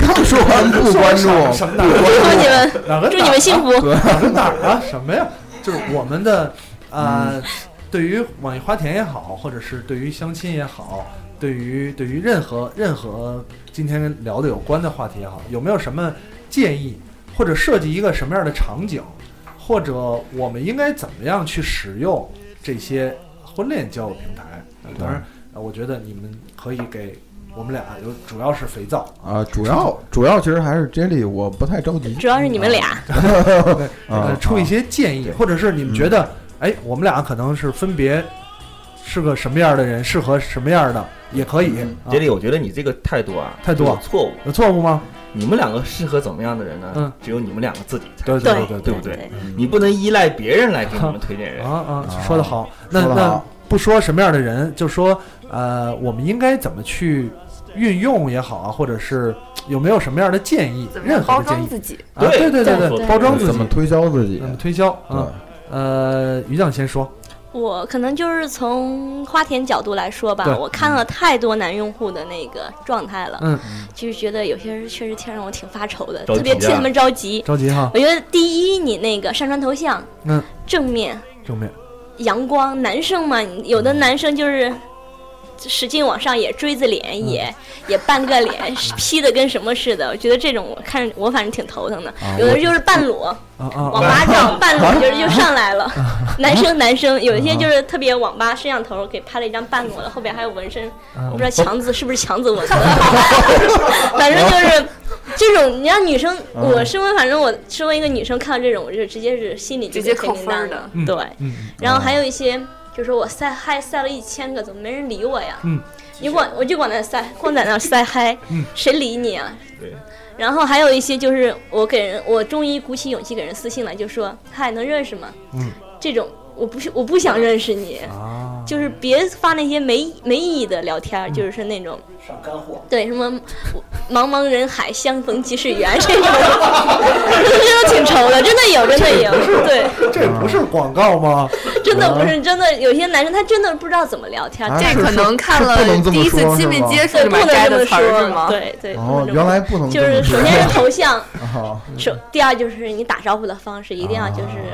Speaker 5: 刚说完不关注，
Speaker 4: 什么
Speaker 5: 不
Speaker 4: 哪儿
Speaker 5: 关注
Speaker 4: 哪儿跟
Speaker 9: 祝
Speaker 4: 哪儿
Speaker 9: 你们幸福
Speaker 4: 哪儿跟哪儿啊？什么呀？就是我们的呃，对于网易花田也好，或者是对于相亲也好，对于对于任何任何今天聊的有关的话题也好，有没有什么建议，或者设计一个什么样的场景，或者我们应该怎么样去使用这些婚恋交友平台？呃当然，呃我觉得你们可以给我们俩，有主要是肥皂，
Speaker 5: 啊，主要主要其实还是 J 莉，我不太着急，啊
Speaker 9: 主要是 你们
Speaker 4: 啊
Speaker 9: 俩。
Speaker 4: 嗯呃，出一些建议，或者是你们觉得，哎，我们俩可能是分别是个什么样的人，适合什么样的也可以。啊
Speaker 11: 杰里，我觉得你这个态度啊，
Speaker 4: 态度啊
Speaker 11: 有错误，
Speaker 4: 有错误吗？
Speaker 11: 你们两个适合怎么样的人呢？
Speaker 4: 嗯
Speaker 11: 只有你们两个自己才
Speaker 4: 对
Speaker 11: 知道
Speaker 4: 对
Speaker 11: 对
Speaker 4: 对
Speaker 11: 不
Speaker 4: 对
Speaker 11: 对？
Speaker 5: 啊
Speaker 11: 你不能依赖别人来给你们推荐人
Speaker 4: 啊啊，说的好。那
Speaker 11: 说得
Speaker 4: 那
Speaker 11: 好
Speaker 4: 不说什么样的人，就说呃，我们应该怎么去运用也好啊，或者是有没有什么样的建议？任何的建议
Speaker 7: 自己
Speaker 4: 啊，对对对对，包装自己
Speaker 5: 怎么推销自己
Speaker 4: 怎么推销啊？呃，于酱先说，
Speaker 9: 我可能就是从花田角度来说吧
Speaker 4: 对，
Speaker 9: 我看了太多男用户的那个状态了，
Speaker 4: 嗯，
Speaker 9: 就是觉得有些人确实挺让我挺发愁的，
Speaker 4: 着急啊
Speaker 9: 特别替他们着急。
Speaker 4: 着急哈
Speaker 9: 我觉得第一，你那个上传头像
Speaker 4: 嗯，
Speaker 9: 正面
Speaker 4: 正面
Speaker 9: 阳光，男生嘛，你有的男生就是使劲往上也锥子脸，
Speaker 4: 嗯
Speaker 9: 也也半个脸劈的跟什么似的。我觉得这种我看着我反正挺头疼的，有的
Speaker 4: 啊我
Speaker 9: 就是半裸。
Speaker 4: 啊啊，
Speaker 9: 网吧照半裸就是就上 来了，男生男生有一些
Speaker 4: 啊
Speaker 9: 就是特别网吧摄像头给拍了一张半裸的，后边还有纹身，
Speaker 4: 啊
Speaker 9: 我不知道强子是不是强子纹身， 反正就是这种，你让女生，
Speaker 4: 啊
Speaker 9: 我身为反正我身为一个女生看到这种，我就直接是心里就
Speaker 7: 直接
Speaker 9: 被
Speaker 7: 扣
Speaker 9: 叮
Speaker 7: 分儿
Speaker 9: 当
Speaker 7: 的
Speaker 9: 了
Speaker 4: 嗯
Speaker 9: 对，
Speaker 4: 嗯
Speaker 9: 然后还有一些就是我晒嗨晒了一千个，怎么没人理我呀？
Speaker 4: 嗯，
Speaker 9: 你管我就管那晒，光在那晒嗨，
Speaker 4: 嗯
Speaker 9: 谁理你啊？
Speaker 11: 对。
Speaker 9: 然后还有一些就是我给人，我终于鼓起勇气给人私信了，就说嗨，能认识吗？
Speaker 4: 嗯
Speaker 9: 这种我不是我不想认识你，
Speaker 4: 啊，
Speaker 9: 就是别发那些没没意义的聊天
Speaker 5: 嗯
Speaker 9: 儿，就是那种
Speaker 6: 上干货。
Speaker 9: 对什么茫茫人海相逢即是缘这种，真的挺愁的，真的有，真的有，对。
Speaker 4: 这不是广告吗？
Speaker 9: 真的
Speaker 4: 啊
Speaker 9: 不
Speaker 5: 嗯
Speaker 9: 是，真的有些男生他真的不知道怎么聊天，
Speaker 4: 啊
Speaker 5: 哎
Speaker 9: 这
Speaker 4: 是
Speaker 9: 可
Speaker 4: 是
Speaker 9: 能看了
Speaker 5: 是不能这么
Speaker 9: 第一次
Speaker 5: 说
Speaker 9: 亲
Speaker 5: 是
Speaker 9: 密
Speaker 5: 吗
Speaker 9: 接触就买摘的词儿是吗对对
Speaker 5: 哦，原来不能
Speaker 9: 就
Speaker 5: 这么
Speaker 9: 是首
Speaker 5: 说
Speaker 9: 先是头像，
Speaker 5: 啊
Speaker 9: 首第二就是你打招呼的方式一
Speaker 4: 啊
Speaker 9: 定要就是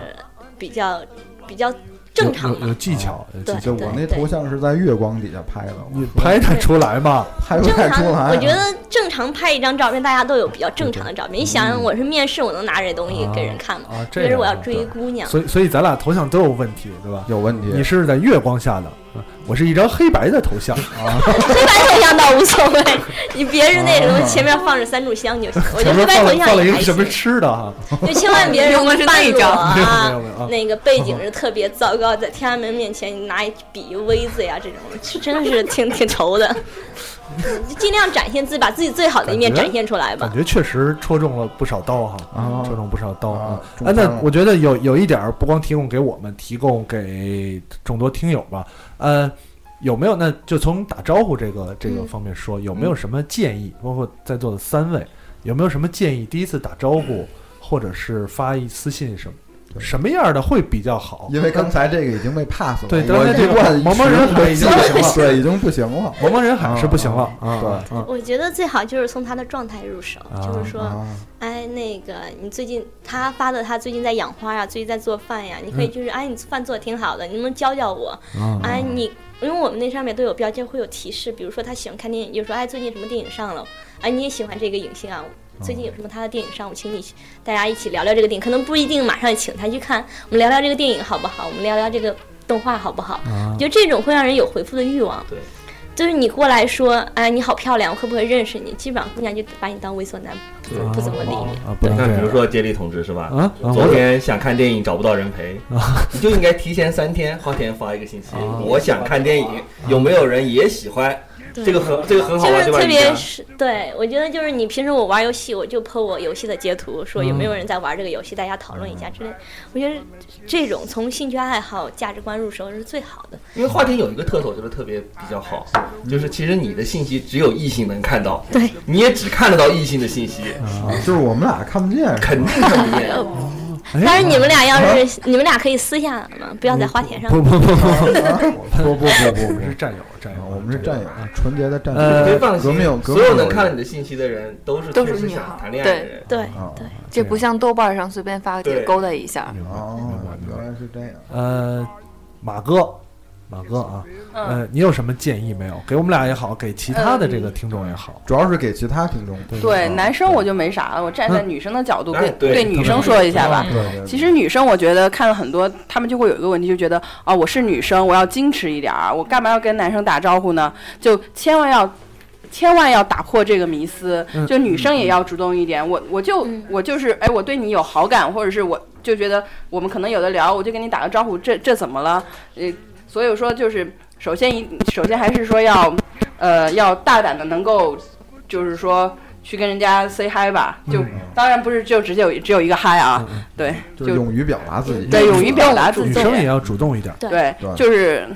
Speaker 9: 比较比较正常
Speaker 4: 有有技巧，有技
Speaker 9: 对
Speaker 5: 就
Speaker 4: 巧。
Speaker 5: 我
Speaker 9: 对
Speaker 5: 那头像是在月光底下拍的，你
Speaker 4: 拍得出来吗？
Speaker 5: 拍不太出来。啊
Speaker 9: 我觉得正常拍一张照片，大家都有比较正常的照片。你想想，我是面试，我能拿这东西给人看吗？
Speaker 4: 嗯啊，这
Speaker 9: 因为
Speaker 4: 个
Speaker 9: 我要追姑娘，
Speaker 4: 所以，所以咱俩头像都有问题，对吧？
Speaker 5: 有问题。
Speaker 4: 你是在月光下的，啊我是一张黑白的头像啊。
Speaker 9: 黑白头像倒无所谓，你别是那种前面放着三炷香就行。 我觉
Speaker 4: 前面
Speaker 9: 得黑白
Speaker 4: 放
Speaker 9: 头
Speaker 4: 了放
Speaker 9: 像
Speaker 4: 了一
Speaker 9: 也
Speaker 4: 个
Speaker 9: 还
Speaker 4: 什
Speaker 9: 行
Speaker 4: 么。吃的哈？
Speaker 9: 就千万别
Speaker 7: 用的是那一张
Speaker 4: 没有
Speaker 9: 啊
Speaker 4: 没有没有啊，
Speaker 9: 那个背景是特别糟糕，在天安门面前你拿一笔 V 字呀，这种 是真是挺挺愁的。 你尽量展现自己，把自己最好的一面
Speaker 4: 感觉
Speaker 9: 展现出来吧
Speaker 4: 感。觉确实戳中了不少刀哈，戳中不少
Speaker 5: 哦
Speaker 4: 刀啊！
Speaker 5: 中
Speaker 4: 啊，
Speaker 5: 枪
Speaker 4: 那
Speaker 5: 了
Speaker 4: 我觉得有有一点儿不光提供给我们，提供给众多听友吧。呃，有没有？那就从打招呼这个这个
Speaker 5: 嗯
Speaker 4: 方面说，有没有什么建
Speaker 9: 嗯
Speaker 4: 议？包括在座的三位，有没有什么建议？第一次打招呼，或者是发一私信什么？什么样的会比较好？
Speaker 5: 因为刚才这个已经被 pass 了，
Speaker 4: 对
Speaker 5: 我
Speaker 4: 刚才
Speaker 5: 一
Speaker 4: 这个
Speaker 5: 贯
Speaker 4: 茫茫人海已经不行了
Speaker 5: 对，已经不行了，
Speaker 4: 茫茫人海是不行了啊！
Speaker 5: 对，
Speaker 9: 我觉得最好就是从他的状态入手，
Speaker 4: 啊
Speaker 9: 就是说，
Speaker 5: 啊
Speaker 9: 哎，那个你最近他发的，他最近在养花呀、最近在做饭呀，你可以
Speaker 4: 嗯
Speaker 9: 就是，哎，你饭做的挺好的，你能不能教教我？
Speaker 4: 啊
Speaker 9: 哎，你因为我们那上面都有标签，会有提示，比如说他喜欢看电影，就说，哎，最近什么电影上了？哎，你也喜欢这个影星啊？最近有什么他的电影上？我请你大家一起聊聊这个电影，可能不一定马上请他去看，我们聊聊这个电影好不好？我们聊聊这个动画好不好？
Speaker 4: 啊
Speaker 9: 我觉得这种会让人有回复的欲望。
Speaker 11: 对。
Speaker 9: 就是你过来说，哎，你好漂亮，我会不会认识你？基本上姑娘就把你当猥琐男，不怎么不怎么理你。
Speaker 4: 啊不能
Speaker 11: 那
Speaker 4: 这
Speaker 11: 比如
Speaker 4: 样
Speaker 11: 说杰里同志是吧？
Speaker 4: 啊啊我啊
Speaker 11: 昨天想看电影找不到人陪，你就应该提前三天花田发一个信息，我想看电
Speaker 4: 啊
Speaker 11: 影，有没有人也喜欢？
Speaker 9: 对
Speaker 11: 这个很这个很好
Speaker 9: 就是
Speaker 11: 玩，对吧？
Speaker 9: 特
Speaker 11: 你
Speaker 9: 别
Speaker 11: 看
Speaker 9: 是对，我觉得就是你平时我玩游戏，我就 po 我游戏的截图，说有没有人在玩这个游戏，大家讨论一下之类。我觉得这种从兴趣爱好、价值观入手是最好的。
Speaker 11: 因为花田有一个特色，我觉得特别比较好，
Speaker 4: 嗯
Speaker 11: 就是其实你的信息只有异性能看到，
Speaker 9: 对，
Speaker 11: 你也只看得到异性的信息，
Speaker 5: 啊就是我们俩看不见，
Speaker 11: 肯定看不见。
Speaker 9: 但呃是你们俩要是你们俩可以私下嘛，不要在花田上。
Speaker 4: 不不 不不
Speaker 5: 不不不不不
Speaker 4: 是战友战友，
Speaker 5: 我们是战友，
Speaker 4: 啊
Speaker 5: 纯洁的战
Speaker 4: 呃
Speaker 11: 你可以
Speaker 5: 友，
Speaker 11: 放
Speaker 5: 革
Speaker 11: 心
Speaker 5: 命有，革
Speaker 11: 所
Speaker 5: 命
Speaker 11: 有
Speaker 5: 友
Speaker 11: 能看到
Speaker 5: 人
Speaker 11: 你的信息的人都是
Speaker 7: 都
Speaker 11: 确
Speaker 7: 是
Speaker 11: 实
Speaker 7: 女
Speaker 11: 想
Speaker 7: 孩
Speaker 11: 谈
Speaker 7: 儿，
Speaker 11: 恋爱的
Speaker 7: 对
Speaker 11: 人。
Speaker 7: 对
Speaker 5: 啊
Speaker 7: 对，这不像豆瓣上随便发个帖
Speaker 11: 对
Speaker 7: 勾搭一
Speaker 4: 啊
Speaker 7: 下。
Speaker 5: 哦，原来是这样。
Speaker 4: 呃，马哥，马哥啊，
Speaker 7: 嗯
Speaker 4: 呃，你有什么建议没有？给我们俩也好，给其他的这个听众也好，
Speaker 5: 主要是给其他听众。
Speaker 10: 对男生我就没啥了，我站在
Speaker 4: 嗯
Speaker 10: 女生的角度跟
Speaker 5: 哎对
Speaker 10: 对女生说一下吧
Speaker 5: 对对对。
Speaker 10: 其实女生我觉得看了很多，她们就会有一个问题，就觉得啊，我是女生，我要矜持一点儿，我干嘛要跟男生打招呼呢？就千万要。千万要打破这个迷思
Speaker 13: 嗯，
Speaker 10: 就女生也要主动一点。我我就我就是，哎，我对你有好感，或者是我就觉得我们可能有的聊，我就跟你打个招呼，这这怎么了？呃，所以说就是首先一首先还是说要，呃，要大胆的能够，就是说去跟人家 say hi 吧，就、
Speaker 13: 嗯
Speaker 10: 当然不是就只有只有一个 hi 啊，对，
Speaker 5: 就是勇于表达自己，
Speaker 10: 对勇于表达自己
Speaker 4: 女生也要主动一点。
Speaker 10: 对，就是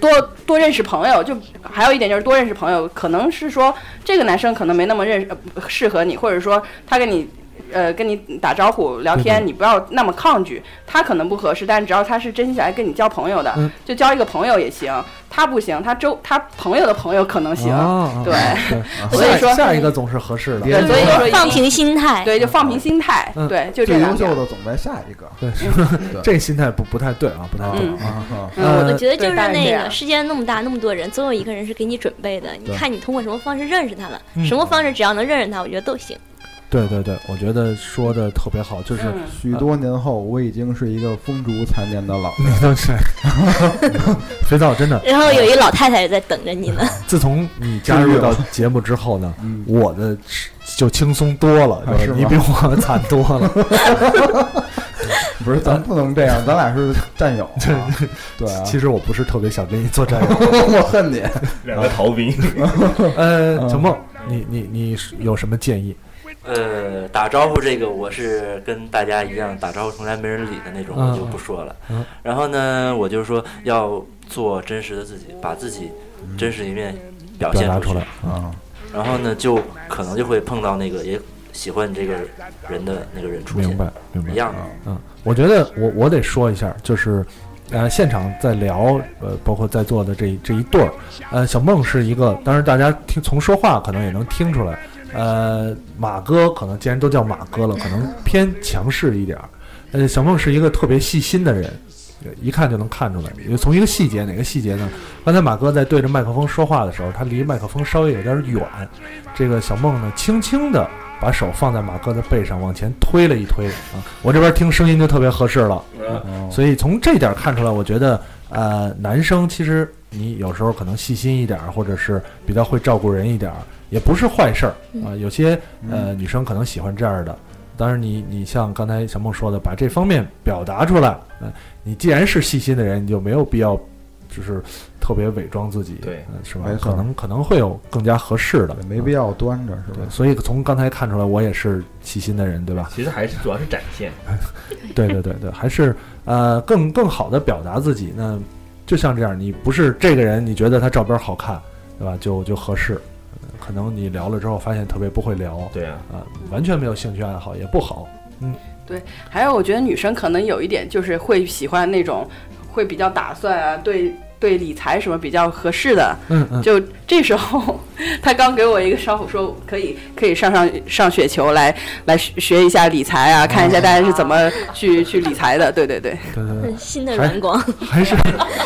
Speaker 10: 多多认识朋友。就还有一点就是多认识朋友，可能是说这个男生可能没那么认识、呃适合你，或者说他跟你呃跟你打招呼聊天，你不要那么抗拒。他可能不合适，但只要他是真心来跟你交朋友的，
Speaker 4: 嗯
Speaker 10: 就交一个朋友也行。他不行，他周他朋友的朋友可能行。
Speaker 4: 啊
Speaker 10: 对，
Speaker 4: 啊
Speaker 10: 所以
Speaker 4: 下
Speaker 10: 说
Speaker 4: 下一个总是合适的。
Speaker 10: 对，所以说
Speaker 9: 放平心态，
Speaker 10: 对，就放平心态，
Speaker 4: 嗯
Speaker 10: 对，就这
Speaker 5: 最
Speaker 10: 两
Speaker 5: 优
Speaker 10: 点
Speaker 5: 秀。的总在下一个。
Speaker 4: 对，是这心态不不太对啊，不太对
Speaker 10: 嗯
Speaker 4: 啊。
Speaker 9: 我
Speaker 4: 呃
Speaker 9: 觉得就是
Speaker 10: 对大概是
Speaker 9: 那
Speaker 10: 这
Speaker 9: 个
Speaker 10: 样
Speaker 9: 世界那么大，那么多人，总有一个人是给你准备的。你
Speaker 4: 对
Speaker 9: 看你通过什么方式认识他了，
Speaker 4: 嗯
Speaker 9: 什么方式只要能认识他，我觉得都行。
Speaker 4: 对对对，我觉得说的特别好，就是
Speaker 9: 嗯
Speaker 5: 许多年后，我已经是一个风烛残年的老
Speaker 4: 你
Speaker 5: 人。
Speaker 4: 倒是 肥皂真的。
Speaker 9: 然后有一老太太也在等着你呢。
Speaker 4: 自从你加入到节目之后呢，
Speaker 5: 嗯
Speaker 4: 我的是就轻松多了，
Speaker 5: 啊
Speaker 4: 就是
Speaker 5: 吗
Speaker 4: 你比我惨多 了。
Speaker 5: 不是，咱不能这样，咱俩是战友啊。对啊，
Speaker 4: 其实我不是特别想跟你做战友，
Speaker 5: 我恨你。
Speaker 11: 两个逃兵。
Speaker 5: 嗯
Speaker 4: 呃，陈梦，你你你是有什么建议？
Speaker 12: 呃，打招呼这个我是跟大家一样，打招呼从来没人理的那种，
Speaker 4: 嗯
Speaker 12: 我就不说了。
Speaker 4: 嗯
Speaker 12: 然后呢，我就是说要做真实的自己，把自己真实一面表现
Speaker 4: 表达
Speaker 12: 出
Speaker 4: 出
Speaker 12: 去
Speaker 4: 来。啊，
Speaker 12: 然后呢，就可能就会碰到那个也喜欢你这个人的那个人出现，
Speaker 4: 明白明白
Speaker 12: 一样的。
Speaker 4: 嗯，我觉得我我得说一下，就是，呃，现场在聊，呃，包括在座的这一这一对儿，呃，小梦是一个，当然大家听从说话可能也能听出来，呃，马哥可能既然都叫马哥了，可能偏强势一点儿，呃，小梦是一个特别细心的人。呃一看就能看出来，就从一个细节，哪个细节呢？刚才马哥在对着麦克风说话的时候，他离麦克风稍微有点远，这个小梦呢，轻轻的把手放在马哥的背上，往前推了一推啊。我这边听声音就特别合适了，
Speaker 5: 哦
Speaker 11: 嗯
Speaker 4: 所以从这点看出来，我觉得呃，男生其实你有时候可能细心一点儿，或者是比较会照顾人一点儿，也不是坏事儿
Speaker 5: 嗯
Speaker 4: 啊。有些呃女生可能喜欢这样的。当然你，你像刚才小梦说的，把这方面表达出来，嗯、你既然是细心的人，你就没有必要，就是特别伪装自己，对，是吧
Speaker 5: 没？错
Speaker 4: 可能可能会有更加合适的，
Speaker 5: 没必要端着是吧
Speaker 4: 对，？所以从刚才看出来，我也是细心的人，对吧？
Speaker 11: 其实还是主要是展现。
Speaker 4: 对对对对，还是呃更更好的表达自己。那就像这样，你不是这个人，你觉得他照片好看，对吧？就就合适。呃可能你聊了之后发现特别不会聊，
Speaker 11: 对啊，
Speaker 4: 啊、完全没有兴趣爱好也不好。嗯，
Speaker 10: 对，还有我觉得女生可能有一点就是会喜欢那种会比较打算啊，对对理财什么比较合适的。
Speaker 4: 嗯嗯
Speaker 10: 就这时候，他刚给我一个招呼说可以可以上上上雪球来来学学一下理财
Speaker 4: 哦
Speaker 10: 啊，看一下大家是怎么去 去理财的。对对对，
Speaker 4: 对对对，
Speaker 9: 新的软广，
Speaker 4: 还是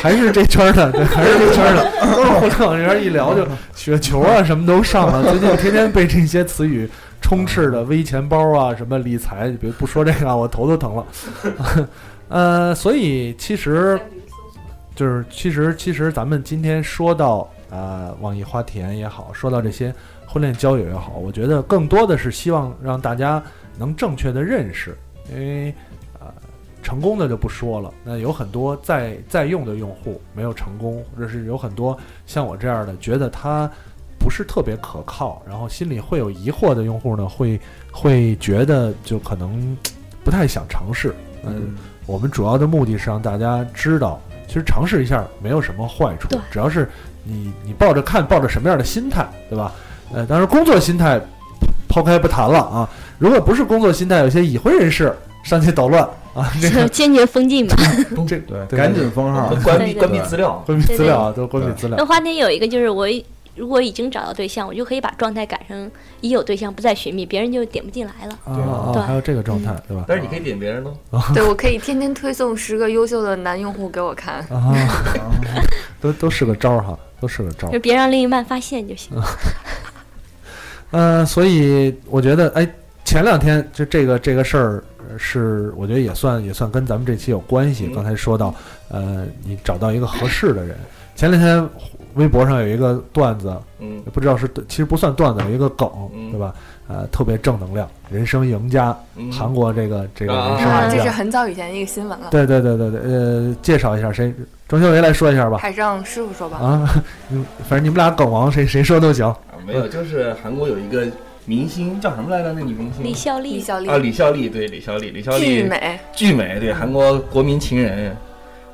Speaker 4: 还是这圈儿的，对，还是这圈儿的。都是互联网这边一聊就雪球啊，什么都上了。最近天天被这些词语充斥的，微钱包啊，什么理财，别不说这个啊，我头都疼了。 呃，所以其实就是其实其实咱们今天说到呃网易花田也好，说到这些婚恋交友也好，我觉得更多的是希望让大家能正确的认识，因为呃成功的就不说了，那有很多在在用的用户没有成功，或者是有很多像我这样的觉得他不是特别可靠，然后心里会有疑惑的用户呢，会会觉得就可能不太想尝试。嗯，我们主要的目的是让大家知道，其实尝试一下没有什么坏处，只要是你你抱着看抱着什么样的心态，对吧？呃，当然工作心态抛开不谈了啊。如果不是工作心态，有些已婚人士上去捣乱啊，这个
Speaker 9: 坚决封禁吧。
Speaker 4: 这对
Speaker 5: 赶紧封号
Speaker 4: 对对
Speaker 5: 关
Speaker 9: 闭对关哦闭
Speaker 5: 资料
Speaker 4: 关闭资料啊，
Speaker 5: 对
Speaker 4: 都关闭资
Speaker 9: 那
Speaker 4: 料。
Speaker 9: 花田有一个就是我已如果已经找到对象，我就可以把状态改成已有对象不再寻觅，别人就点不进来了。
Speaker 4: 啊啊，还有这个状态，对吧？
Speaker 11: 但是你可以点别人喽。
Speaker 7: 对，我可以天天推送十个优秀的男用户给我看。
Speaker 4: 啊， 都都是个招儿哈，都是个招儿
Speaker 9: 就。别让另一半发现就行。
Speaker 4: 呃，所以我觉得，哎，前两天就这个这个事儿呃是，我觉得也算也算跟咱们这期有关系。刚才说到，呃，你找到一个合适的人。前两天微博上有一个段子，
Speaker 11: 嗯
Speaker 4: 不知道是其实不算段子，有一个梗，
Speaker 11: 嗯
Speaker 4: 对吧？呃，特别正能量，人生赢家，
Speaker 11: 嗯
Speaker 4: 韩国这个这个人生赢
Speaker 7: 啊，
Speaker 4: 家，
Speaker 7: 这 是很早以前的一个新闻了。
Speaker 4: 对对对对对，呃，介绍一下谁？庄修为来说一下吧。
Speaker 7: 还是让师傅说吧。
Speaker 4: 啊，嗯反正你们俩梗王谁谁说都行。
Speaker 11: 啊没有，就是韩国有一个明星叫什么来着？那女明星
Speaker 9: 李孝利，李 孝
Speaker 11: 啊，李孝利，对，李孝利，李孝利
Speaker 7: 巨美，嗯
Speaker 11: 巨美，对，韩国国民情人。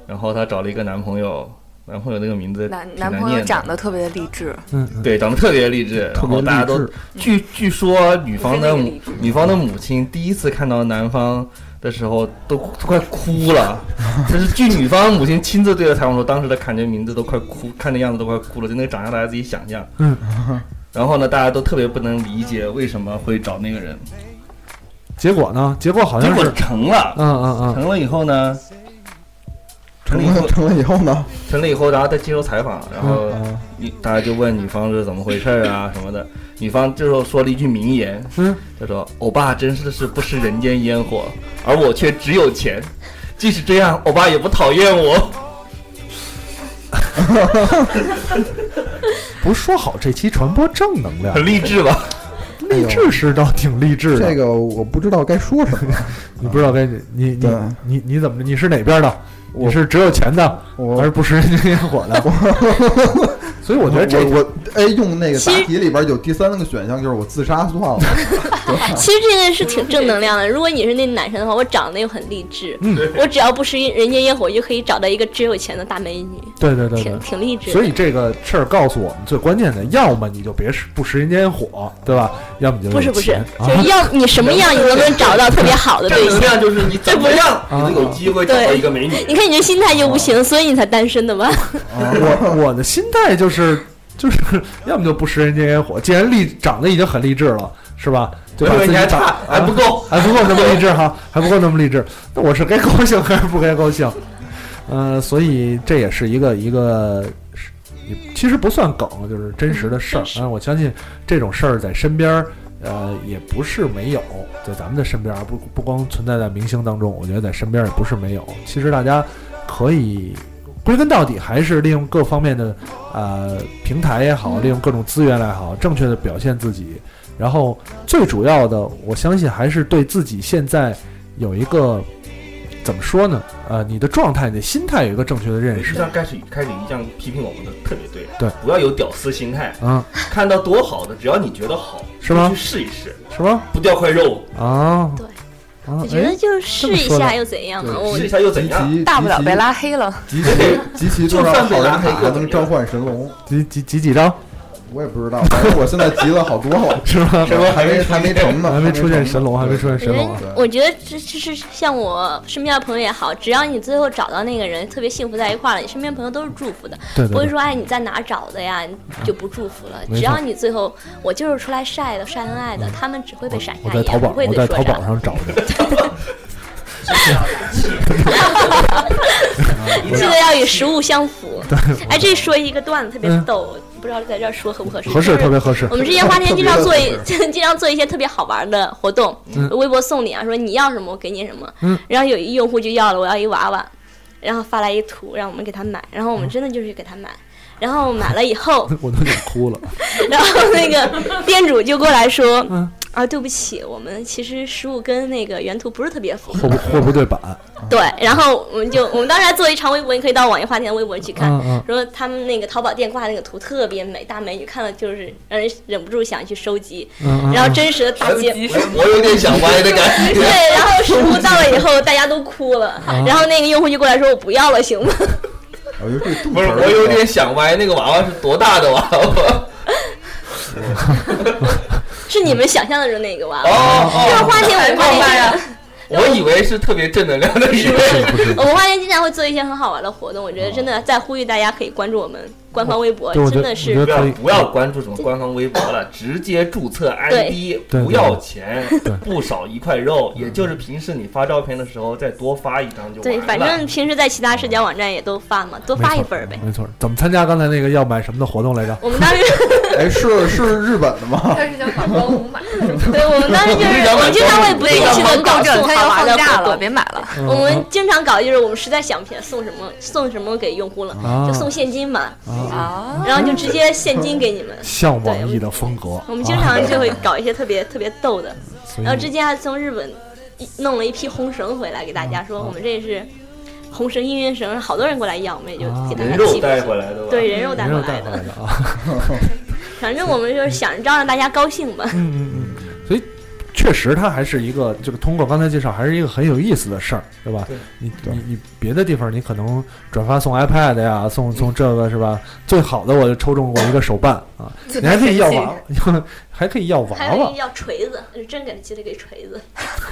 Speaker 11: 然后她找了一个男朋友，男朋友那个名字
Speaker 7: 男
Speaker 11: 挺
Speaker 7: 男
Speaker 11: 难
Speaker 7: 朋友
Speaker 11: 念的
Speaker 7: 长得特别的励志，
Speaker 4: 嗯，
Speaker 11: 对，长得特别励志，然后大家都据据说女方的母女方的母亲第一次看到男方的时候都都快哭了， 就是据女方母亲亲自对着采访说，当时的感觉名字都快哭，看那样子都快哭了，就那个长相大家自己想象。
Speaker 4: 嗯，
Speaker 11: 然后呢，大家都特别不能理解为什么会找那个人，
Speaker 4: 结果呢？结果好
Speaker 11: 结
Speaker 4: 像
Speaker 11: 果
Speaker 4: 是
Speaker 11: 成了，
Speaker 4: 嗯嗯嗯，
Speaker 11: 成了以后呢，成了以
Speaker 5: 成了
Speaker 11: 后
Speaker 5: 成了以后呢？
Speaker 11: 成了以后，大家在接受采访，然后
Speaker 5: 嗯
Speaker 11: 女大家就问女方是怎么回事儿啊什么的，女方这时候说了一句名言，
Speaker 4: 嗯，
Speaker 11: 她说：“欧巴真是是不食人间烟火，而我却只有钱，即使这样，欧巴也不讨厌我。
Speaker 4: 不是说好这期传播正能量，
Speaker 11: 很励志吧？
Speaker 4: 励志是倒挺励志的。
Speaker 5: 这个我不知道该说什么。
Speaker 4: 你不知道该你你你
Speaker 5: 对
Speaker 4: 你你怎么着？你是哪边的？你是只有钱的，还是不食人间烟火的？ 所以我觉得这
Speaker 5: 我我哎，用那个
Speaker 9: 其
Speaker 5: 答
Speaker 9: 实
Speaker 5: 题里边有第三个选项，就是我自杀算了。
Speaker 9: 其实这件事挺正能量的。如 果你是那男生的话，我长得又很励志，
Speaker 4: 嗯
Speaker 9: 我只要不食人间烟火，就可以找到一个只有钱的大美女。
Speaker 4: 对对对
Speaker 9: 挺
Speaker 4: 对，
Speaker 9: 挺励志的
Speaker 4: 所以这个事儿告诉我们最关键的，要么你就别食不食人间烟火，对吧？要么你就
Speaker 9: 不是
Speaker 4: 有
Speaker 9: 不是
Speaker 4: 钱，啊
Speaker 9: 就是要你什么样，你都能找到特别好的 对
Speaker 11: 正能量
Speaker 9: 象。
Speaker 11: 就是你怎么样，
Speaker 4: 啊
Speaker 11: 你能有机会找到一个美女。
Speaker 9: 你看你这心态就不
Speaker 4: 嗯
Speaker 9: 行，所以你才单身的吧？
Speaker 4: 哎我我的心态就是就是，要么就不食人间烟火。既然励长得已经很励志了，是吧？就把
Speaker 11: 我以为
Speaker 4: 自己
Speaker 11: 哎你还
Speaker 4: 长
Speaker 11: 差还不够
Speaker 4: 啊还不够那么励志哈，还不够那么励志。那我是该高兴还是不该高兴？呃，所以这也是一个一个，是也其实不算梗，就是嗯真实的事儿。啊但是我相信这种事儿在身边儿，呃，也不是没有，在咱们的身边儿，不不光存在在明星当中，我觉得在身边儿也不是没有。其实大家可以归根到底，还是利用各方面的呃平台也
Speaker 9: 嗯
Speaker 4: 好，利用各种资源也好，正确的表现自己。然后最主要的，我相信还是对自己现在有一个怎么说呢？呃，你的状态、你的心态有一个正确的认
Speaker 11: 你是
Speaker 4: 识。
Speaker 11: 像开始开始一样批评我们的特别对，
Speaker 4: 对
Speaker 11: 不要有屌丝心态，
Speaker 4: 嗯，
Speaker 11: 看到多好的，只要你觉得好，
Speaker 4: 是吗
Speaker 11: 就去试一试，
Speaker 4: 是吗？
Speaker 11: 不掉块肉，
Speaker 4: 啊，对，
Speaker 9: 我
Speaker 4: 我
Speaker 9: 觉得就试一下又怎样嘛？啊我
Speaker 11: 试一下又怎样？
Speaker 7: 哦大不了被拉黑了。
Speaker 5: 集齐集齐多少好人卡能召唤神龙？
Speaker 4: 几几几几张？
Speaker 5: 我也不知道，反正我现在集了好多了，
Speaker 4: 是吗？
Speaker 5: 是吧？还没还没成呢，
Speaker 4: 还没出现神龙，还没
Speaker 5: 对
Speaker 4: 出现神龙啊。
Speaker 9: 我觉得这这是像我身边的朋友也好，只要你最后找到那个人，特别幸福在一块儿了，你身边朋友都是祝福的，
Speaker 4: 对对对
Speaker 9: 不会说哎你在哪儿找的呀，你就不祝福了。
Speaker 4: 没错嗯
Speaker 9: 只要你最后我就是出来晒的晒恩爱的，他们只会被闪
Speaker 4: 我
Speaker 9: 下
Speaker 4: 在
Speaker 9: 眼，
Speaker 4: 淘宝
Speaker 9: 哎不，会
Speaker 4: 我
Speaker 9: 被
Speaker 4: 在
Speaker 9: 说
Speaker 4: 淘
Speaker 9: 啥
Speaker 4: 宝。上找的。
Speaker 9: 记得要与实物相符。
Speaker 4: 对
Speaker 9: 哎，这说一个段子特别
Speaker 4: 嗯
Speaker 9: 逗，不知道在这儿说合不合适？
Speaker 4: 合适
Speaker 9: 就是
Speaker 4: 特别合适
Speaker 9: 我们之前花天
Speaker 4: 特别
Speaker 9: 经 常做一
Speaker 4: 合
Speaker 9: 经常做一些特别好玩的活动
Speaker 4: 嗯，
Speaker 9: 微博送礼啊，说你要什么我给你什么。
Speaker 4: 嗯
Speaker 9: 然后有一用户就要了，我要一娃娃，然后发来一图让我们给他买，然后我们真的就是给他买。然后买了 以后，
Speaker 4: 我都想哭了。
Speaker 9: 然后那个店主就过来说
Speaker 4: 嗯：“
Speaker 9: 啊，对不起，我们其实实物跟那个原图不是特别符合。”
Speaker 4: 货不货不对版，
Speaker 9: 对，然后我们就我们当时还做了一场微博，你可以到网易花田微博去看，
Speaker 4: 嗯嗯
Speaker 9: 说他们那个淘宝店挂那个图特别美，大美女看了就是让人忍不住想去收集，
Speaker 4: 嗯嗯
Speaker 9: 然后真实的大街，
Speaker 11: 我有点想歪的感觉。
Speaker 9: 对，然后实物到了以后大家都哭了，
Speaker 4: 嗯
Speaker 11: 啊
Speaker 9: 然后那个用户就过来说我不要了行吗？
Speaker 5: 我觉得这
Speaker 11: 不是，我有点想歪，那个娃娃是多大的娃 娃？
Speaker 9: 是你们想象的就那个娃娃，
Speaker 11: 哦
Speaker 9: 就是花田我们花田。
Speaker 11: 我以为是特别正能量的人。
Speaker 9: 我们花店经常会做一些很好玩的活动，我觉得真的在呼吁大家可以关注我们官方微博，
Speaker 4: 对我觉
Speaker 9: 真
Speaker 4: 得
Speaker 9: 的是
Speaker 4: 我觉得可以
Speaker 11: 不要关注什么官方微博了，直接注册 ID，
Speaker 4: 对
Speaker 11: 不要钱
Speaker 4: 对，嗯
Speaker 11: 不少一块肉，也就是平时你发照片的时候再多发一张就完
Speaker 9: 对，
Speaker 11: 了。
Speaker 9: 反正平时在其他社交网站也都发嘛，多发一份儿呗。
Speaker 4: 没错，怎么参加刚才那个要买什么的活动来着？
Speaker 9: 我们当 时，
Speaker 5: 哎，是是日本的吗？
Speaker 7: 但是叫广告五买，
Speaker 9: 对我们当时就是我们经常会不定期的搞送好玩的活动，
Speaker 7: 别买了
Speaker 4: 嗯
Speaker 9: 我们经常搞就是我们实在想不起来送什么送什么给用户了，
Speaker 4: 啊
Speaker 9: 就送现金嘛，
Speaker 4: 啊
Speaker 9: 然后就直接现金给你们。
Speaker 4: 向网易的风格，啊
Speaker 9: 我们经常就会搞一些特别特别逗的，
Speaker 4: 所以
Speaker 9: 然后之前还从日本一弄了一批红绳回来给大
Speaker 4: 嗯
Speaker 9: 家说，我们这是红绳姻缘绳，好多人过来要，我们也就给大
Speaker 11: 人
Speaker 9: 家
Speaker 11: 肉
Speaker 9: 寄过
Speaker 11: 带
Speaker 9: 去
Speaker 11: 回来的吧
Speaker 9: 对，人肉带
Speaker 4: 啊人
Speaker 9: 回
Speaker 4: 肉
Speaker 9: 来
Speaker 4: 带回
Speaker 9: 的。
Speaker 4: 来的啊。
Speaker 9: 反正我们就是想着让大家高兴吧。
Speaker 4: 嗯嗯嗯，所以确实它还是一个，就是通过刚才介绍，还是一个很有意思的事儿，对吧？你你你别的地方你可能转发送 iPad 呀，送
Speaker 9: 嗯
Speaker 4: 送这个是吧？最好的我就抽中过一个手办 啊，
Speaker 9: 自
Speaker 4: 你还可以要
Speaker 9: 拍
Speaker 4: 娃， 还可以要娃
Speaker 9: 还有
Speaker 4: 娃
Speaker 9: 一，要锤子，真给他寄了一个锤子。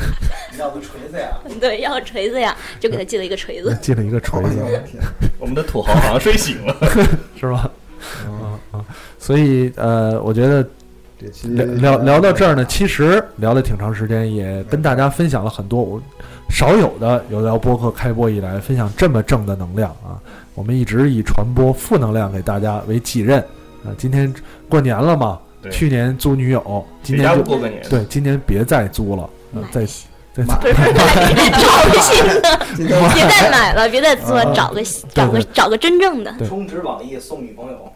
Speaker 5: 要个锤子呀？
Speaker 9: 对，要锤子呀，就给他寄了一个锤子。
Speaker 4: 寄了一个锤子，
Speaker 11: 我们的土豪好像睡醒了，
Speaker 4: 是吧？啊啊，所以呃，我觉得
Speaker 5: 期
Speaker 4: 聊聊聊到这儿呢，其实聊了挺长时间，也跟大家分享了很多我少有的有聊播客开播以来分享这么正的能量啊。我们一直以传播负能量给大家为己任啊。今天过年了嘛，
Speaker 11: 对
Speaker 4: 去年租女友，今
Speaker 11: 谁
Speaker 4: 年
Speaker 11: 家
Speaker 4: 就
Speaker 11: 不过个年
Speaker 4: 对，今年别再租了，呃、 再 再
Speaker 9: 不是，找个新的，别再买了，别再租
Speaker 4: 啊
Speaker 9: 了，找个找个找个真正的。
Speaker 4: 对
Speaker 6: 充值网易送女朋友，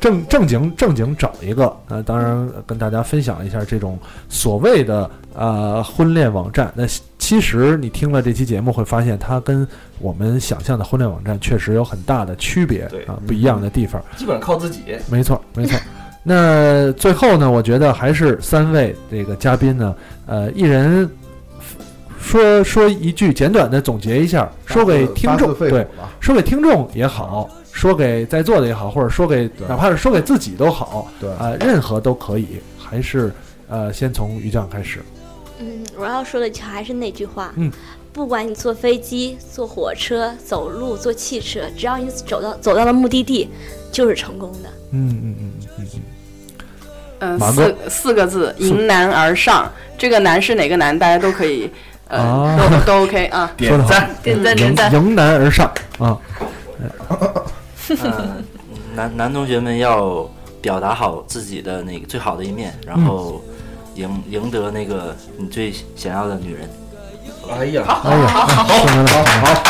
Speaker 4: 正正经正经找一个，呃，当然呃跟大家分享一下这种所谓的呃婚恋网站。那其其实你听了这期节目会发现，它跟我们想象的婚恋网站确实有很大的区别
Speaker 11: 对
Speaker 4: 啊，不一样的地方。
Speaker 11: 基本靠自己。
Speaker 4: 没错，没 错。那最后呢，我觉得还是三位这个嘉宾呢，呃，一人说说一句简短的总结一下，说给听众
Speaker 5: 发自肺腑
Speaker 4: 对
Speaker 5: 吧，
Speaker 4: 说给听众也好，说给在座的也好，或者说给哪怕是说给自己都好，
Speaker 5: 对
Speaker 4: 啊、任何都可以，还是呃，先从于酱开始，
Speaker 9: 嗯，我要说的就还是那句话，
Speaker 4: 嗯，
Speaker 9: 不管你坐飞机、坐火车、走路、坐汽车，只要你走到走到了目的地，就是成功的。
Speaker 4: 嗯嗯嗯嗯嗯，
Speaker 10: 嗯、
Speaker 4: 马
Speaker 10: 四
Speaker 4: 哥
Speaker 10: 四个字，
Speaker 4: 四
Speaker 10: 迎难而上。这个难是哪个难，大家都可以，呃，
Speaker 4: 啊
Speaker 10: 都都 OK 啊。
Speaker 4: 说得好，
Speaker 10: 点赞点赞
Speaker 4: 迎。迎难而上啊，
Speaker 12: 嗯，男男同学们要表达好自己的那个最好的一面，然后
Speaker 6: 嗯
Speaker 12: 赢、赢得那个你最想要的女人。
Speaker 11: 哎呀，
Speaker 4: 哎呀， 说明了，好，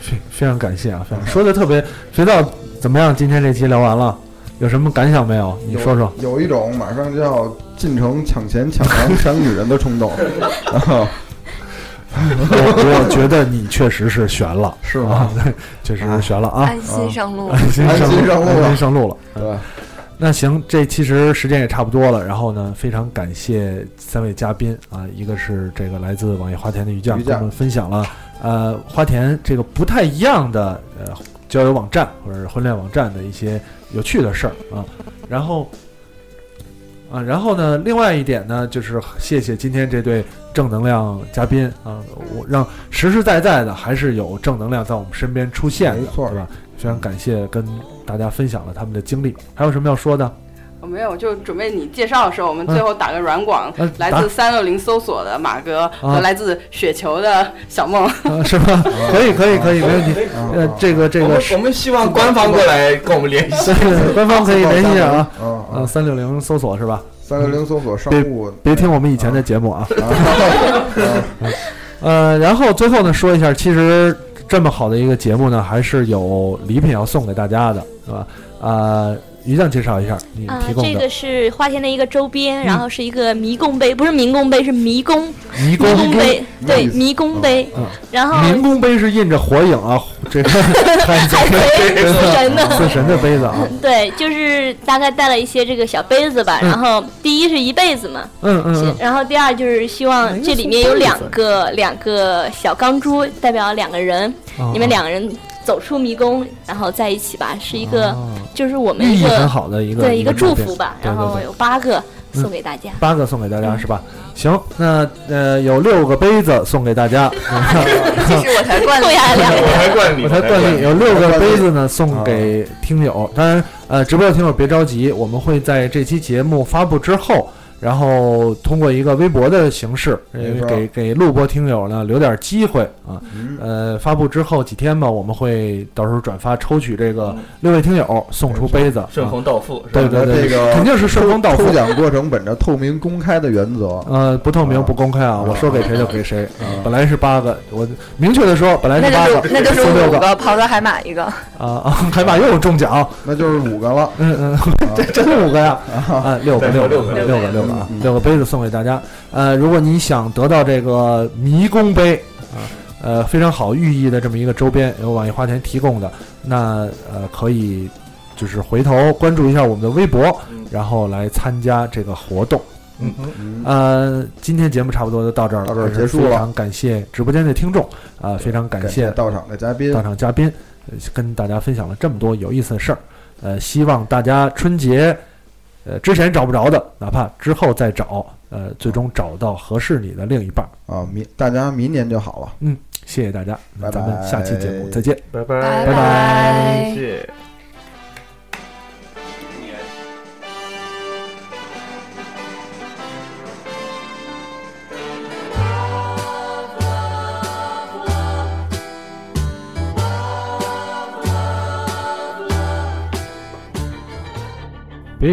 Speaker 4: 非非常感谢啊，非常说的特别，学到怎么样？今天这期聊完了，有什么感想没有？你
Speaker 5: 有
Speaker 4: 说说，
Speaker 5: 有一种马上就要进城抢钱、抢房、抢女人的冲动，然后
Speaker 4: 我我觉得你确实是悬了，是吗？ 对，确实是悬了啊，
Speaker 10: 哎
Speaker 7: 安心上路
Speaker 4: 啊 安心上
Speaker 5: 安心上路
Speaker 4: 路，
Speaker 5: 了
Speaker 4: 安心上路了，
Speaker 5: 对。
Speaker 4: 那行，这其实时间也差不多了。然后呢，非常感谢三位嘉宾啊，一个是这个来自网易花田的于酱，
Speaker 5: 于
Speaker 4: 跟
Speaker 5: 酱
Speaker 4: 我们分享了呃花田这个不太一样的呃交友网站或者是婚恋网站的一些有趣的事儿啊。然后啊，然后呢，另外一点呢，就是谢谢今天这对正能量嘉宾啊，我让实实在在的还是有正能量在我们身边出现的，没错，对吧？非常感谢跟大家分享了他们的经历，还有什么要说的？
Speaker 10: 我没有，就准备你介绍的时候，我们最后打个软广，
Speaker 4: 嗯
Speaker 10: 来
Speaker 4: 打
Speaker 10: 自三六零搜索的马哥
Speaker 4: 啊
Speaker 10: 和来自雪球的小梦。
Speaker 4: 啊，是吗？可以，可以，可以，没问题。呃，这个，这
Speaker 11: 我
Speaker 4: 个
Speaker 11: 们
Speaker 4: 是
Speaker 11: 我们希望官方过来跟我们联系，
Speaker 4: 对官方可以联系一下啊。
Speaker 5: 嗯
Speaker 4: 呃，三六零搜索是吧？
Speaker 5: 360搜索商务
Speaker 4: 别别听我们以前的节目啊。呃，然后最后呢，说一下，其实这么好的一个节目呢，还是有礼品要送给大家的，是吧？啊，于酱介绍一下你
Speaker 9: 啊、
Speaker 4: 嗯提供
Speaker 9: 这
Speaker 4: 的嗯
Speaker 9: 个是花田的一个周边，然后是一个迷宫杯，不是民工杯，是迷宫
Speaker 4: 迷 宫
Speaker 9: 杯，哦对，迷宫杯。
Speaker 4: 嗯
Speaker 9: 然后
Speaker 4: 民工杯是印着火影啊， 这个海贼
Speaker 9: 死神的
Speaker 4: 死神的杯子啊，
Speaker 9: 对，就是大概带了一些这个小杯子吧。
Speaker 4: 嗯
Speaker 9: 然后第一是一辈子嘛，
Speaker 4: 嗯嗯嗯哎
Speaker 9: 然后第二就是希望这里面有两个两个小钢珠，代表两个人，
Speaker 4: 哦
Speaker 9: 你们两个人走出迷宫，然后在一起吧，是一个，就是我们
Speaker 4: 哦寓
Speaker 9: 一
Speaker 4: 意
Speaker 9: 个
Speaker 4: 很好的一个
Speaker 9: 对
Speaker 4: 一
Speaker 9: 一
Speaker 4: 个
Speaker 9: 个祝
Speaker 4: 标
Speaker 9: 福吧。
Speaker 4: 对
Speaker 9: 然
Speaker 4: 对
Speaker 9: 后
Speaker 4: 对
Speaker 9: 有八个送给大家。
Speaker 4: 八个送给大家是吧？行，那呃有六个杯子送给大家，
Speaker 7: 这是我才惯例，
Speaker 4: 我才惯例有六个杯子
Speaker 5: 啊
Speaker 4: 呢送给听友。当然，呃，直播的听友别着急，我们会在这期节目发布之后，然后通过一个微博的形式，呃
Speaker 5: 没错
Speaker 4: 给给录播听友呢留点机会啊。呃，发布之后几天吧，我们会到时候转发抽取这
Speaker 5: 嗯
Speaker 4: 个六位听友送出杯子，
Speaker 11: 顺丰
Speaker 4: 啊
Speaker 11: 到付是吧
Speaker 4: 对对对，
Speaker 5: 这个
Speaker 4: 肯定是顺丰到付
Speaker 5: 抽。奖过程本着透明公开的原则，啊
Speaker 4: 呃，不透明不公开啊，我说给谁就给谁。本来是八个，我明确的说，本来
Speaker 7: 那
Speaker 4: 是哎八
Speaker 7: 就是那就是
Speaker 4: 送六
Speaker 7: 五
Speaker 4: 个
Speaker 7: 个，刨着海马一个。
Speaker 4: 啊啊！海马又有中奖，
Speaker 5: 那就是五个了。
Speaker 4: 嗯嗯，这真的五个呀！啊，六个
Speaker 5: 再说
Speaker 4: 六
Speaker 5: 啊
Speaker 4: 个
Speaker 5: 六个
Speaker 4: 六个
Speaker 5: 嗯
Speaker 4: 六个啊，六个杯子送给大家。呃，如果你想得到这个迷宫杯啊，呃，非常好寓意的这么一个周边，由网易花田提供的，那呃可以就是回头关注一下我们的微博，
Speaker 11: 嗯
Speaker 4: 然后来参加这个活动。嗯
Speaker 5: 嗯
Speaker 4: 呃，今天节目差不多就到这儿了，
Speaker 5: 到这儿
Speaker 4: 还是
Speaker 5: 结束了
Speaker 4: 非常感谢直播间的听众啊、非常感
Speaker 5: 感
Speaker 4: 谢
Speaker 5: 谢到场的嘉宾
Speaker 4: 到场嘉宾、呃跟大家分享了这么多有意思的事儿。呃，希望大家春节呃之前找不着的，哪怕之后再找，呃，最终找到合适你的另一半。
Speaker 5: 啊，明大家明年就好了。
Speaker 4: 嗯，谢谢大家，那
Speaker 5: 拜拜
Speaker 4: 咱们下期节目再见，
Speaker 11: 拜
Speaker 4: 拜
Speaker 11: 拜
Speaker 4: 拜拜。
Speaker 11: 谢谢。
Speaker 4: 别